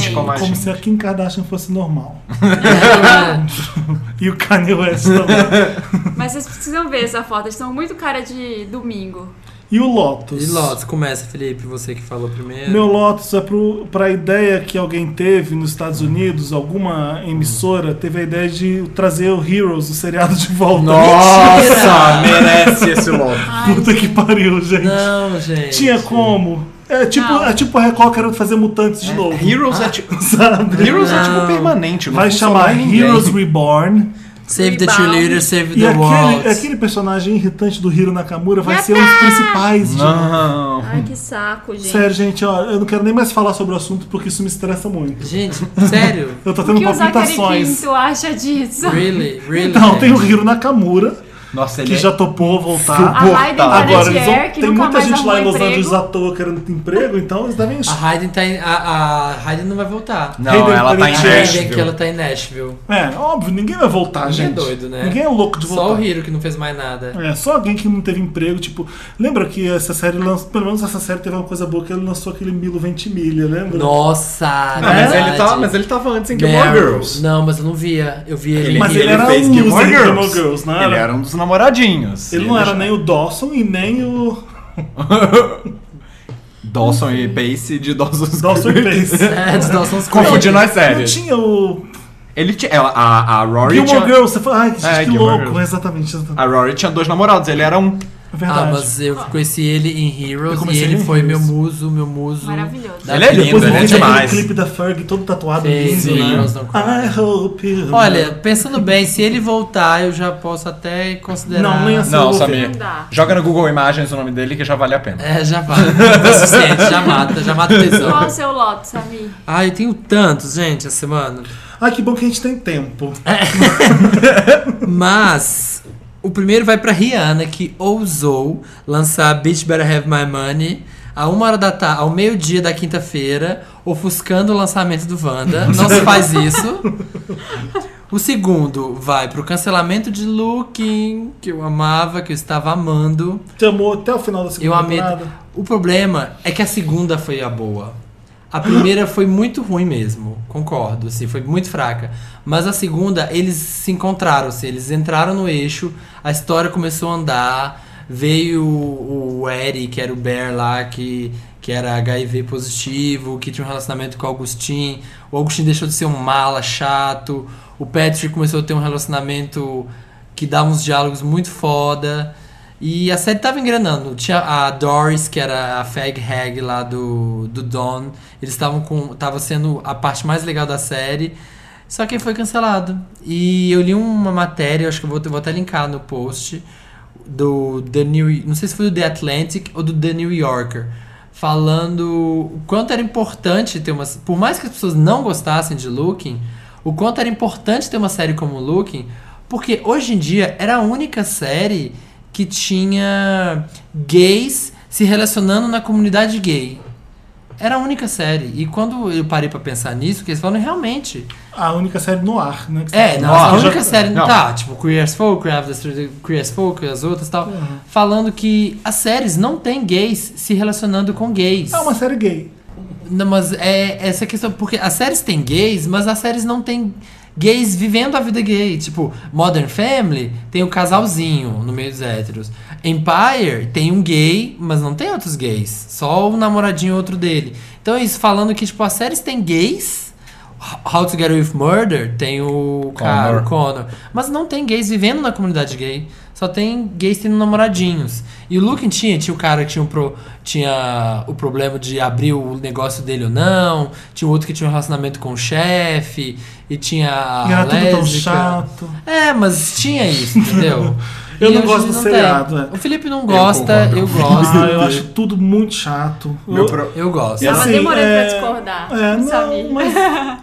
Gente
É,
como
Como é
a
um
gente.
se a Kim Kardashian fosse
[LAUGHS]
normal. E o Kanye West também.
Mas vocês precisam ver essa foto, eles são muito cara de domingo.
E o Lotus?
E Lotus, começa, Felipe, você que falou primeiro.
Meu Lotus é para a ideia que alguém teve nos Estados Unidos, alguma emissora teve a ideia de trazer o Heroes, o seriado, de volta. [LAUGHS]
Mentira!
Nossa, merece esse Lotus.
Ai,
Puta que pariu, gente.
Não, gente.
Tinha como. É tipo,
Não.
é tipo a Record querendo fazer mutantes de novo.
Heroes é tipo.
[LAUGHS] Sabe?
Heroes é
Não.
tipo permanente, não
Ah. Vai
funciona
chamar
em ninguém.
Heroes Reborn.
Save the
Rebound.
cheerleader, save
E
the world.
aquele, aquele personagem irritante do Hiro Nakamura vai ser um dos principais. de-
Não.
Ai, que saco, gente.
Sério, gente, ó, eu não quero nem mais falar sobre o assunto porque isso me estressa muito.
Gente,
[LAUGHS]
sério?
Eu tô
O
tendo
que o Zachary
palpitações.
Quinto acha disso?
Really? Really?
Então,
gente?
tem o Hiro Nakamura,
Nossa, ele
que
é-
já topou
A
voltar.
Suportável.
Biden
tá, Agora, eles
Panettiere,
vão,
Ah, que
tem
nunca
muita
mais
gente
arrumou
lá em Los
emprego.
Angeles à toa querendo emprego, então eles devem
A Hayden tá em, a, a Hayden não vai voltar.
Não, ela tá em
Hayden
A Hayden é
Nashville.
que ela tá em Nashville.
É, óbvio, ninguém vai voltar,
Ninguém é
gente.
doido, né?
Ninguém é louco de
Só
voltar.
o Hiro que não fez mais nada.
É, só alguém que não teve emprego, tipo, lembra que essa série lançou, pelo menos essa série teve uma coisa boa que ele lançou aquele Milo Ventimiglia, lembra?
Nossa, é
Não, Ah, mas,
verdade.
ele tava, mas ele tava antes em Gilmore
Meryl.
Girls.
Não, mas eu não via. Eu vi ele.
Ele,
Mas
ele-
ele era
fez
um
Gilmore
dos
Girls.
Gilmore Girls, não
Ele
era?
era um dos namoradinhos.
Ele não era
já-
nem o Dawson e nem o
[LAUGHS] Dawson e Pace de Dawson's
Dawson
[LAUGHS]
Creek.
Pace.
É, dos Dawson's Creek.
[LAUGHS] Confundindo as
Não
séries.
tinha o
Ele tinha. ela- a, a Rory
Gilmore
tinha.
Girls, você fala, ai, gente,
É,
que
Gilmore
louco,
Girls.
exatamente, exatamente.
A Rory tinha dois namorados, ele era um.
É
Ah,
verdade.
mas eu conheci ele em
Eu
Heroes e
comecei
ele
em
foi meu
Heroes.
muso, meu muso.
Maravilhoso.
da
Ele é
vida.
Depois
lindo,
ele
ele é
tem aquele [LAUGHS]
demais.
clipe da Ferg todo tatuado
Fez
lindo,
o
né?
Girls Don't Cry.
I hope you-
Olha, pensando bem, se ele voltar, eu já posso até considerar.
Não, nem assim.
Não,
eu vou
Samir.
Não dá.
Joga no Google Imagens o nome dele que já vale a pena.
É, já vai. É suficiente, já mata, já mata o
[LAUGHS] Qual o
tesão.
seu lote, Samir?
Ai, eu tenho tantos, gente, essa semana.
Ai, que bom que a gente tem tempo.
Mas o primeiro vai pra Rihanna, que ousou lançar Bitch Better Have My Money a uma hora da tarde, ao meio-dia da quinta-feira, ofuscando o lançamento do Wanda. Não se faz isso. O segundo vai pro cancelamento de Looking, que eu amava, que eu estava amando.
Te amou até o final da segunda
Eu amei.
temporada.
O problema é que a segunda foi a boa. A primeira foi muito ruim mesmo, concordo, assim, foi muito fraca. Mas a segunda, eles se encontraram, assim, eles entraram no eixo, a história começou a andar, veio o, o Eri, que era o Bear lá, que, que era HIV positivo, que tinha um relacionamento com o Augustin, o Augustin deixou de ser um mala chato, o Patrick começou a ter um relacionamento que dava uns diálogos muito foda. E a série tava engrenando. Tinha a Doris, que era a Fag Hag lá do, do Don. Eles estavam com. Tava sendo a parte mais legal da série. Só que foi cancelado. E eu li uma matéria, eu acho que eu vou, vou até linkar no post, do The New. Não sei se foi do The Atlantic ou do The New Yorker. Falando o quanto era importante ter umas. Por mais que as pessoas não gostassem de Looking, o quanto era importante ter uma série como Looking, porque hoje em dia era a única série que tinha gays se relacionando na comunidade gay. Era a única série. E quando eu parei pra pensar nisso, que eles falam realmente.
A única série no ar, né? que você
É,
tá
não,
Nossa,
a
já-
única série não
não.
tá, tipo, Queer as Folk, Queer as, Queer as Folk, as outras e tal, falando que as séries não tem gays se relacionando com gays.
É uma série gay.
Não, mas é essa questão, porque as séries têm gays, mas as séries não têm gays vivendo a vida gay. Tipo, Modern Family tem o casalzinho no meio dos héteros. Empire tem um gay, mas não tem outros gays. Só o namoradinho e outro dele. Então é isso, falando que, tipo, as séries têm gays. How to Get Away with Murder tem o cara, o Connor. Mas não tem gays vivendo na comunidade gay. Só tem gays tendo namoradinhos. E o Luke tinha, tinha o cara que tinha, um pro- tinha o problema de abrir o negócio dele ou não. Tinha outro que tinha um relacionamento com o chefe. E tinha a
E era tudo tão
lésbica.
chato.
É, mas tinha isso,
[LAUGHS]
entendeu?
Eu
E
não
hoje
gosto do
tem.
seriado, é.
O Felipe não gosta,
concordo.
eu, gosto.
Ah, eu acho tudo muito chato.
Meu
Eu-
pro- Ah,
Eu gosto.
E
Tava
assim,
demorando
é-
pra discordar.
É, não,
Samir.
mas.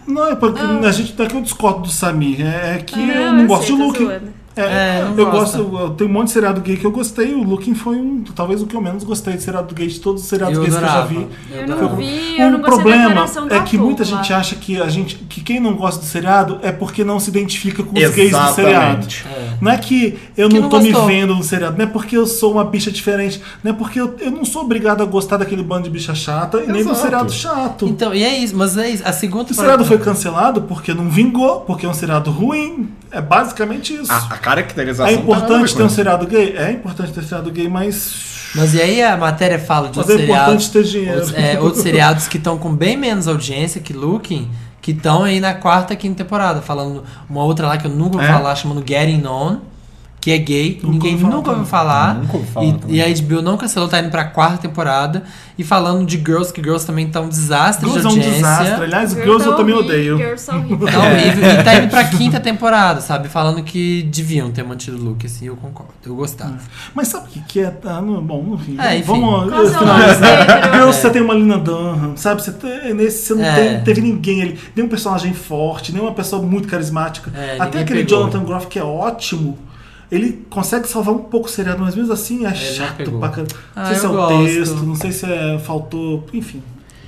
Não, é porque a gente não é que eu discordo do Samir, é é que eu não
eu
gosto
sei,
de
tô
Luke.
zoando.
É,
É, não
eu
gosta.
gosto, eu tenho um monte de seriado gay que eu gostei. O Looking foi um, talvez o que eu menos gostei de seriado gay de todos os seriados
Eu
gays
adorava.
que eu já vi.
Eu
adorava.
não vi, eu
um
não gostei da
problema
declaração
é
da
que muita
turma.
gente acha que a gente, que quem não gosta do seriado é porque não se identifica com os gays do seriado.
Exatamente.
Não é que eu
Que
não,
não
tô
gostou.
me vendo no seriado, não é porque eu sou uma bicha diferente, não é porque eu, eu não sou obrigado a gostar daquele bando de bicha chata e nem do
Exato.
seriado chato.
Então, e é isso, mas é isso. A segunda
o seriado foi cancelado porque não vingou, porque é um seriado ruim. É basicamente isso.
A, a caracterização.
É
tá nada a ver
importante
com
ter um
isso.
seriado gay? É importante ter um seriado gay, mas.
Mas e aí a matéria fala de um
Mas
outros
é importante
seriados.
ter dinheiro.
Outros, é, outros seriados que estão com bem menos audiência que Looking, que estão aí na quarta, quinta temporada. Falando uma outra lá que eu nunca ouvi
É.
falar, chamando Getting On, que é gay.
Nunca
Ninguém
ouvi falar
nunca ouviu
também.
falar.
Nunca ouvi falar
E-
também.
e, a HBO não cancelou, tá indo pra quarta temporada. E falando de Girls, que Girls também tá um desastre
Girls
de
é um
audiência.
desastre. é. Aliás,
Girls
Girls eu
are
também
horrível,
odeio.
Girls
[LAUGHS]
are horrível.
Tá horrível. E tá indo pra quinta temporada, sabe? Falando que deviam ter mantido o look, assim, eu concordo. Eu gostava.
Mas sabe o que, que é? Tá, não, bom, enfim.
É, enfim.
Vamos
Qual é o seu nome,
finalizar. [LAUGHS]
Pedro?
Girls, você tem uma Lina Dunham, sabe? Você, tem- nesse, você não
É.
tem- teve ninguém ali. Nenhum personagem forte, nenhuma pessoa muito carismática.
É,
Até
ninguém
aquele
pegou.
Jonathan Groff, que é ótimo, ele consegue salvar um pouco o seriado, mas mesmo assim é, chato
pegou.
pra caramba. Não
Ah,
sei se é
eu
o
gosto.
texto, não sei se é, faltou, enfim.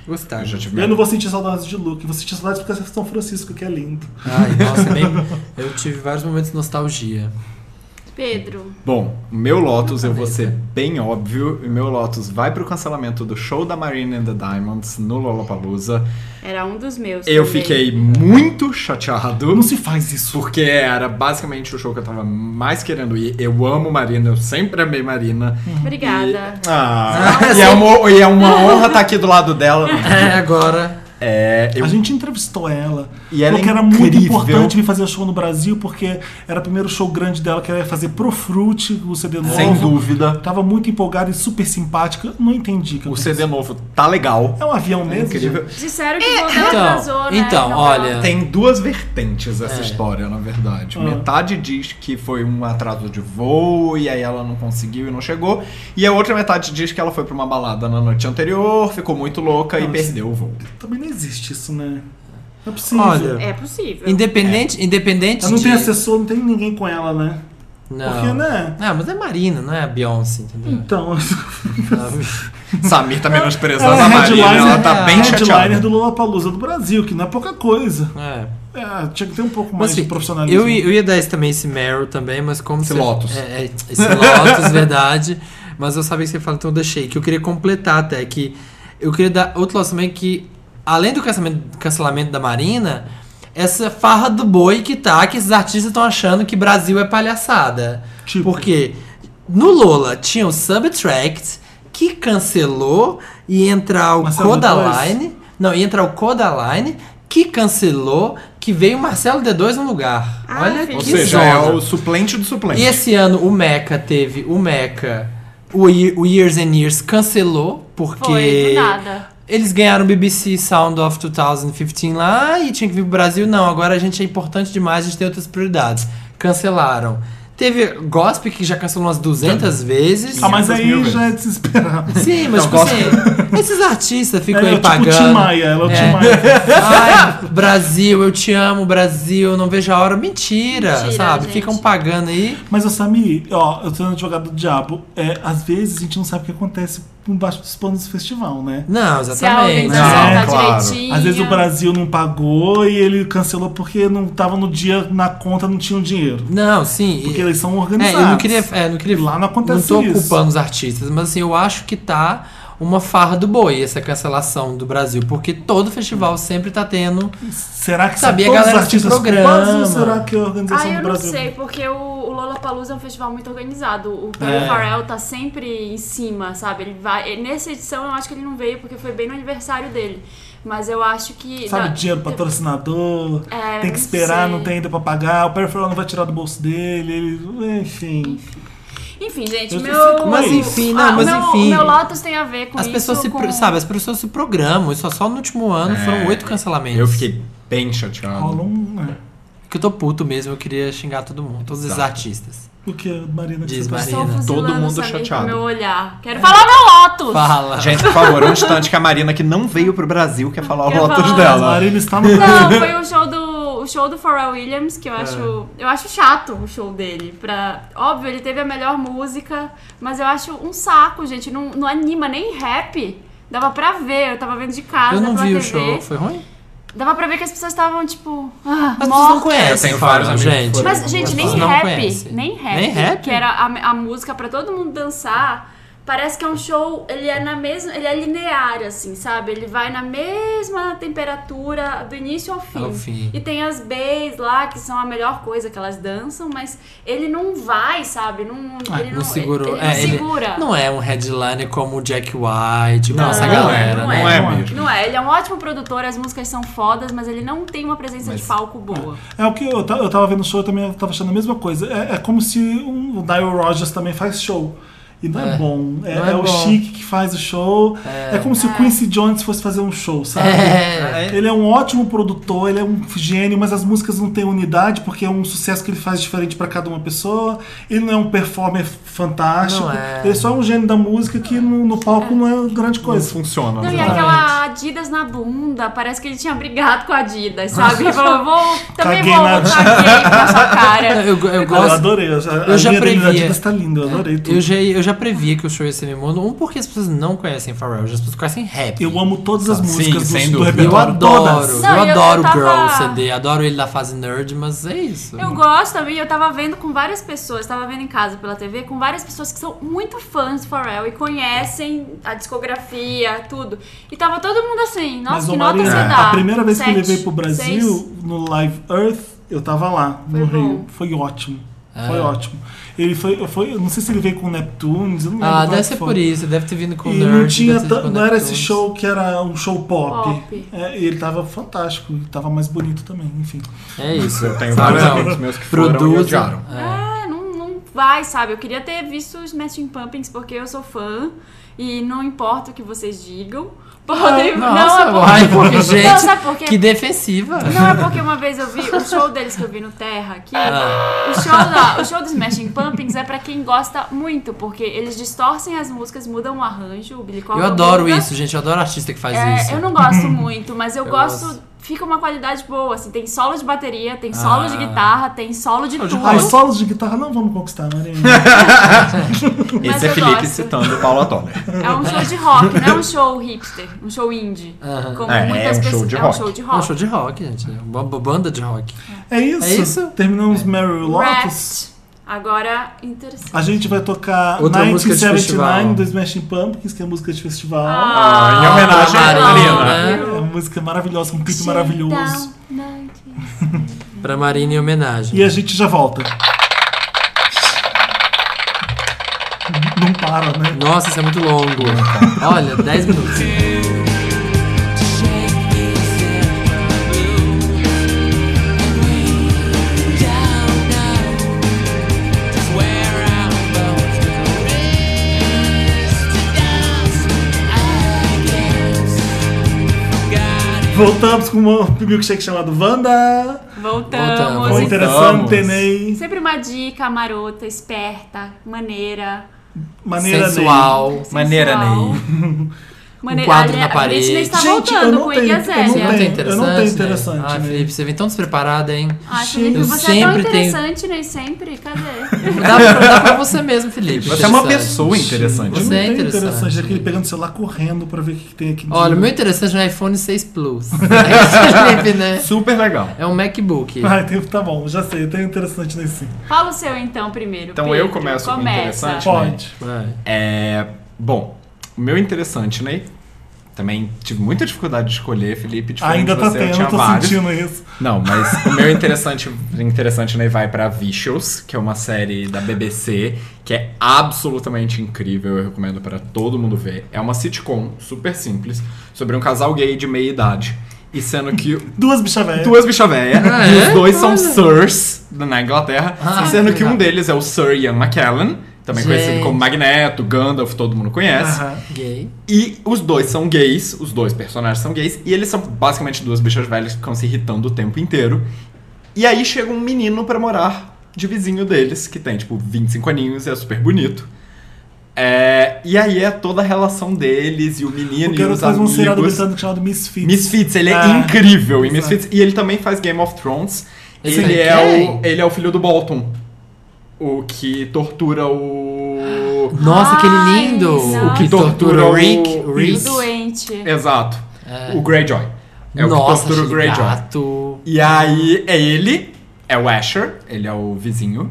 Gostava.
Eu já tive
Eu
medo.
não vou sentir saudades de Luke, vou sentir saudades porque é São Francisco, que é lindo.
Ai, nossa, é bem. Eu tive vários momentos de nostalgia. [LAUGHS]
Pedro.
Bom, meu Lotus eu vou ser bem óbvio, e meu Lotus vai pro cancelamento do show da Marina and the Diamonds no Lollapalooza.
Era um dos meus.
Eu
também.
fiquei muito chateado.
Não se faz isso.
Porque era basicamente o show que eu tava mais querendo ir. Eu amo Marina, eu sempre amei Marina.
Obrigada.
Ah, e, é uma, e é uma honra estar aqui do lado dela.
É, agora.
É, eu
A gente entrevistou ela.
E ela é
porque era muito
incrível.
importante vir fazer show no Brasil, porque era o primeiro show grande dela que ela ia fazer pro Fruit, o CD novo.
Sem dúvida.
Tava muito empolgada e super simpática. Não entendi. que
O
aconteceu.
CD novo tá legal.
É um avião mesmo?
Incrível.
gente?
Disseram que o voo dela
então,
atrasou, né?
então,
ela-
olha.
Tem duas vertentes
É.
essa história, na verdade.
Ah.
Metade diz que foi um atraso de voo e aí ela não conseguiu e não chegou. E a outra metade diz que ela foi pra uma balada na noite anterior, ficou muito louca e
Não,
perdeu o voo.
Também não existe isso, né? Não é possível.
Olha,
É possível.
Independente, independente
ela não
de...
tem assessor, não tem ninguém com ela, né?
Não.
Porque, né?
Ah, mas é Marina, não é a
[LAUGHS]
Beyoncé, entendeu?
Então,
Samir tá menosprezando
ela
a
é
Marina,
headliner,
ela tá
é,
bem
headliner
chateada.
do Lollapalooza do Brasil, que não é pouca coisa.
É.
É, tinha que ter um pouco mais
Mas,
de
assim,
profissionalismo.
eu, ia- eu ia dar esse também, esse Meryl também, mas como
Esse
você-
Lotus.
É, é, esse Lotus, [LAUGHS] verdade. Mas eu sabia que você fala, então eu deixei. Que eu queria completar até que. Eu queria dar outro Lotus também que, além do cancelamento, cancelamento da Marina, essa farra do boi que tá, que esses artistas estão achando que Brasil é palhaçada.
Tipo?
Porque no Lola tinha o Subtract, que cancelou, e entrar o
Marcelo
Codaline. Não, ia entrar o Codaline, que cancelou, que veio o Marcelo D2 no lugar.
Ah,
Olha
filho.
que
Ou seja,
zona.
é o suplente do suplente.
E esse ano o Meca teve o Meca, o, Ye- o Years and Years cancelou, porque
Foi, do nada.
eles ganharam o BBC Sound of 2015 lá e tinha que vir pro Brasil. Não, agora a gente é importante demais, a gente tem outras prioridades. Cancelaram. Teve Gospel, que já cancelou umas 200 vezes.
Ah, mas
500
aí
mil
já é desesperado.
Sim, mas tipo
[LAUGHS]
assim, esses artistas ficam
é,
aí
tipo
pagando.
o Tim Maia, ela é o Tim
É. [LAUGHS]
Maia.
Ai, Brasil, eu te amo, Brasil, não vejo a hora. Mentira,
Mentira,
sabe?
gente.
Ficam pagando aí.
Mas, ô Samir, ó, eu tô sendo advogado do diabo. É, às vezes a gente não sabe o que acontece embaixo dos panos do festival, né?
Não,
Se a
exatamente.
organização
Não,
tá
claro.
direitinho.
É, Às
é.
vezes o Brasil não pagou e ele cancelou porque não tava no dia, na conta não tinha o dinheiro.
Não, sim.
Porque
e-
eles são
é,
organizados.
eu não queria, é, não queria.
Lá não acontece
Não tô
isso.
culpando os artistas, mas assim, eu acho que tá uma farra do boi essa cancelação do Brasil, porque todo festival sempre tá
Um
tendo.
Será que
Sabia,
são todos os
galera,
artistas
que programa.
culpados ou será que é a
Ah,
organização
eu
do
não
Brasil?
sei, porque o, o Lollapalooza é um festival muito organizado. O Perry
É.
Farrell tá sempre em cima, sabe? Ele vai... e Nessa edição eu acho que ele não veio, porque foi bem no aniversário dele. Mas eu acho que...
Sabe,
da-
dinheiro
te-
patrocinador,
É,
tem
não
que esperar,
sei.
não tem ainda pra pagar, o Peripheral não vai tirar do bolso dele, ele, enfim.
Enfim, gente,
Eu
meu...
fico-
Mas enfim, não,
Ah,
mas
meu,
enfim.
O meu Lotus tem a ver com
As
isso,
pessoas se.
com-
pro- Sabe, as pessoas se programam, e só, só no último ano foram oito cancelamentos.
É, Eu fiquei bem chateado.
Então.
Rola um. é.
Que eu tô puto mesmo, eu queria xingar todo mundo, todos esses
Exato.
artistas.
O que, Marina? que
Diz,
você
Marina.
Estou fuzilando
Todo mundo
Samir com
chateado.
meu olhar. Quero falar meu Lotus!
Fala.
Gente, por favor, um instante que a Marina, que não veio pro Brasil, quer falar o
Quer
Lotus
falar.
A
dela.
Marina está no
[LAUGHS]
Não, foi o show do o show do Pharrell Williams
É.
que eu acho eu acho chato o show dele. Pra, óbvio, ele teve a melhor música, mas eu acho um saco, gente. Não, não anima nem rap. Dava pra ver, eu tava vendo de casa
eu não
pela
vi
TV.
o show, foi ruim?
Dava pra ver que as pessoas estavam tipo, ah,
Mas vocês não
mortas.
conhecem,
Eu tenho vários
Fábio,
amigos que
gente.
foram.
Mas, gente, nem
Não
rap,
conhece.
nem rap.
Nem rap?
Que era a, a música pra todo mundo dançar. Parece que é um show, ele é na mesma, ele é linear assim, sabe? Ele vai na mesma temperatura do início ao fim.
Ao fim.
E tem as bays lá que são a melhor coisa que elas dançam, mas ele não vai, sabe? Não,
Ah,
ele
não segurou.
Ele, ele
é,
não segura.
não é um headliner como o Jack White, como
Não,
essa
não
galera,
não
né?
é
Não é.
mesmo.
Não é, ele é um ótimo produtor, as músicas são fodas, mas ele não tem uma presença de
Mas-
palco
Ah,
boa.
É o que eu, ta- eu tava vendo o show, eu também tava achando a mesma coisa. É, é como se um, o Nile Rogers também faz show. E não é,
É.
bom. É,
Não é
é o
bom.
Chic que faz o show. É, como se o Quincy Jones fosse fazer um show, sabe?
É.
Ele é um ótimo produtor, ele é um gênio, mas as músicas não têm unidade, porque é um sucesso que ele faz diferente pra cada uma pessoa. Ele não é um performer fantástico.
Não é.
Ele só é um gênio da música que no, no palco não é grande coisa.
funciona.
Não, e
né?
aquela Adidas na bunda, parece que ele tinha brigado com a Adidas, sabe? Ele falou, vou, também
Caguei
vou,
na-
caguei na sua cara.
É, Eu, eu
[LAUGHS] Eu
gosto.
adorei, eu já,
eu
a
já
linha dele da
previa.
Adidas tá linda, eu adorei tudo.
Eu já, eu já previa que o show ia ser Mimono. Um, porque as pessoas não conhecem Pharrell, as pessoas conhecem rap.
Eu amo todas as
Sim,
músicas
sem
do, do
dúvida.
Eu
repertório,
adoro,
todas.
Não,
eu
eu- eu
adoro o
tava-
Girl CD, adoro ele da fase nerd, mas é isso.
Eu gosto também, eu tava vendo com várias pessoas, tava vendo em casa pela TV, com várias pessoas que são muito fãs do Pharrell e conhecem a discografia, tudo. E tava todo mundo assim, nossa,
Mas, ô
que nota
Maria,
você dá?
a primeira vez que eu
Sete,
levei pro Brasil,
seis.
no Live Earth, eu tava lá,
Foi
no
bom.
Rio. Foi ótimo.
Ah.
Foi ótimo. Ele foi, foi, eu não sei se ele veio com o Neptunes, eu não lembro.
Ah,
qual é
deve
que
ser
foi.
por isso, deve ter vindo com
E
nerd.
não tinha,
deve ter vindo
tan-
com
não era esse
Neptunes.
show que era um show pop.
Pop.
É, e ele tava fantástico, e tava mais bonito também, enfim.
É isso.
Eu tenho
Sabe,
vários
não.
amigos meus que foram e
Produza.
odiaram.
É.
É, não, não vai, sabe? Eu queria ter visto os Smashing Pumpkins porque eu sou fã e não importa o que vocês digam. Podem-
Nossa,
não, é
uai,
porque,
porque, gente,
não, sabe por quê?
que defensiva.
Não, é porque uma vez eu vi o show deles que eu vi no Terra aqui.
Ah.
O show, da, o show do Smashing Pumpkins é pra quem gosta muito, porque eles distorcem as músicas, mudam o arranjo, o Billy Corgan
Eu adoro
muda.
isso, gente, eu adoro artista que faz
É,
isso.
eu não gosto muito, mas eu,
Eu
gosto,
gosto.
Fica uma qualidade boa, assim. Tem solo de bateria, tem solo de
Ah.
guitarra, tem solo de tudo.
Ai, solos de guitarra não vamos conquistar, né, Marina.
[LAUGHS]
Mas
Esse
eu
é Felipe
gosto.
citando o Paulo né?
[LAUGHS]
Toller.
É um show de rock, não é um show hipster, um show indie.
Aham.
Como
É, é um
muitas
show
pessoas.
de
é um
rock.
show de
É Ah. um
rock.
show de rock, gente. É Uma b- banda de rock.
É isso.
É isso?
Terminamos Mary Lotus.
Raft. Agora, interessante.
A gente vai tocar
Outra música de
1979
festival.
do Smashing Pumpkins, que é música de festival.
Ah, em homenagem à
não,
Marina.
né?
É uma música maravilhosa, um clipe maravilhoso.
Pra Marina em homenagem.
E a gente já volta. Não para, né?
Nossa, isso é muito longo. Olha, 10 minutos.
Voltamos com um milkshake chamado Wanda.
Voltamos.
Muito
Voltamos.
interessante, né?
Sempre uma dica marota, esperta, maneira.
Maneira
Sensual.
sensual.
[LAUGHS]
Maneira, Ney.
Maneira-
né? Um quadro na
Aliás,
parede.
A Britney está
Gente, eu
voltando
não
com o
tenho-
Iggy
eu não
Azalea.
tenho-
Não tem
eu
é interessante?
não tenho
né?
interessante,
Ai,
né?
Felipe, você vem tão despreparada, hein?
Ai, Felipe,
Eu
você é tão
sempre tenho-
interessante, né? Sempre. Cadê? [LAUGHS]
Dá pra, dá pra você mesmo, Felipe.
Você é uma
Interessante.
pessoa interessante.
Eu não
Você é
tenho
interessante.
É aquele pegando o celular correndo pra ver o que que tem aqui. de-
Olha,
[LAUGHS]
o meu interessante é um iPhone 6 Plus. É isso, Felipe, né?
Super legal.
É um MacBook.
Ah, tem- tá bom, já sei, tem interessante nesse sim.
Fala o seu então primeiro.
Então
Pedro.
eu começo com o
Começa.
interessante?
Pode.
Vai.
É. Bom, o meu interessante, Ney. Também tive muita dificuldade de escolher, Felipe. diferente
Ainda
de
tá
você, eu
tendo,
tinha
tô
vários.
sentindo isso.
Não, mas o meu interessante, interessante né, vai pra Vicious, que é uma série da BBC, que é absolutamente incrível, eu recomendo pra todo mundo ver. É uma sitcom super simples sobre um casal gay de meia idade. E sendo que
Duas bichas velhas.
[LAUGHS] duas bichas velhas,
Ah,
e
é?
os dois são
Olha.
Sirs na Inglaterra,
Ah,
e sendo
que
que um
legal.
deles é o Sir Ian McKellen, também
Gente.
conhecido como Magneto, Gandalf, todo mundo conhece.
Aham.
Gay.
E os dois são gays, os dois personagens são gays, e eles são basicamente duas bichas velhas que ficam se irritando o tempo inteiro. E aí chega um menino pra morar de vizinho deles, que tem tipo 25 aninhos, é super bonito. É, e aí é toda a relação deles e o menino
O
e
garoto
os
faz um seriado
amigos.
britânico chamado Misfits.
Misfits, ele é,
Ah,
incrível em
exato.
Misfits. E ele também faz Game of Thrones.
Esse
Ele
é
é, o,
quem?
ele é o filho do Bolton. O que
[GASPS]
tortura o. [GASPS]
Nossa, aquele
Ai,
lindo.
não.
O que tortura o Rick. o
E o
Rick.
doente.
Exato.
É.
O Greyjoy. É
Nossa,
o que tortura o
achei
Greyjoy.
gato.
E aí é ele, é o Asher, ele é o vizinho.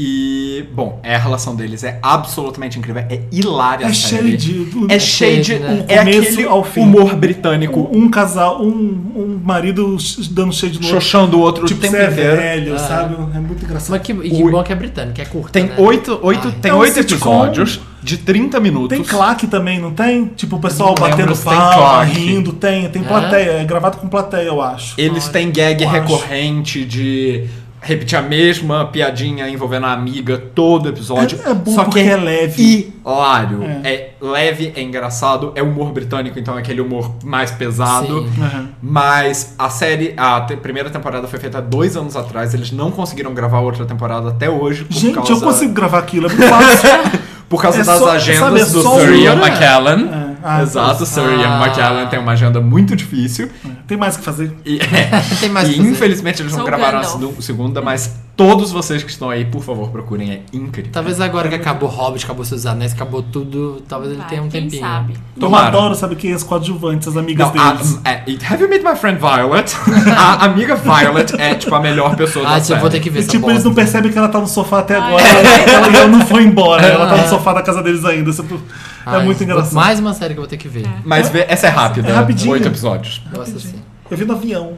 E, bom, é, a relação deles é absolutamente incrível, é hilária a
É
série.
shade.
É shade,
shade, né?
é
Começo
aquele
ao fim.
humor britânico,
Um casal, um, um marido sh- dando shade no outro.
xoxando o outro o
Tipo,
tempo
você é
inteiro.
velho,
Ah.
sabe? É muito engraçado.
Mas que, e que
Ui.
bom que é britânico, é curto.
Tem
né?
oito, oito,
Ai.
tem
É um
oito
sitcom.
episódios de 30 minutos.
Tem claque também, não tem? Tipo, o pessoal
Não lembro
batendo
se tem
palma,
claque.
rindo, tem, tem
É?
plateia, é gravado com plateia, eu acho.
Eles têm gag
eu acho.
recorrente de repetir a mesma piadinha envolvendo a amiga todo episódio.
É- é bom
só que
porque é leve.
Hilário.
É.
É. leve, é engraçado, é humor britânico, então é aquele humor mais pesado.
Sim.
Aham.
Mas a série, a te- primeira temporada foi feita há dois anos atrás, eles não conseguiram gravar outra temporada até hoje. Por
Gente,
causa,
eu consigo gravar aquilo, é muito fácil.
[LAUGHS] Por causa
é
das
só-
agendas
sabe, é
do
só
Sir
humor,
Ian
né?
McKellen.
É. Ah,
Exato, Sir Ian
Ah.
McKellen tem uma agenda muito difícil.
Tem mais o que fazer.
E, é.
Tem mais
E,
o que fazer.
infelizmente eles não
Sou
gravaram a
Gandalf.
segu- segunda, mas todos vocês que estão aí, por favor, procurem. É incrível.
Talvez agora que acabou Hobbit, acabou seus anéis, acabou tudo, talvez ele
Vai,
tenha um
quem
tempinho.
sabe?
Tomara.
Eu adoro, sabe é quem? As coadjuvantes, as amigas
Não, a,
deles.
é, e have you met my
[LAUGHS]
friend Violet? a amiga Violet é tipo a melhor pessoa da
Ah, eu
série.
vou ter que ver
E,
essa
tipo, eles
bosta.
não percebem que ela tá no sofá até
Ai.
agora. né? Ela, ela não foi embora. Ela tá
Ah.
no sofá da casa deles ainda. Isso É
Ai,
muito
vou-
engraçado.
Mais uma série que eu vou ter que ver.
Mas vê- essa é rápida.
É rapidinho.
Oito episódios.
Nossa, assim.
Eu vi no avião.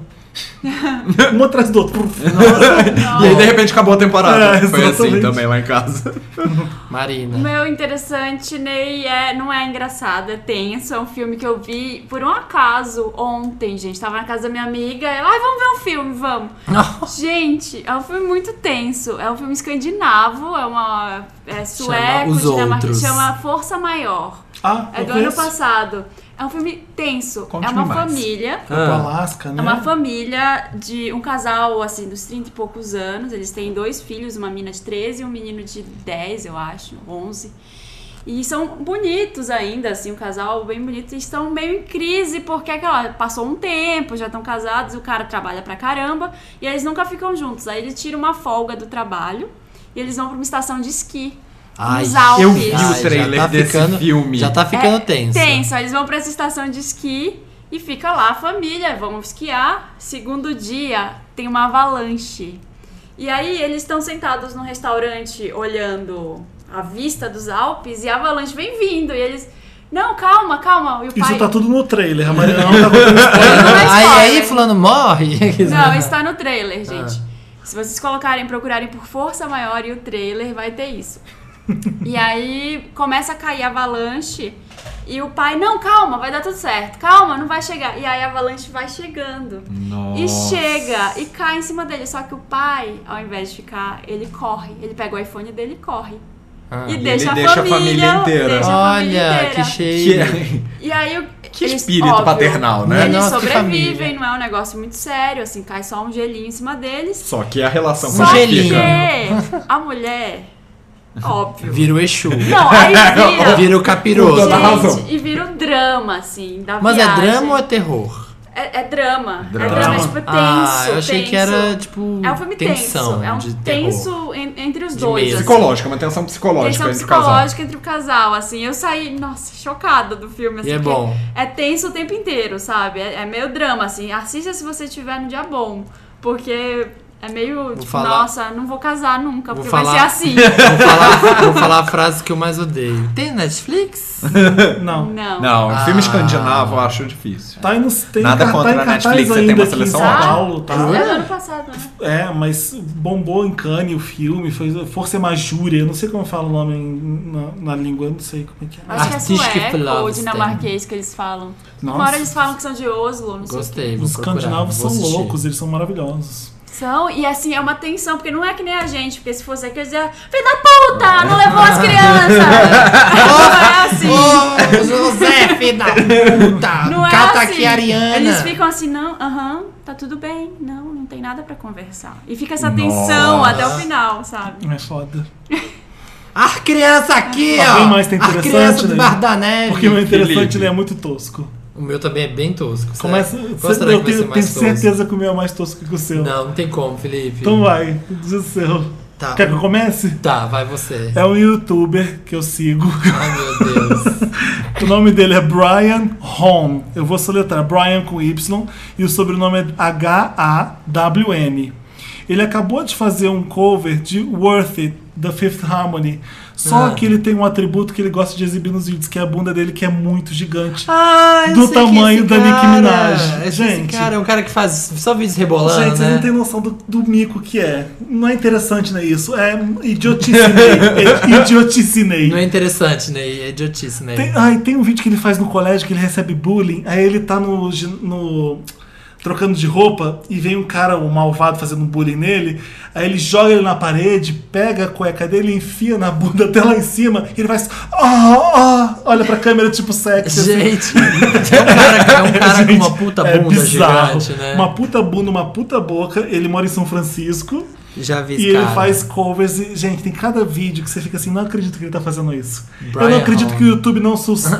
um atrás do outro.
E aí, de repente, acabou a temporada.
É,
Foi assim
exatamente.
também lá em casa.
Marina.
O meu interessante, Ney, é, não é engraçado, é tenso. É um filme que eu vi por um acaso ontem, gente. Tava na casa da minha amiga. Ela, ai, vamos ver um filme, vamos. Gente, é um filme muito tenso. É um filme escandinavo, é uma. É sueco,
Os
dinamarquês,
Outros.
chama Força Maior.
Ah,
É
eu
do ano
conheço.
passado. É um filme tenso. é
Conte-me
uma
mais.
família.
Ah.
Foi
Ah.
pro Alasca, né?
É uma família de um casal, assim, dos 30 e poucos anos. Eles têm dois filhos, uma menina de 13 e um menino de 10, eu acho, 11. E são bonitos ainda, assim, um casal bem bonito. E estão meio em crise, porque aquela, passou um tempo, já estão casados, o cara trabalha pra caramba, e eles nunca ficam juntos. Aí ele tira uma folga do trabalho e eles vão pra uma estação de esqui.
Ai,
nos Alpes.
eu vi o
Ai, já tá
trailer desse
ficando,
filme.
Já tá ficando tenso.
Tenso, aí eles vão pra essa estação de esqui e fica lá a família, vamos esquiar. Segundo dia, tem uma avalanche. E aí eles estão sentados num restaurante olhando a vista dos Alpes e a avalanche vem vindo. E eles, não, calma, calma. E o
Isso
pai,
tá
[LAUGHS]
tudo no trailer. A Mariana não tá contando
Não é
aí, aí
spoiler.
fulano morre.
Não, está no
Ah.
trailer, gente. Se vocês colocarem, procurarem por Força Maior e o trailer, vai ter
[LAUGHS]
isso. e aí começa a cair a avalanche e o pai, não, calma, vai dar tudo certo. Calma, não vai chegar. E aí a avalanche vai chegando. E chega e cai em cima dele. Só que o pai, ao invés de ficar, ele corre. Ele pega o iPhone dele e corre. e
Ah, ele
deixa,
deixa a
a família,
família inteira.
deixa a família
[LAUGHS] Olha, que
inteira.
Que,
cheio.
é-
E aí o-
que espírito paternal, né?
Eles
Nossa, que
sobrevivem,
família.
não é um negócio muito sério, assim, cai só um gelinho em cima deles.
Só que a relação
Só
com a é
gelinho.
que
Kika.
a mulher,
é.
óbvio.
Vira o Exu.
Não, aí vira.
Vira o capiroto.
Toda razão.
Gente, e vira um drama, assim, da
Mas é
viagem.
drama ou é terror?
É, é drama.
Drama.
É drama, tipo, tenso.
ah, eu achei
tenso.
que era, tipo,
É um filme
tensão
tenso. É um
de terror.
tenso en- entre os
De
dois.
medo.
assim.
Psicológica, uma tensão
Tensão
psicológica entre o casal.
psicológica entre o casal, assim. Eu saí, nossa, chocada do filme. Assim,
E é
porque
bom.
É tenso o tempo inteiro, sabe? É, é meio drama, assim. Assista se você tiver no dia bom. Porque é meio, tipo,
falar-
nossa, não vou casar nunca,
Vou
porque vai
falar- [LAUGHS]
ser assim.
Vou
[LAUGHS]
falar, vou falar a frase que eu mais odeio. Tem Netflix?
Não.
não.
Não, um
Ah.
filme escandinavo eu acho difícil.
Tá aí nos, tem
Nada
tá
contra
em
a
cartaz
Netflix, você tem
ainda
uma
aqui em
seleção
São
ótima.
Paulo, tá?
É do ano passado, né?
É, mas bombou em Cannes o filme, foi Força e Majúria, eu não sei como fala o nome em- na, na língua, eu não sei como é que é.
Acho que é
Artístico
sueco ou
Flowers,
dinamarquês que eles falam. Uma
Nossa.
hora eles falam que são de Oslo, não sei o quê.
Gostei, vou
Os
procurar,
escandinavos
vou
são
assistir.
loucos, eles são maravilhosos.
São, e assim, é uma tensão, porque não é que nem a gente, porque se fosse aqui, eu dizia, filho da puta, não levou
[LAUGHS]
as crianças! não é assim.
Ô, José, filho da puta!
[LAUGHS] Não é
tá
cata
assim.
aqui, Ariana!
Eles ficam assim, não, aham, tá tudo bem, não, não tem nada pra conversar. E fica essa tensão
Nossa.
até o final, sabe?
É foda.
As crianças aqui,
Mas
ó!
bem Tá mais tem
as
interessante,
crianças do
né?
Bar da Neve!
Porque o interessante
Felipe.
ele é muito tosco.
O meu também é bem tosco. será?
Começa,
Qual será
eu
que vai ser
tenho, tenho
mais tosco?
certeza que o meu é mais tosco que o seu.
Não, não tem como, Felipe.
Então vai, diz o seu.
Tá.
Quer que eu comece?
Tá, vai você.
É um youtuber que eu sigo. [LAUGHS]
Ai, meu Deus.
O nome dele é Brian Hom. Eu vou soletrar Brian com Y e o sobrenome é H-A-W-N. Ele acabou de fazer um cover de Worth It da Fifth Harmony. Só
Ah.
que ele tem um atributo que ele gosta de exibir nos vídeos, que é a bunda dele, que é muito gigante.
Ah, eu
Do
sei quem é
tamanho
esse
da Nicki
cara.
Minaj.
Esse
Gente.
cara é um cara que faz só vídeos rebolando,
Gente,
né?
vocês não têm noção do, do mico que é. Não é interessante, né? Isso é idioticinei. É idioticinei.
Não é interessante, né? É idiotice, né?
Tem, ai, tem um vídeo que ele faz no colégio que ele recebe bullying, aí ele tá no. gi- no- trocando de roupa e vem um cara, um malvado, fazendo bullying nele, aí ele joga ele na parede, pega a cueca dele, enfia na bunda até lá em cima, e ele faz. Ah, ah", olha pra câmera tipo sexy. assim.
Gente, é um cara, é um cara com uma
[LAUGHS] Gente,
puta
é
bunda
bizarro.
gigante, né?
Uma puta bunda, uma puta boca. Ele mora em São Francisco
Já vi esse
e ele
cara.
faz covers. E, gente, tem cada vídeo que você fica assim: não acredito que ele tá fazendo isso. Eu
Brian
não acredito
Holland.
que o YouTube não, sus- não,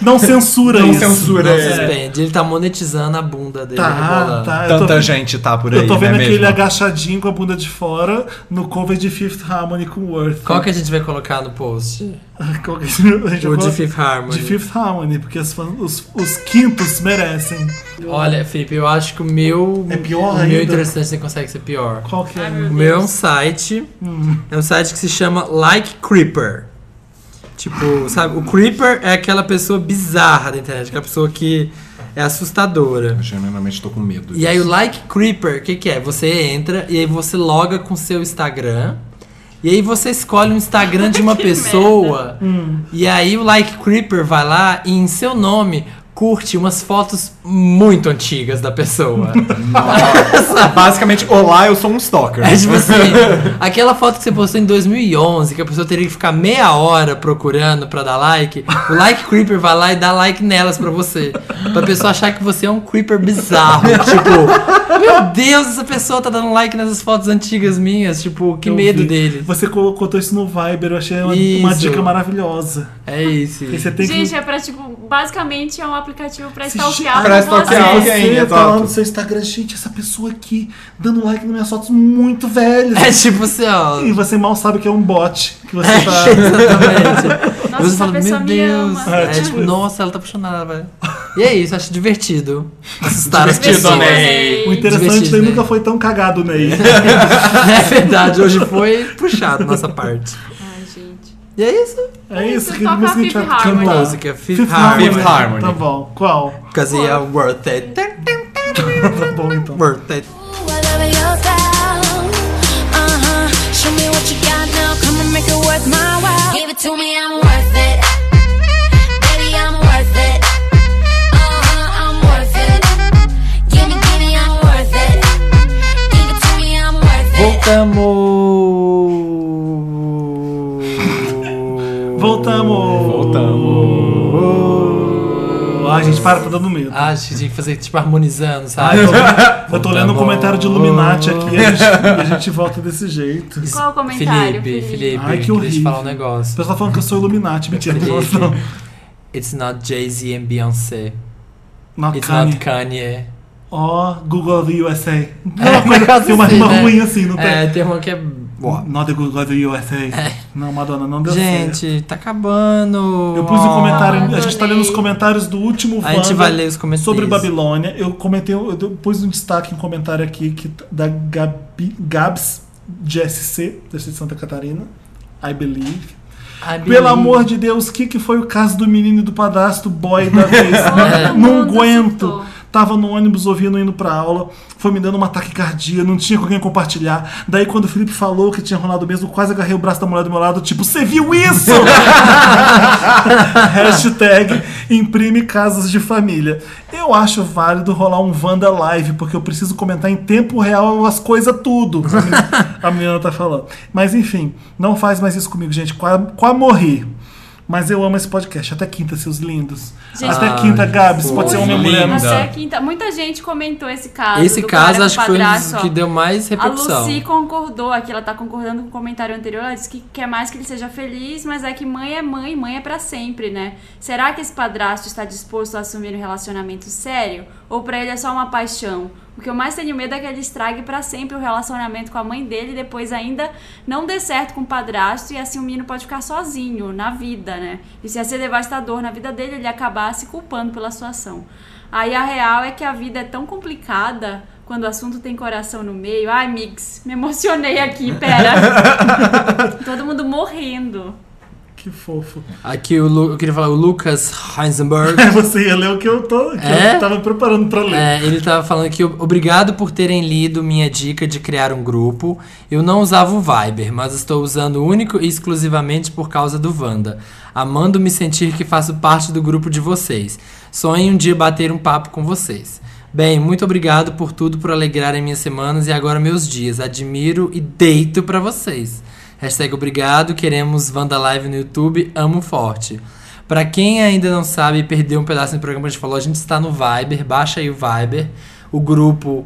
não censura
[LAUGHS] Não
isso.
censura,
Não
é.
suspende. Ele tá monetizando a bunda dele
Tá,
rebolando.
tá. eu tô
Tanta
vendo-
gente tá por aí,
né,
Eu tô vendo
não é
aquele
mesmo?
agachadinho com a bunda de fora no cover de Fifth Harmony com Worth.
Qual que a gente vai colocar no post?
[LAUGHS] Qual que a gente
O
vai-
de Fifth Harmony.
De Fifth Harmony, porque as fãs- os, os quintos merecem.
Olha, Felipe, eu acho que o meu.
É pior
O
ainda?
meu interessante você consegue ser pior.
Qual que é?
O meu é um site. É um site que se chama Like Creeper. Tipo, sabe? O Creeper é aquela pessoa bizarra da internet, aquela pessoa que é assustadora.
Eu Genuinamente tô com medo.
E aí o
disso.
Like Creeper, o que, que é? Você entra e aí você loga com seu Instagram. E aí você escolhe o Instagram de uma
Que
pessoa. E aí o Like Creeper vai lá e em seu nome curte umas fotos muito antigas da pessoa. [LAUGHS]
Basicamente, olá, eu sou um stalker.
[LAUGHS] É tipo
[LAUGHS]
assim, aquela foto que você postou em 2011, que a pessoa teria que ficar meia hora procurando pra dar like, o Like Creeper vai lá e dá like nelas pra você. Pra pessoa achar que você é um
[LAUGHS]
creeper bizarro. tipo, meu Deus, essa pessoa tá dando like nessas fotos antigas minhas. Tipo, que
Eu
medo
vi.
dele.
Você co- contou isso no Viber, eu achei uma, uma
Isso.
dica maravilhosa.
É isso.
E você tem que.
Gente, é pra, tipo, basicamente é um aplicativo pra
Se
stalkear
ge-
pra
as pessoas.
stalkear
Você
alguém.
tá
exato.
lá no seu Instagram, gente, essa pessoa aqui dando like nas minhas fotos muito velhas.
É tipo assim, ó. É,
E você mal sabe que é um bot que
[LAUGHS]
você tá.
Exatamente.
Nossa,
você
essa
fala, meu
pessoa me
Deus.
ama.
É,
É,
tipo,
tipo isso.
nossa, ela tá apaixonada, velho. E é isso, acho divertido.
[LAUGHS]
Assustar as
Divertido,
pessoas.
né?
O interessante
Divertido,
daí
né?
nunca foi tão cagado, Ney.
[LAUGHS] É verdade, hoje foi puxado nossa parte.
Ai, gente.
E é isso.
É isso,
Isso,
que
toca
música a gente
Fifth
vai
Harmony.
cantar.
Tá.
Música, Fifth
Fifth
Harmony.
Harmony.
Fifth Harmony.
Tá bom. Qual?
Because yeah, worth it. né?
Tá bom, então.
Worth it.
Whatever your style, uh-huh. Show me what you got now. Come and make it worth my while. Give it to me, I'm worth it. Baby, I'm worth it. Uh-huh, I'm worth it. Give me, give me, I'm worth it. Give it to me, I'm worth it.
Voltamos.
Voltamos. Ah, gente, para, tá dando medo.
Ah, a gente tinha que fazer tipo harmonizando,
Ah,
sabe?
eu tô, eu tô lendo um
Voltamos.
comentário de Illuminati aqui e a gente, e a gente volta desse jeito.
Qual é o comentário,
Felipe,
Felipe?
Felipe,
Ai, que
deixa eu
horrível.
falar um
O
negócio.
pessoal tá falando que eu sou Illuminati, mentira, não
Felipe,
gosto não.
It's not Jay-Z and Beyoncé.
Not
It's
Kanye.
not Kanye.
Ó, Google the USA. Não,
É,
é, uma coisa,
quase
tem uma
assim,
rima
né?
ruim assim, não
É,
tem?
tem uma que é.
Not the Google the USA. Não, Madonna, não deu certo.
Gente, tá acabando.
Eu pus um
Ó.
comentário, a gente
adorei.
tá lendo os comentários do último
A gente
Wanda
vai ler os comentários.
Sobre Babilônia, eu comentei, eu eu pus um destaque em comentário aqui que, t- da Gabi, Gabs GSC, da cidade de Santa Catarina. I believe.
I
Pelo
believe.
amor de Deus, o que, que foi o caso do menino e do padrasto boy da vez?
Todo
não
mundo
aguento.
surtou.
Tava no ônibus ouvindo, indo pra aula, foi me dando uma taquicardia, não tinha com quem compartilhar. Daí, quando o Felipe falou que tinha rolado mesmo, quase agarrei o braço da mulher do meu lado, tipo, você viu isso? [LAUGHS] Hashtag imprime casos de família. Eu acho válido rolar um Wanda Live, porque eu preciso comentar em tempo real as coisas tudo. A menina, a menina tá falando. Mas enfim, não faz mais isso comigo, gente. Quase qua morri. Mas eu amo esse podcast. Até quinta, seus lindos.
Gente,
Até quinta, Gabs.
fofo.
Pode ser homem ou mulher. não sei.
Até é quinta. Muita gente comentou esse caso.
Esse
do
caso
cara
acho
com
que foi um dos
padrasto,
que
ó.
deu mais
A
repercussão.
Lucy concordou aqui, ela tá concordando com o comentário anterior. Ela disse que quer mais que ele seja feliz, mas é que mãe é mãe, mãe é pra sempre, né? Será que esse padrasto está disposto a assumir um relacionamento sério? Ou pra ele é só uma paixão? O que eu mais tenho medo é que ele estrague pra sempre o relacionamento com a mãe dele e depois ainda não dê certo com o padrasto e assim o menino pode ficar sozinho na vida, né? Isso ia ser devastador na vida dele, ele ia acabar se culpando pela sua ação. Aí a real é que a vida é tão complicada Quando o assunto tem coração no meio. Ai, Mix, me emocionei aqui, pera. Todo mundo morrendo.
Que fofo. [LAUGHS]
Aqui o Lu- eu queria falar, o Lucas Heisenberg.
Você ia ler o que eu tô. Que
É?
eu tava preparando pra ler.
É, ele tava falando aqui, obrigado por terem lido minha dica de criar um grupo. Eu não usava o Viber, mas estou usando único e exclusivamente por causa do Wanda. Amando me sentir que faço parte do grupo de vocês. Sonho um dia bater um papo com vocês. Bem, muito obrigado por tudo, por alegrarem minhas semanas e agora meus dias. Admiro e deito pra vocês. Hashtag obrigado, queremos Wanda Live no YouTube, amo forte. Pra quem ainda não sabe e perdeu um pedaço do programa que a gente falou, a gente está no Viber, baixa aí o Viber, o grupo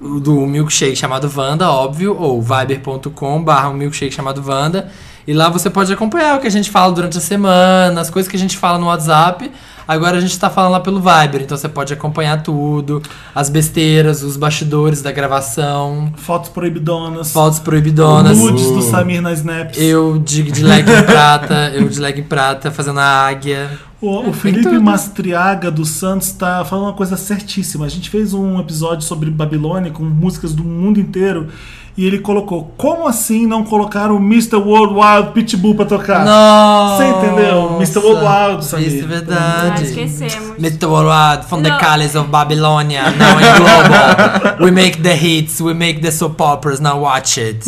do milkshake chamado Vanda, óbvio, ou viber.com barra um milkshake chamado Vanda. E lá você pode acompanhar o que a gente fala durante a semana, as coisas que a gente fala no WhatsApp. Agora a gente tá falando lá pelo Viber, então você pode acompanhar tudo, as besteiras, os bastidores da gravação,
Fotos proibidonas.
fotos proibidonas.
Nudes do Samir na Snaps.
Eu de, de leg em prata, eu de leg em prata, fazendo a águia.
O, o Felipe Mastriaga dos Santos tá falando uma coisa certíssima. A gente fez um episódio sobre Babilônia com músicas do mundo inteiro e ele colocou: Como assim não colocaram o Mr. Worldwide Pitbull pra tocar?
Nossa!
Você entendeu? Mr. Worldwide, sabia?
Isso é
Ah,
verdade.
esquecemos.
Mr. Worldwide, from the
Não.
colors of Babylonia, now in global. we make the hits, we make the soap operas, now watch it.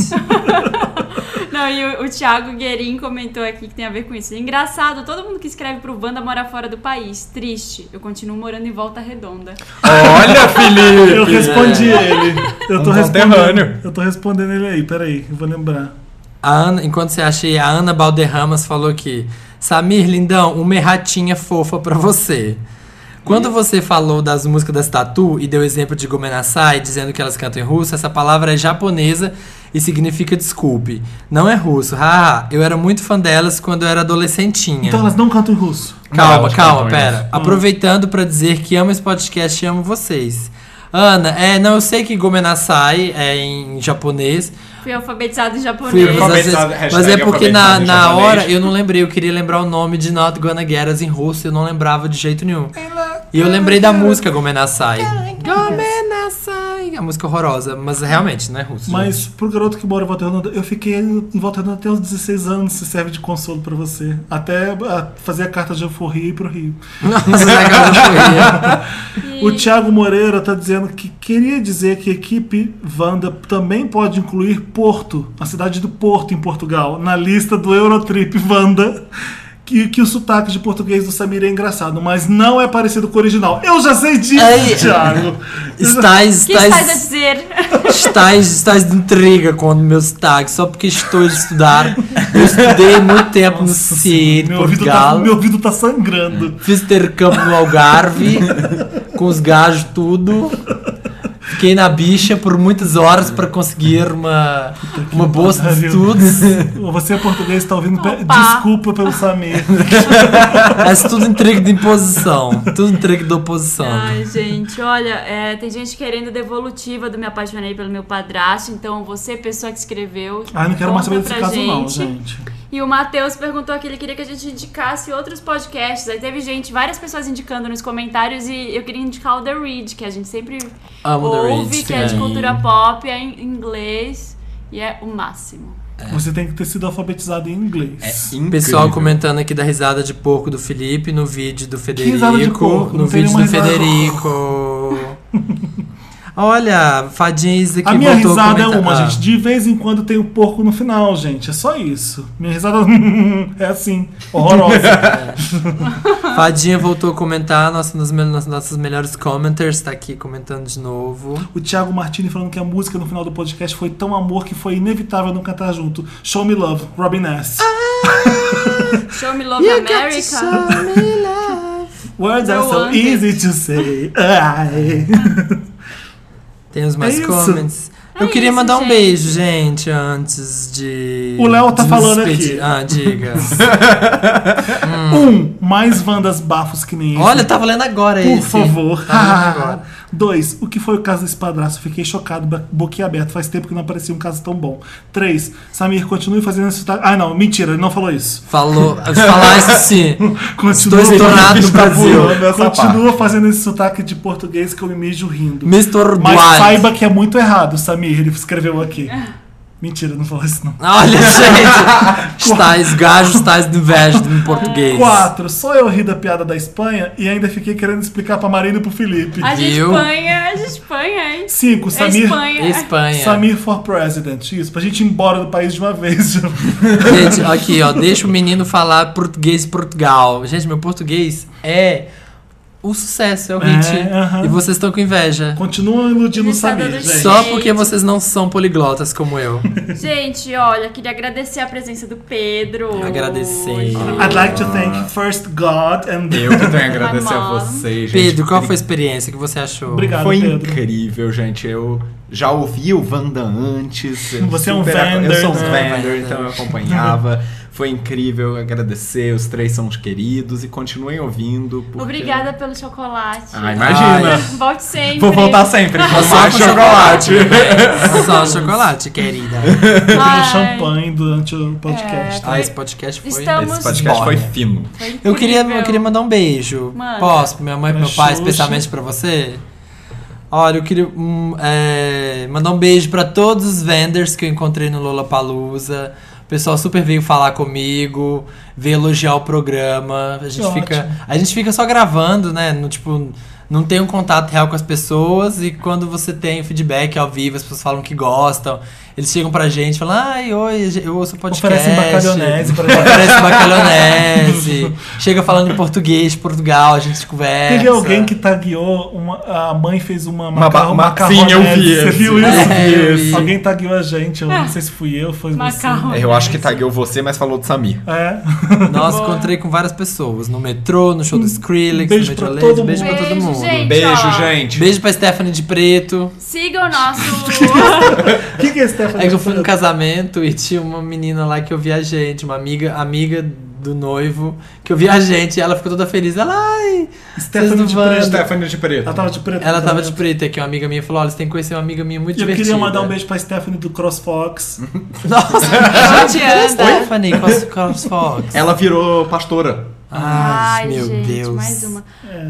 Não, e o, o Thiago Guerin comentou aqui que tem a ver com isso. Engraçado, todo mundo que escreve pro Wanda mora fora do país. Triste. Eu continuo morando em Volta Redonda.
Olha, Felipe!
Eu respondi ele. Eu tô,
Um
respondendo,
conterrâneo.
eu tô respondendo ele aí, peraí, eu vou lembrar.
A Ana, enquanto você acha aí, a Ana Balderramas falou que Samir, lindão, uma erratinha fofa pra você.
Hum.
Quando você falou das músicas das Tatu e deu exemplo de Gomenasai, dizendo que elas cantam em russo, essa palavra é japonesa e significa desculpe. Não é russo. Haha, eu era muito fã delas quando eu era adolescentinha.
Então elas não cantam em russo.
Não, é.
Calma,
elas
calma,
cantam
pera.
isso. Hum.
Aproveitando pra dizer que amo esse podcast e amo vocês. Ana, é, não, eu sei que Gomenasai é em japonês,
Fui alfabetizado em
Fui
japonês.
alfabetizado.
às vezes-
Alfabetizado,
mas é
hashtag
porque na,
alfabetizado em
na
japonês.
hora eu não lembrei, eu queria lembrar o nome de Not Gonna Get Us em russo, eu não lembrava de jeito nenhum. E eu lembrei da música Gomenasai. Gomenasai. A música horrorosa, mas realmente não é russo. [LAUGHS]
Mas pro garoto que mora em Volta Redonda, eu fiquei em Volta Redonda até os 16 anos, se serve de consolo pra você. Até ah, fazer a carta de euforia e ir pro Rio.
Nossa, é legal, né?
[LAUGHS]
foi.
O Thiago Moreira tá dizendo que queria dizer que a equipe Wanda também pode incluir Porto, a cidade do Porto em Portugal, na lista do Eurotrip [LAUGHS] Wanda. Que, que o sotaque de português do Samir é engraçado, mas não é parecido com o original. Eu já sei disso,
Ei.
Thiago!
Estás,
O que estás a
estás,
dizer?
estás, estás de intriga com o meu sotaque, só porque estou a estudar. Eu estudei muito tempo no CIE de
Meu ouvido, tá,
Portugal.
meu ouvido tá sangrando.
Fiz intercâmbio no Algarve, com os gajos tudo. Fiquei na bicha por muitas horas para conseguir uma, uma bolsa de
pariu.
estudos.
Você é português, tá ouvindo? Pe-
Opa.
Desculpa pelo Samir.
Mas tudo entregue de imposição. Tudo entregue da oposição.
Ai, gente, olha, é, tem gente querendo devolutiva do Me Apaixonei pelo Meu Padrasto. Então, você, pessoa que escreveu.
Ah, não quero mais saber
conta
desse
pra
caso, não, gente.
E o Matheus perguntou que ele queria que a gente indicasse outros podcasts. Aí teve gente, várias pessoas indicando nos comentários e eu queria indicar o The Read, que a gente sempre
Amo The
ouve,
Read.
que é de
sim.
cultura pop, é em inglês e é o máximo.
Você tem que ter sido alfabetizado em
É,
inglês.
Incrível.
Pessoal comentando aqui da risada de porco do Felipe no vídeo do
risada de
Federico.
porco?
no
Não tem
vídeo do
nenhuma risada.
Federico. Olha, Fadinha Isa que
a minha
voltou
risada é
comentar-
uma,
Ah.
gente. De vez em quando tem o porco no final, gente. É só isso. Minha risada [LAUGHS] é assim, horrorosa.
Fadinha voltou a comentar, nossa, nos, nossos melhores commenters, tá aqui comentando de novo.
o Thiago Martini falando que a música no final do podcast foi tão amor que foi inevitável não cantar junto. Show Me Love, Robin S.
Ah,
Show Me Love America.
Words are
eu
so
amo.
easy to say. Ai.
Tem os mais
É isso.
comments. Eu
É
queria
isso,
mandar um
gente.
beijo, gente, antes de.
O Léo tá
de nos
falando
despedir.
aqui.
Ah,
[LAUGHS]
diga.
Um, mais Wandas bafos que nem esse.
Olha, eu tava lendo agora
Por
esse.
favor.
Tá
[LAUGHS]
lendo agora.
Dois, o que foi o caso desse padrasto? Fiquei chocado, ba- boquiaberto. Faz tempo que não aparecia um caso tão bão. Três, Samir, continue fazendo esse... sotaque- Ah, não, mentira, ele não falou isso.
Falou. Falar isso sim.
Continua
Dois tornados no Brasil.
Continua fazendo esse sotaque de português que eu me mijo rindo.
Mr.
Mas
Dwight.
saiba que é muito errado, Samir. Ele escreveu aqui. Mentira, não falou isso não.
Olha, gente.
[LAUGHS]
Estáis gajos, estáis de inveja em português.
Quatro, só eu ri da piada da Espanha e ainda fiquei querendo explicar pra Marina e pro Felipe.
A de
Viu?
Espanha, a de Espanha, hein?
Cinco,
É
Samir.
Espanha.
Espanha.
Samir for president. Isso, pra gente ir embora do país de uma vez. [LAUGHS] já.
Gente, aqui, ó. Deixa o menino falar português de Portugal. Gente, meu português é o sucesso, é o hit.
É, aham.
E vocês estão com inveja.
Continua iludindo o
Ele tá
Samir,
dando
gente.
Só
Gente.
porque vocês não são poliglotas como eu.
Gente, olha, queria agradecer a presença do Pedro.
Agradecer.
I'd like to thank first God and
Eu que tenho a agradecer a
Mano.
vocês, gente.
Pedro, qual foi a experiência que você achou?
Obrigado,
Foi
Pedro.
incrível, gente. Eu já ouvi o Wanda antes. eu
Você é um
super-
Vander,
Eu sou um
né?
Vander,
[LAUGHS]
então eu acompanhava. Foi incrível, agradecer. Os três são os queridos e continuem ouvindo. porque-
Obrigada pelo chocolate.
Ah, imagina.
Ai.
Volte sempre.
Vou voltar sempre. Vou tomar
com
chocolate.
Só chocolate, querida.
Pedro
Ai.
champanhe durante o podcast.
Ah, esse podcast foi.
Estamos-
Esse podcast foi fino.
Foi incrível.
Eu queria, eu queria mandar um beijo.
Manda.
Posso, pra minha mãe e pro meu
Pra
pai,
Xuxa.
especialmente pra você? Olha, eu queria hum, é, mandar um beijo pra todos os vendors que eu encontrei no Lollapalooza. O pessoal super veio falar comigo, veio elogiar o programa. A gente,
Que
fica,
ótimo.
a gente fica só gravando, né? No, tipo, não tem um contato real com as pessoas e quando você tem feedback ao vivo, as pessoas falam que gostam. Eles chegam pra gente e falam, ai, oi, eu ouço o podcast.
Oferecem bacalhonese pra gente.
Parece bacalhonese. Chega falando em português, de Portugal, a gente conversa.
Teve alguém que tagueou, uma, a mãe fez uma,
Uma ba-
macarrão,
uma- sim, eu vi
Você
esse.
viu isso?
É, eu vi.
Alguém tagueou a gente, eu não sei se fui eu, foi
Ah. Macarrão.
É,
É,
Eu acho que tagueou você, mas falou do Samir.
você. É. [LAUGHS]
Nossa, encontrei com várias pessoas. No metrô, no show do Skrillex,
Um beijo
no metrô
pra
Lady,
todo
beijo pra
mundo.
todo
Beijo,
mundo.
gente.
Beijo,
ó.
gente.
Beijo pra Stephanie de Preto.
Siga o nosso.
[LAUGHS]
O que, que é Stephanie?
É que eu fui num casamento e tinha uma menina lá que eu vi a gente, uma amiga, amiga do noivo, que eu vi a gente e ela ficou toda feliz. Ela, ai, vocês
Stephanie
não
de
vão.
Preto.
Stephanie de Preto.
Ela tava de preto.
Ela
no
tava de
casamento.
preto aqui, uma amiga minha falou: olha, você tem que conhecer uma amiga minha muito
E eu
divertida.
queria mandar um beijo pra Stephanie do CrossFox. [LAUGHS]
Nossa, [LAUGHS]
Onde anda?
Stephanie, Cross, Cross Fox.
Ela virou pastora.
Ai, meu
gente,
Deus.
mais uma.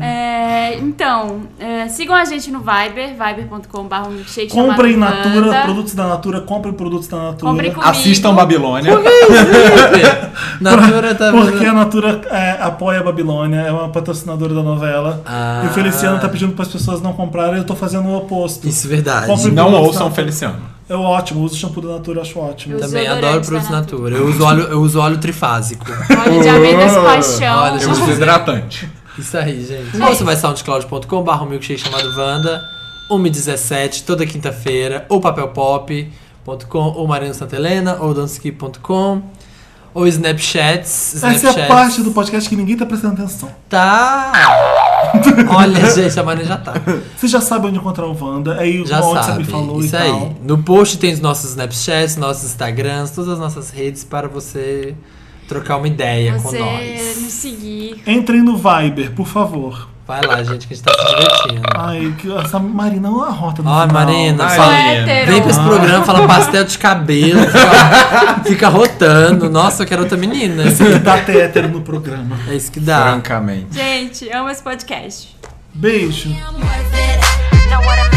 É, então, é, sigam a gente no Viber, viber.com.br milkshake.
Comprem
chamado
Natura,
Wanda.
produtos da Natura, comprem produtos da Natura.
Comprem comigo.
Assistam Babilônia.
Natura tá.
Porque a Natura é, apoia a Babilônia, é uma patrocinadora da novela.
Ah.
E o Feliciano tá pedindo pras pessoas não comprarem, eu tô fazendo o oposto.
Isso é verdade.
Compre-
Não
Não,
ouçam
não.
Feliciano.
É ótimo, uso o shampoo da Natura, eu acho ótimo.
Eu-
Também
Desodorante
adoro
da
produtos
Natura.
Natura. Eu uso óleo, eu uso
[LAUGHS]
óleo trifásico.
Olha, de amêndoas
Oh,
paixão.
olha,
Eu uso hidratante.
Isso aí, gente. Ou você vai soundcloud.com.br, um milkshake chamado Wanda, 1h17, toda quinta-feira, ou papelpop.com, ou Mariano Santa Helena, ou danski.com, ou Snapchats.
Essa é a
Snapchats.
parte do podcast que ninguém tá prestando atenção. [LAUGHS]
Tá! Olha, gente, a Mariana já tá.
Você já sabe onde encontrar o Wanda, é aí o
Já
onde
sabe.
você me falou
Isso
e
aí.
tal.
No post tem os nossos Snapchats, nossos Instagrams, todas as nossas redes para você trocar uma ideia com
Você
nós.
nos seguir.
Entrem no Viber, por favor.
Vai lá, gente, que a gente tá se divertindo.
Ai, que essa Marina é uma rota do
Ai, Marina,
Ai,
fala-
Helena.
é
Hétero.
Vem pra esse programa,
[LAUGHS]
fala pastel de cabelo, fica, fica rotando. Nossa, eu quero outra menina. É isso que dá.
Tá até hétero no programa.
É isso que
Tá.
dá.
Francamente.
Gente, amo esse podcast.
Beijo.
I'm worth it. Know what I mean? Uh-huh,